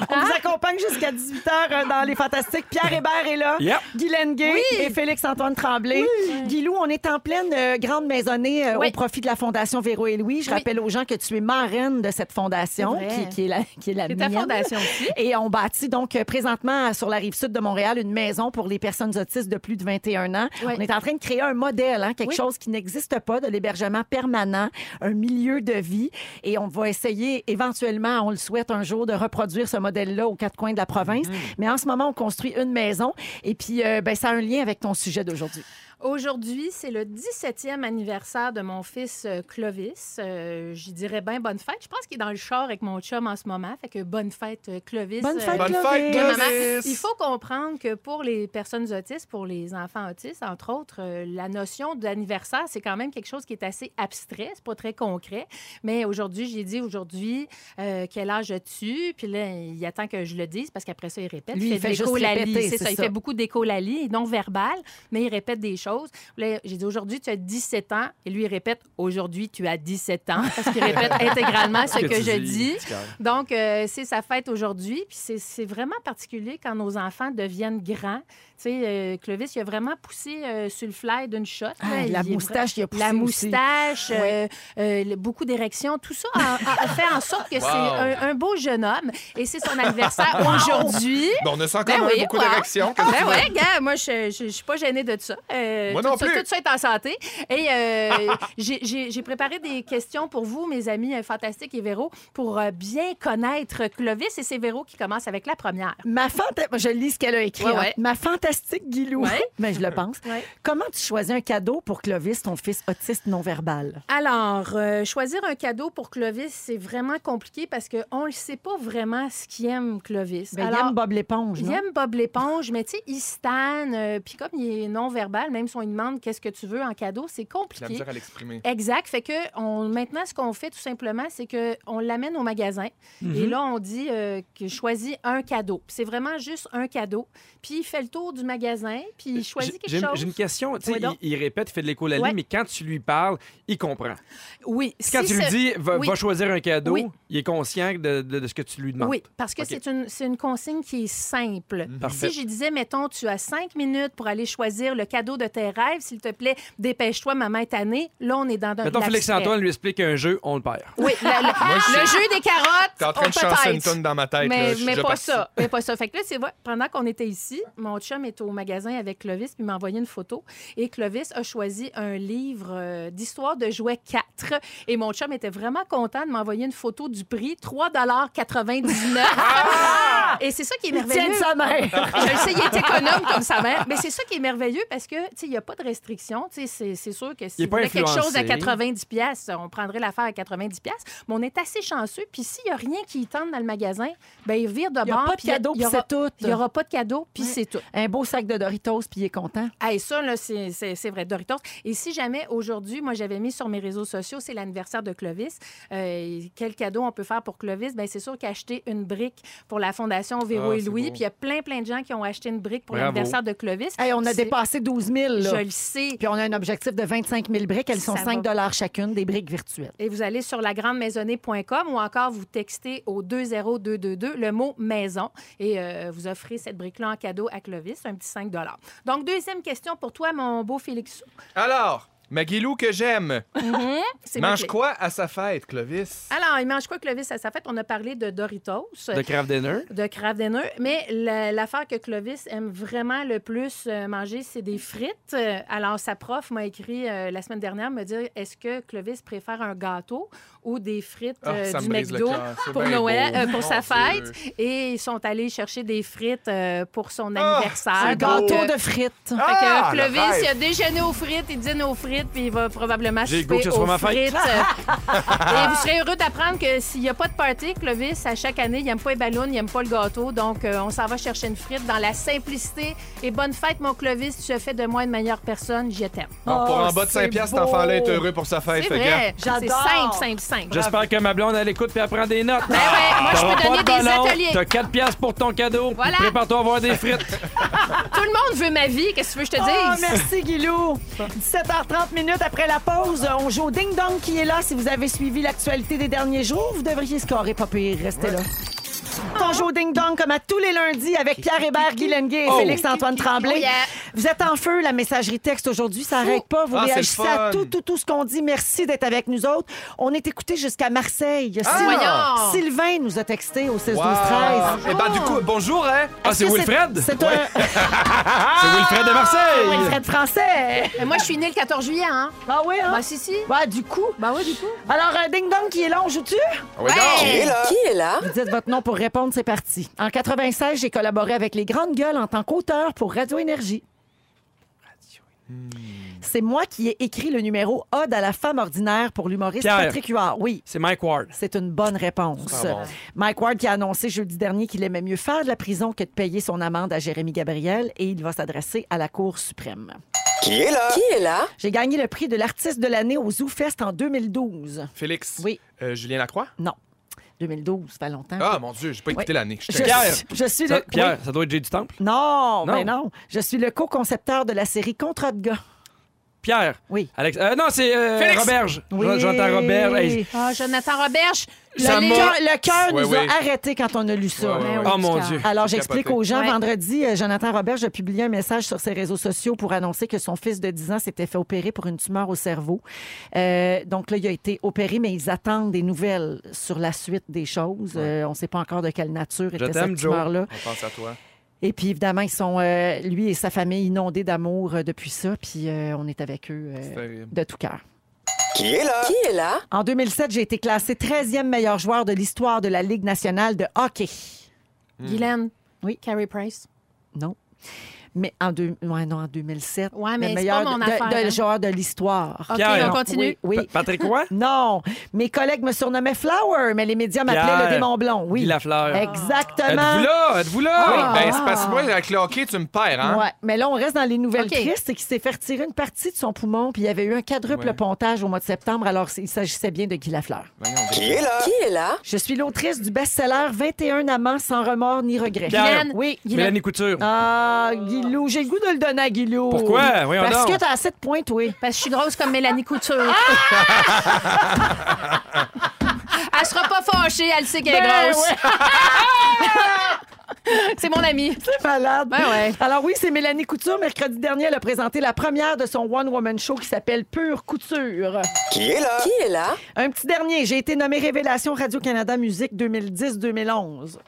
Speaker 2: On vous accompagne jusqu'à 18h dans Les Fantastiques. Pierre Hébert est là,
Speaker 11: Yep.
Speaker 2: Guylaine Gay et Félix-Antoine Tremblay. Guilou, on est en pleine euh, grande maisonnée euh,
Speaker 5: Oui.
Speaker 2: au profit de la Fondation Véro et Louis. Je rappelle aux gens que tu es marraine de cette fondation
Speaker 5: C'est vrai.
Speaker 2: qui, qui est la, qui est la
Speaker 5: C'est ta
Speaker 2: mienne.
Speaker 5: fondation aussi.
Speaker 2: Et on bâtit donc euh, présentement euh, sur la rive sud de Montréal une maison pour les personnes autistes de plus de 21 ans.
Speaker 5: Oui.
Speaker 2: On est en train de créer un modèle, hein, quelque
Speaker 5: Oui.
Speaker 2: chose qui n'existe pas, de l'hébergement permanent, un milieu de vie. Et on va essayer éventuellement, on le souhaite un jour, de reproduire ce modèle-là aux quatre coins de la province.
Speaker 5: Mm-hmm.
Speaker 2: Mais en ce moment, on construit une maison. Et puis, euh, ben, ça a un lien avec ton sujet d'aujourd'hui.
Speaker 5: Aujourd'hui, c'est le 17e anniversaire de mon fils euh, Clovis. Euh, J'y dirais bien bonne fête. Je pense qu'il est dans le char avec mon chum en ce moment. Fait que bonne fête, euh, Clovis.
Speaker 2: Bonne
Speaker 5: Euh,
Speaker 2: fête,
Speaker 3: Bonne fête,
Speaker 5: de
Speaker 3: Clovis.
Speaker 5: maman. Il faut comprendre que pour les personnes autistes, pour les enfants autistes, entre autres, euh, la notion d'anniversaire, c'est quand même quelque chose qui est assez abstrait, c'est pas très concret. Mais aujourd'hui, j'ai dit aujourd'hui, euh, quel âge as-tu? Puis là, il attend que je le dise parce qu'après ça, il répète.
Speaker 2: Lui, il fait
Speaker 5: de
Speaker 2: juste
Speaker 5: l'écolalie,
Speaker 2: répéter,
Speaker 5: c'est
Speaker 2: c'est
Speaker 5: ça. Il
Speaker 2: ça.
Speaker 5: fait beaucoup d'écolalie, non verbal, mais il répète des choses. Là, j'ai dit aujourd'hui, tu as 17 ans. Et lui, il répète aujourd'hui, tu as 17 ans. Parce qu'il répète intégralement ce que,
Speaker 11: tu
Speaker 5: je
Speaker 11: dis.
Speaker 5: dis. Donc, euh, c'est sa fête aujourd'hui. Puis c'est- c'est vraiment particulier quand nos enfants deviennent grands. Tu sais, euh, Clovis, il a vraiment poussé euh, sur le fly d'une shot.
Speaker 2: Ah,
Speaker 5: là.
Speaker 2: la
Speaker 5: Il est
Speaker 2: moustache,
Speaker 5: vra-
Speaker 2: il a poussé
Speaker 5: La
Speaker 2: aussi.
Speaker 5: moustache,
Speaker 2: Oui.
Speaker 5: euh, euh, le- beaucoup d'érections. Tout ça a, a fait en sorte que
Speaker 3: Wow.
Speaker 5: c'est un, un beau jeune homme. Et c'est son anniversaire
Speaker 3: Wow.
Speaker 5: aujourd'hui.
Speaker 3: Ben, on a ça en
Speaker 5: Ben
Speaker 3: commun,
Speaker 5: oui,
Speaker 3: beaucoup
Speaker 5: wow.
Speaker 3: d'érections.
Speaker 5: Ben
Speaker 3: comme tu dis.
Speaker 5: ouais, gars, moi, je, je, je suis pas gênée de ça. Euh,
Speaker 3: Moi
Speaker 5: tout
Speaker 3: non
Speaker 5: ça-
Speaker 3: plus.
Speaker 5: tout ça est en santé. Et euh, j'ai- j'ai j'ai préparé des questions pour vous, mes amis euh, Fantastique et Véro, pour euh, bien connaître Clovis. Et c'est Véro qui commence avec la première.
Speaker 2: Ma fanta- Je lis ce qu'elle a écrit.
Speaker 5: Ouais,
Speaker 2: hein.
Speaker 5: ouais.
Speaker 2: Ma fantastique Guilou.
Speaker 5: Ouais.
Speaker 2: Mais je le pense. Comment tu choisis un cadeau pour Clovis, ton fils autiste non-verbal?
Speaker 5: Alors, euh, choisir un cadeau pour Clovis, c'est vraiment compliqué parce qu'on ne sait pas vraiment ce qu'il aime, Clovis.
Speaker 2: Ben, il
Speaker 5: Alors,
Speaker 2: aime Bob l'éponge.
Speaker 5: Il
Speaker 2: non?
Speaker 5: aime Bob l'éponge, mais tu sais, il se tanne. euh, Puis comme il est non-verbal, même si on lui demande qu'est-ce que tu veux en cadeau, c'est
Speaker 3: J'ai de la
Speaker 5: compliqué.
Speaker 3: misère à l'exprimer.
Speaker 5: Exact. Fait que on, maintenant, ce qu'on fait tout simplement, c'est que on l'amène au magasin
Speaker 3: Mhm.
Speaker 5: et là, on dit euh, que choisis un cadeau. Puis C'est vraiment juste un cadeau. Puis il fait le tour du magasin, puis il choisit
Speaker 6: J'ai-
Speaker 5: quelque
Speaker 6: J'ai
Speaker 5: chose.
Speaker 6: j'ai une question. Tu sais,
Speaker 5: Oui, donc.
Speaker 6: il, il répète, il fait de l'école à
Speaker 5: Ouais.
Speaker 6: mais quand tu lui parles, il comprend.
Speaker 5: Oui.
Speaker 6: Puis Quand
Speaker 5: si
Speaker 6: tu lui
Speaker 5: ce-
Speaker 6: dis, va,
Speaker 5: Oui.
Speaker 6: va choisir un cadeau,
Speaker 5: Oui.
Speaker 6: il est conscient de, de- de ce que tu lui demandes.
Speaker 5: Oui, parce que
Speaker 6: hein. OK. Mhm.
Speaker 5: c'est une, c'est une consigne qui est simple.
Speaker 6: Parfait.
Speaker 5: Si je disais, mettons, tu as cinq minutes pour aller choisir le cadeau de tes rêves, s'il te plaît, dépêche-toi, maman est tannée. Là, on est dans un.
Speaker 6: Mettons,
Speaker 5: l'abstrait.
Speaker 6: Félix-Antoine lui explique un jeu, on le perd.
Speaker 5: Oui, le, le-
Speaker 6: Moi, je-
Speaker 5: le jeu des carottes.
Speaker 6: T'es en train de
Speaker 5: on
Speaker 6: chanter
Speaker 5: Oh, peut-être.
Speaker 6: une toune dans ma tête,
Speaker 5: Mais,
Speaker 6: là. Je suis
Speaker 5: mais
Speaker 6: déjà
Speaker 5: pas
Speaker 6: parti.
Speaker 5: ça. Mais pas ça. Fait que là, c'est vrai, pendant qu'on était ici, mon chum était au magasin avec Clovis, puis il m'a envoyé une photo. Et Clovis a choisi un livre euh, d'histoire de jouets 4. Et mon chum était vraiment content de m'envoyer une photo du prix 3,99
Speaker 6: Ah!
Speaker 5: Et c'est ça qui est
Speaker 2: Il tient de
Speaker 5: merveilleux.
Speaker 2: sa mère.
Speaker 5: Je le sais, il est économe comme sa mère. Mais c'est ça qui est merveilleux parce que, tu sais, il n'y a pas de restriction. Tu sais, c'est- c'est sûr que
Speaker 6: Il
Speaker 5: si
Speaker 6: est
Speaker 5: vous
Speaker 6: pas
Speaker 5: voulez quelque chose à
Speaker 6: influencé.
Speaker 5: 90 pièces, on prendrait l'affaire à 90 pièces, mais on est assez chanceux. Puis s'il y a rien qui y tente dans le magasin, ben il vire de bord.
Speaker 2: Il n'y a pas de
Speaker 5: puis y
Speaker 2: cadeau,
Speaker 5: il
Speaker 2: puis
Speaker 5: y
Speaker 2: c'est
Speaker 5: aura-
Speaker 2: tout.
Speaker 5: Il n'y aura pas de cadeau, puis c'est tout.
Speaker 2: Un beau sac de Doritos, puis il est content.
Speaker 5: Hey, ça, là, c'est- c'est c'est vrai, Doritos. Et si jamais aujourd'hui, moi, j'avais mis sur mes réseaux sociaux, c'est l'anniversaire Ben, de Clovis, euh, quel cadeau on peut faire pour Clovis? Bien, c'est sûr qu'acheter une brique pour la Fondation fondation Véro
Speaker 2: Ah,
Speaker 5: et
Speaker 2: c'est
Speaker 5: Louis.
Speaker 2: beau.
Speaker 5: Puis il y a plein, plein de gens qui ont acheté une brique pour
Speaker 2: Bravo.
Speaker 5: l'anniversaire de Clovis.
Speaker 2: Hey, on a
Speaker 5: C'est-
Speaker 2: dépassé 12 000. là.
Speaker 5: Je le sais.
Speaker 2: Puis on a un objectif de 25 000 briques. Elles sont
Speaker 5: Ça
Speaker 2: 5
Speaker 5: va.
Speaker 2: chacune, des briques virtuelles.
Speaker 5: Et vous allez sur lagrandemaisonnée.com ou encore vous textez au 20222 le mot maison et euh, vous offrez cette brique-là en cadeau à Clovis, un petit 5 Donc, deuxième question pour toi, mon beau Félix.
Speaker 3: Alors, Maguilou que j'aime.
Speaker 5: Mhm, c'est moi
Speaker 3: Mange
Speaker 5: qui l'ai.
Speaker 3: quoi à sa fête, Clovis?
Speaker 5: Alors, il mange quoi, Clovis, à sa fête? On a parlé de Doritos.
Speaker 6: De Kraft Dinner.
Speaker 5: De Kraft Dinner. Mais la- l'affaire que Clovis aime vraiment le plus euh, manger, c'est des frites. Euh, Alors, sa prof m'a écrit euh, la semaine dernière, me dire est-ce que Clovis préfère un gâteau ou des frites
Speaker 12: Ah,
Speaker 5: euh,
Speaker 12: ça
Speaker 5: du
Speaker 12: me brise le
Speaker 5: McDo
Speaker 12: cœur. C'est
Speaker 5: pour
Speaker 12: bien
Speaker 5: Noël,
Speaker 12: beau.
Speaker 5: euh,
Speaker 12: Mon
Speaker 5: pour sa
Speaker 12: Dieu.
Speaker 5: fête? Et ils sont allés chercher des frites euh, pour son
Speaker 6: Ah,
Speaker 5: anniversaire.
Speaker 2: Un
Speaker 5: Donc,
Speaker 2: gâteau
Speaker 5: euh,
Speaker 2: de frites.
Speaker 5: fait que Clovis, il a déjeuné aux frites, il dîne aux frites, puis il va probablement
Speaker 6: J'ai le
Speaker 5: souper
Speaker 6: goût que ce soit
Speaker 5: aux
Speaker 6: ma fête.
Speaker 5: frites. Et vous serez heureux d'apprendre que s'il n'y a pas de party, Clovis, à chaque année, il n'aime pas les ballons, il n'aime pas le gâteau. Donc, euh, on s'en va chercher une frite dans la simplicité. Et bonne fête, mon Clovis, tu as fait de moi une meilleure personne. Je t'aime.
Speaker 3: Non, pour en bas de 5 piastres, cet enfant-là est heureux pour sa fête.
Speaker 5: Oh, C'est
Speaker 3: fait que-
Speaker 5: vrai.
Speaker 3: J'adore.
Speaker 5: C'est simple, simple, simple.
Speaker 6: J'espère que ma blonde, elle écoute puis elle prend des notes. Ben
Speaker 5: ouais, moi, je peux donner des ateliers.
Speaker 6: T'as 4 piastres pour ton cadeau.
Speaker 5: Voilà.
Speaker 6: Prépare-toi à avoir des frites.
Speaker 5: Tout le monde veut ma vie. Qu'est-ce que tu veux que je te
Speaker 2: Oh,
Speaker 5: dise?
Speaker 2: merci, Guilou. 17h30 minutes après la pause, on joue au Ding Dong qui est là. Si vous avez suivi l'actualité des derniers jours, vous devriez scorer, pas pire. Restez là. On joue au Ding Dong comme à tous les lundis avec Pierre Hébert, Guy Lenguet et
Speaker 12: Oh.
Speaker 2: Félix-Antoine Tremblay.
Speaker 12: Oh, yeah.
Speaker 2: Vous êtes en feu, la messagerie texte aujourd'hui, ça n'arrête pas. Vous
Speaker 12: Ah, c'est le
Speaker 2: réagissez à
Speaker 12: fun.
Speaker 2: tout, tout, tout ce qu'on dit. Merci d'être avec nous autres. On est écoutés jusqu'à Marseille.
Speaker 3: Ah.
Speaker 2: Sylvain-
Speaker 3: Voyons.
Speaker 2: Sylvain nous a texté au 16 12 13
Speaker 3: Wow. Eh ben, du coup, bonjour, hein?
Speaker 2: Ah, c'est Est-ce que c'est- Wilfred? c'est un- Ouais.
Speaker 3: c'est Wilfred de Marseille!
Speaker 2: Wilfred français.
Speaker 5: Mais moi, je suis née le 14 juillet, hein?
Speaker 2: Ah oui, hein?
Speaker 5: Bah, si, si.
Speaker 2: Bah, du coup.
Speaker 5: Bah, oui, du coup.
Speaker 2: Alors, euh, Ding Dong qui est là, on joue-tu?
Speaker 5: Ah
Speaker 3: oui, donc. Qui est là? Qui
Speaker 2: est là? Vous dites votre nom pour répondre, c'est parti. En 96, j'ai collaboré avec les grandes gueules en tant qu'auteur pour Radio Énergie. C'est moi qui ai écrit le numéro Ode à la femme ordinaire pour l'humoriste
Speaker 6: Pierre.
Speaker 2: Patrick Huard. Oui.
Speaker 6: C'est Mike Ward.
Speaker 2: C'est une bonne réponse.
Speaker 6: Ah bon.
Speaker 2: Mike Ward qui a annoncé jeudi dernier qu'il aimait mieux faire de la prison que de payer son amende à Jérémy Gabriel et il va s'adresser à la Cour suprême.
Speaker 10: Qui est là?
Speaker 2: là? J'ai gagné le prix de l'artiste de l'année au Zoo Fest en 2012.
Speaker 3: Félix.
Speaker 2: Oui.
Speaker 3: Euh, Julien Lacroix?
Speaker 2: Non. 2012, ça fait longtemps.
Speaker 3: Ah, mon Dieu, j'ai pas écouté
Speaker 2: Oui.
Speaker 3: l'année.
Speaker 2: Je,
Speaker 3: t'ai- Pierre.
Speaker 2: suis- je suis
Speaker 6: Ça-
Speaker 2: le...
Speaker 6: Pierre,
Speaker 2: oui.
Speaker 6: ça doit être Jay du Temple.
Speaker 2: Non,
Speaker 6: Non.
Speaker 2: mais non. Je suis le co-concepteur de la série Contre de gars.
Speaker 6: Pierre.
Speaker 2: Oui.
Speaker 6: Alex. euh, non, c'est euh,
Speaker 2: Félix.
Speaker 6: Roberge.
Speaker 2: Oui.
Speaker 6: Jo- Jonathan Roberge. Hey,
Speaker 5: Ah, Jonathan Roberge.
Speaker 2: Le,
Speaker 5: le-
Speaker 2: cœur- le cœur
Speaker 6: Ouais,
Speaker 2: nous
Speaker 6: ouais.
Speaker 2: a arrêtés quand on a lu ça. Ben
Speaker 6: Ouais, ouais, ouais. Oh, mon Dieu.
Speaker 2: Alors,
Speaker 6: J'ai
Speaker 2: j'explique
Speaker 6: capoté.
Speaker 2: aux gens.
Speaker 6: Ouais.
Speaker 2: Vendredi, euh, Jonathan Robert a publié un message sur ses réseaux sociaux pour annoncer que son fils de 10 ans s'était fait opérer pour une tumeur au cerveau. Euh, donc là, il a été opéré, mais ils attendent des nouvelles sur la suite des choses. Euh, on ne sait pas encore de quelle nature
Speaker 3: Je
Speaker 2: était
Speaker 3: t'aime,
Speaker 2: cette
Speaker 3: Joe.
Speaker 2: tumeur-là.
Speaker 3: On pense à toi.
Speaker 2: Et puis, évidemment, ils sont, euh, lui et sa famille, inondés d'amour euh, depuis ça. Puis, euh, on est avec eux euh,
Speaker 3: C'est terrible.
Speaker 2: de tout cœur.
Speaker 10: Qui est là? Qui est là?
Speaker 2: En 2007, j'ai été classé 13e meilleur joueur de l'histoire de la Ligue nationale de hockey.
Speaker 5: Guylaine.
Speaker 2: Hmm. Oui.
Speaker 5: Carrie Price.
Speaker 2: Non. Mais en, deux, ouais, non, en 2007,
Speaker 5: Ouais,
Speaker 2: le
Speaker 5: mais c'est
Speaker 2: meilleur
Speaker 5: pas mon
Speaker 2: de- de-
Speaker 5: affaire,
Speaker 2: de-
Speaker 5: hein.
Speaker 2: joueur de l'histoire.
Speaker 5: OK, Pierre. on continue.
Speaker 2: Oui, oui.
Speaker 6: Pa- Patrick Roy?
Speaker 2: Non. Mes collègues me surnommaient Flower, mais les médias m'appelaient
Speaker 6: Pierre.
Speaker 2: le démon blond. Oui.
Speaker 6: Guy Lafleur.
Speaker 2: Exactement.
Speaker 6: Êtes-vous là? Êtes-vous là?
Speaker 3: Ah, ben, c'est parce que moi, avec le hockey, tu me perds, hein?
Speaker 2: Ouais, mais là, on reste dans les nouvelles tristes. C'est qu'il s'est fait retirer une partie de son poumon, puis il y avait eu un quadruple
Speaker 3: Ouais.
Speaker 2: pontage au mois de septembre, alors c'est- il s'agissait bien de Guy Lafleur.
Speaker 10: Qui est là?
Speaker 2: est là? Je suis l'autrice du best-seller 21 amants sans remords ni regrets.
Speaker 6: Pierre.
Speaker 2: Oui.
Speaker 6: Mélanie Couture.
Speaker 2: Ah, Guilou, j'ai le goût de le donner à Guilou.
Speaker 6: Pourquoi? Voyons
Speaker 2: Parce
Speaker 6: donc.
Speaker 2: que t'as assez de points, toi.
Speaker 5: Parce que je suis grosse comme Mélanie Couture. Elle sera pas fâchée, elle sait qu'elle est
Speaker 2: Ah! Ben
Speaker 5: grosse. C'est mon ami.
Speaker 2: C'est malade.
Speaker 5: Ben ouais.
Speaker 2: Alors oui, c'est Mélanie Couture. Mercredi dernier, elle a présenté la première de son One Woman Show qui s'appelle Pure Couture.
Speaker 10: Qui est là? Qui est là?
Speaker 2: Un petit dernier. J'ai été nommée Révélation Radio-Canada Musique 2010-2011.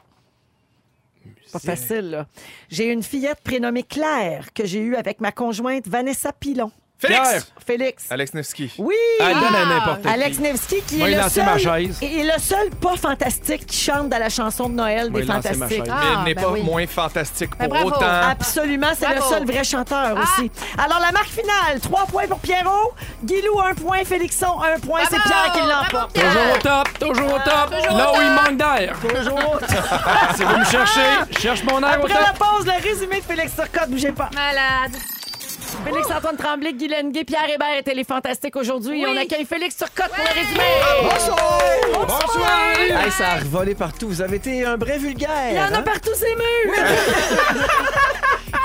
Speaker 2: Pas facile, là. J'ai une fillette prénommée Claire que j'ai eue avec ma conjointe Vanessa Pilon.
Speaker 3: Félix!
Speaker 2: Pierre. Félix.
Speaker 3: Alex Nevsky.
Speaker 2: Oui!
Speaker 3: Ah, donne à n'importe qui.
Speaker 2: Alex Nevsky, qui
Speaker 3: Moi,
Speaker 2: est
Speaker 3: il
Speaker 2: le, seul,
Speaker 3: lançait ma chaise.
Speaker 2: il est le seul pas fantastique qui chante dans la chanson de Noël
Speaker 3: Moi,
Speaker 2: des
Speaker 3: il lançait ma
Speaker 2: Fantastiques. Ah!
Speaker 3: chaise.
Speaker 5: Ah,
Speaker 3: Mais il
Speaker 5: ben
Speaker 3: n'est
Speaker 2: ben
Speaker 3: pas moins fantastique pour autant.
Speaker 2: Absolument, c'est le
Speaker 3: Bravo.
Speaker 2: seul vrai chanteur aussi. Alors, la marque finale, trois points pour Pierrot, Guilou, un point, Félixon, un point. C'est Pierre qui l'emporte.
Speaker 6: Toujours au top, toujours au top.
Speaker 2: Ah, toujours
Speaker 6: là
Speaker 2: au
Speaker 6: où il
Speaker 2: top.
Speaker 6: manque d'air.
Speaker 2: Toujours au top.
Speaker 6: si vous me cherchez, je cherche mon air au
Speaker 2: Après
Speaker 6: top.
Speaker 2: la pause, le résumé de Félix Turcotte, bougez pas.
Speaker 5: Malade.
Speaker 2: Félix-Antoine Tremblay, Guy Lenguet, Pierre Hébert étaient les fantastiques aujourd'hui.
Speaker 12: Oui.
Speaker 2: On accueille Félix Turcotte pour le résumé.
Speaker 12: Bonsoir.
Speaker 2: Bonsoir.
Speaker 12: Bonsoir. Hey, ça a revolé partout. Vous avez été un vrai vulgaire.
Speaker 2: Il y en a
Speaker 12: hein?
Speaker 2: partout ces murs!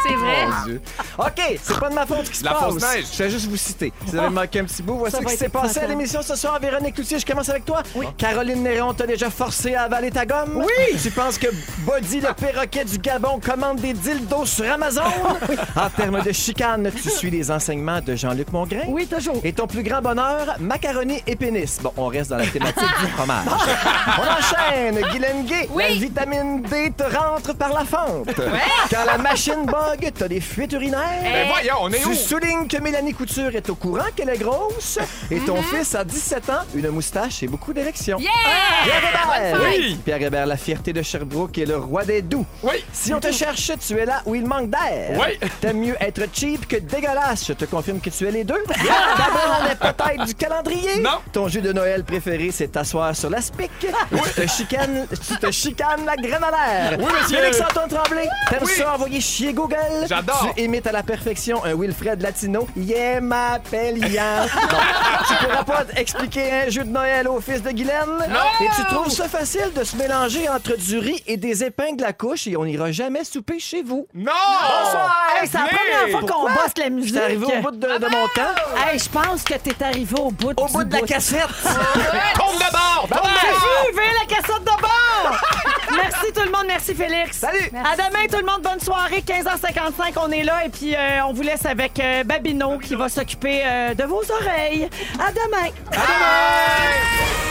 Speaker 5: C'est vrai.
Speaker 12: Mon Dieu. Hein? OK, c'est pas de ma faute ce qui se
Speaker 3: La
Speaker 12: passe.
Speaker 3: fausse neige.
Speaker 12: Je vais juste vous citer. Si vous avez manqué un petit bout, voici
Speaker 3: Ça
Speaker 12: ce
Speaker 3: va
Speaker 12: qui
Speaker 3: être
Speaker 12: s'est passé à
Speaker 3: éclatant.
Speaker 12: l'émission ce soir. Véronique Loutier, je commence avec toi. Caroline Néron t'a déjà forcé à avaler ta gomme. Oui! Tu penses que Buddy, le perroquet du Gabon, commande des dildos sur Amazon? en termes de chicane, tu suis les enseignements de Jean-Luc Mongrain.
Speaker 2: Oui, toujours.
Speaker 12: Et ton plus grand bonheur, macaroni et pénis. Bon, on reste dans la thématique du fromage. on enchaîne. Guylaine Gay, la vitamine D te rentre par la fente. Quand la machine bug, t'as des fuites urinaires.
Speaker 3: Ben voyons, on est
Speaker 12: Tu
Speaker 3: où?
Speaker 12: soulignes que Mélanie Couture est au courant qu'elle est grosse. Et ton fils a 17 ans, une moustache et beaucoup d'érections.
Speaker 11: Mm-hmm. Yeah!
Speaker 12: Pierre Hébert!
Speaker 11: Bonne fête! Oui!
Speaker 12: Pierre Hébert, la fierté de Sherbrooke est le roi des doux.
Speaker 6: Oui!
Speaker 12: Si on te cherche, tu es là où il manque d'air.
Speaker 6: Oui!
Speaker 12: T'aimes mieux être cheap que dégueulasse. Je te confirme que tu es les deux. D'abord, on est peut-être du calendrier.
Speaker 6: Non.
Speaker 12: Ton jeu de Noël préféré, c'est t'asseoir sur la spic. Tu te chicanes, tu te chicanes la graine à l'air.
Speaker 11: Oui, monsieur.
Speaker 12: Félix-Antoine Tremblay, t'aimes
Speaker 11: Oui.
Speaker 12: ça envoyer chier Google.
Speaker 11: J'adore.
Speaker 12: Tu imites à la perfection un Wilfred Latino. Yeah, m'appelle Yann. Non. tu pourras pas expliquer un jeu de Noël au fils de Guylaine.
Speaker 11: Non.
Speaker 12: Et tu trouves ça facile de se mélanger entre du riz et des épingles à couche et on n'ira jamais souper chez vous.
Speaker 3: Non!
Speaker 12: Bonsoir!
Speaker 2: Hey, c'est la première fois qu'on
Speaker 12: Pourquoi?
Speaker 2: bosse la musique.
Speaker 12: Je suis arrivé au bout de,
Speaker 11: Ah
Speaker 12: de
Speaker 11: ben!
Speaker 12: mon temps.
Speaker 2: Hey, je pense que t'es arrivé au bout
Speaker 12: Au bout de la cassette. Tombe
Speaker 3: de bord!
Speaker 12: Tombe de bord!
Speaker 2: Vive la cassette de bord! merci tout le monde, merci Félix. Salut! À demain tout le monde, bonne soirée, 15h55, on est là et puis euh, on vous laisse avec euh, Babino qui va s'occuper euh, de vos oreilles. À demain! À demain!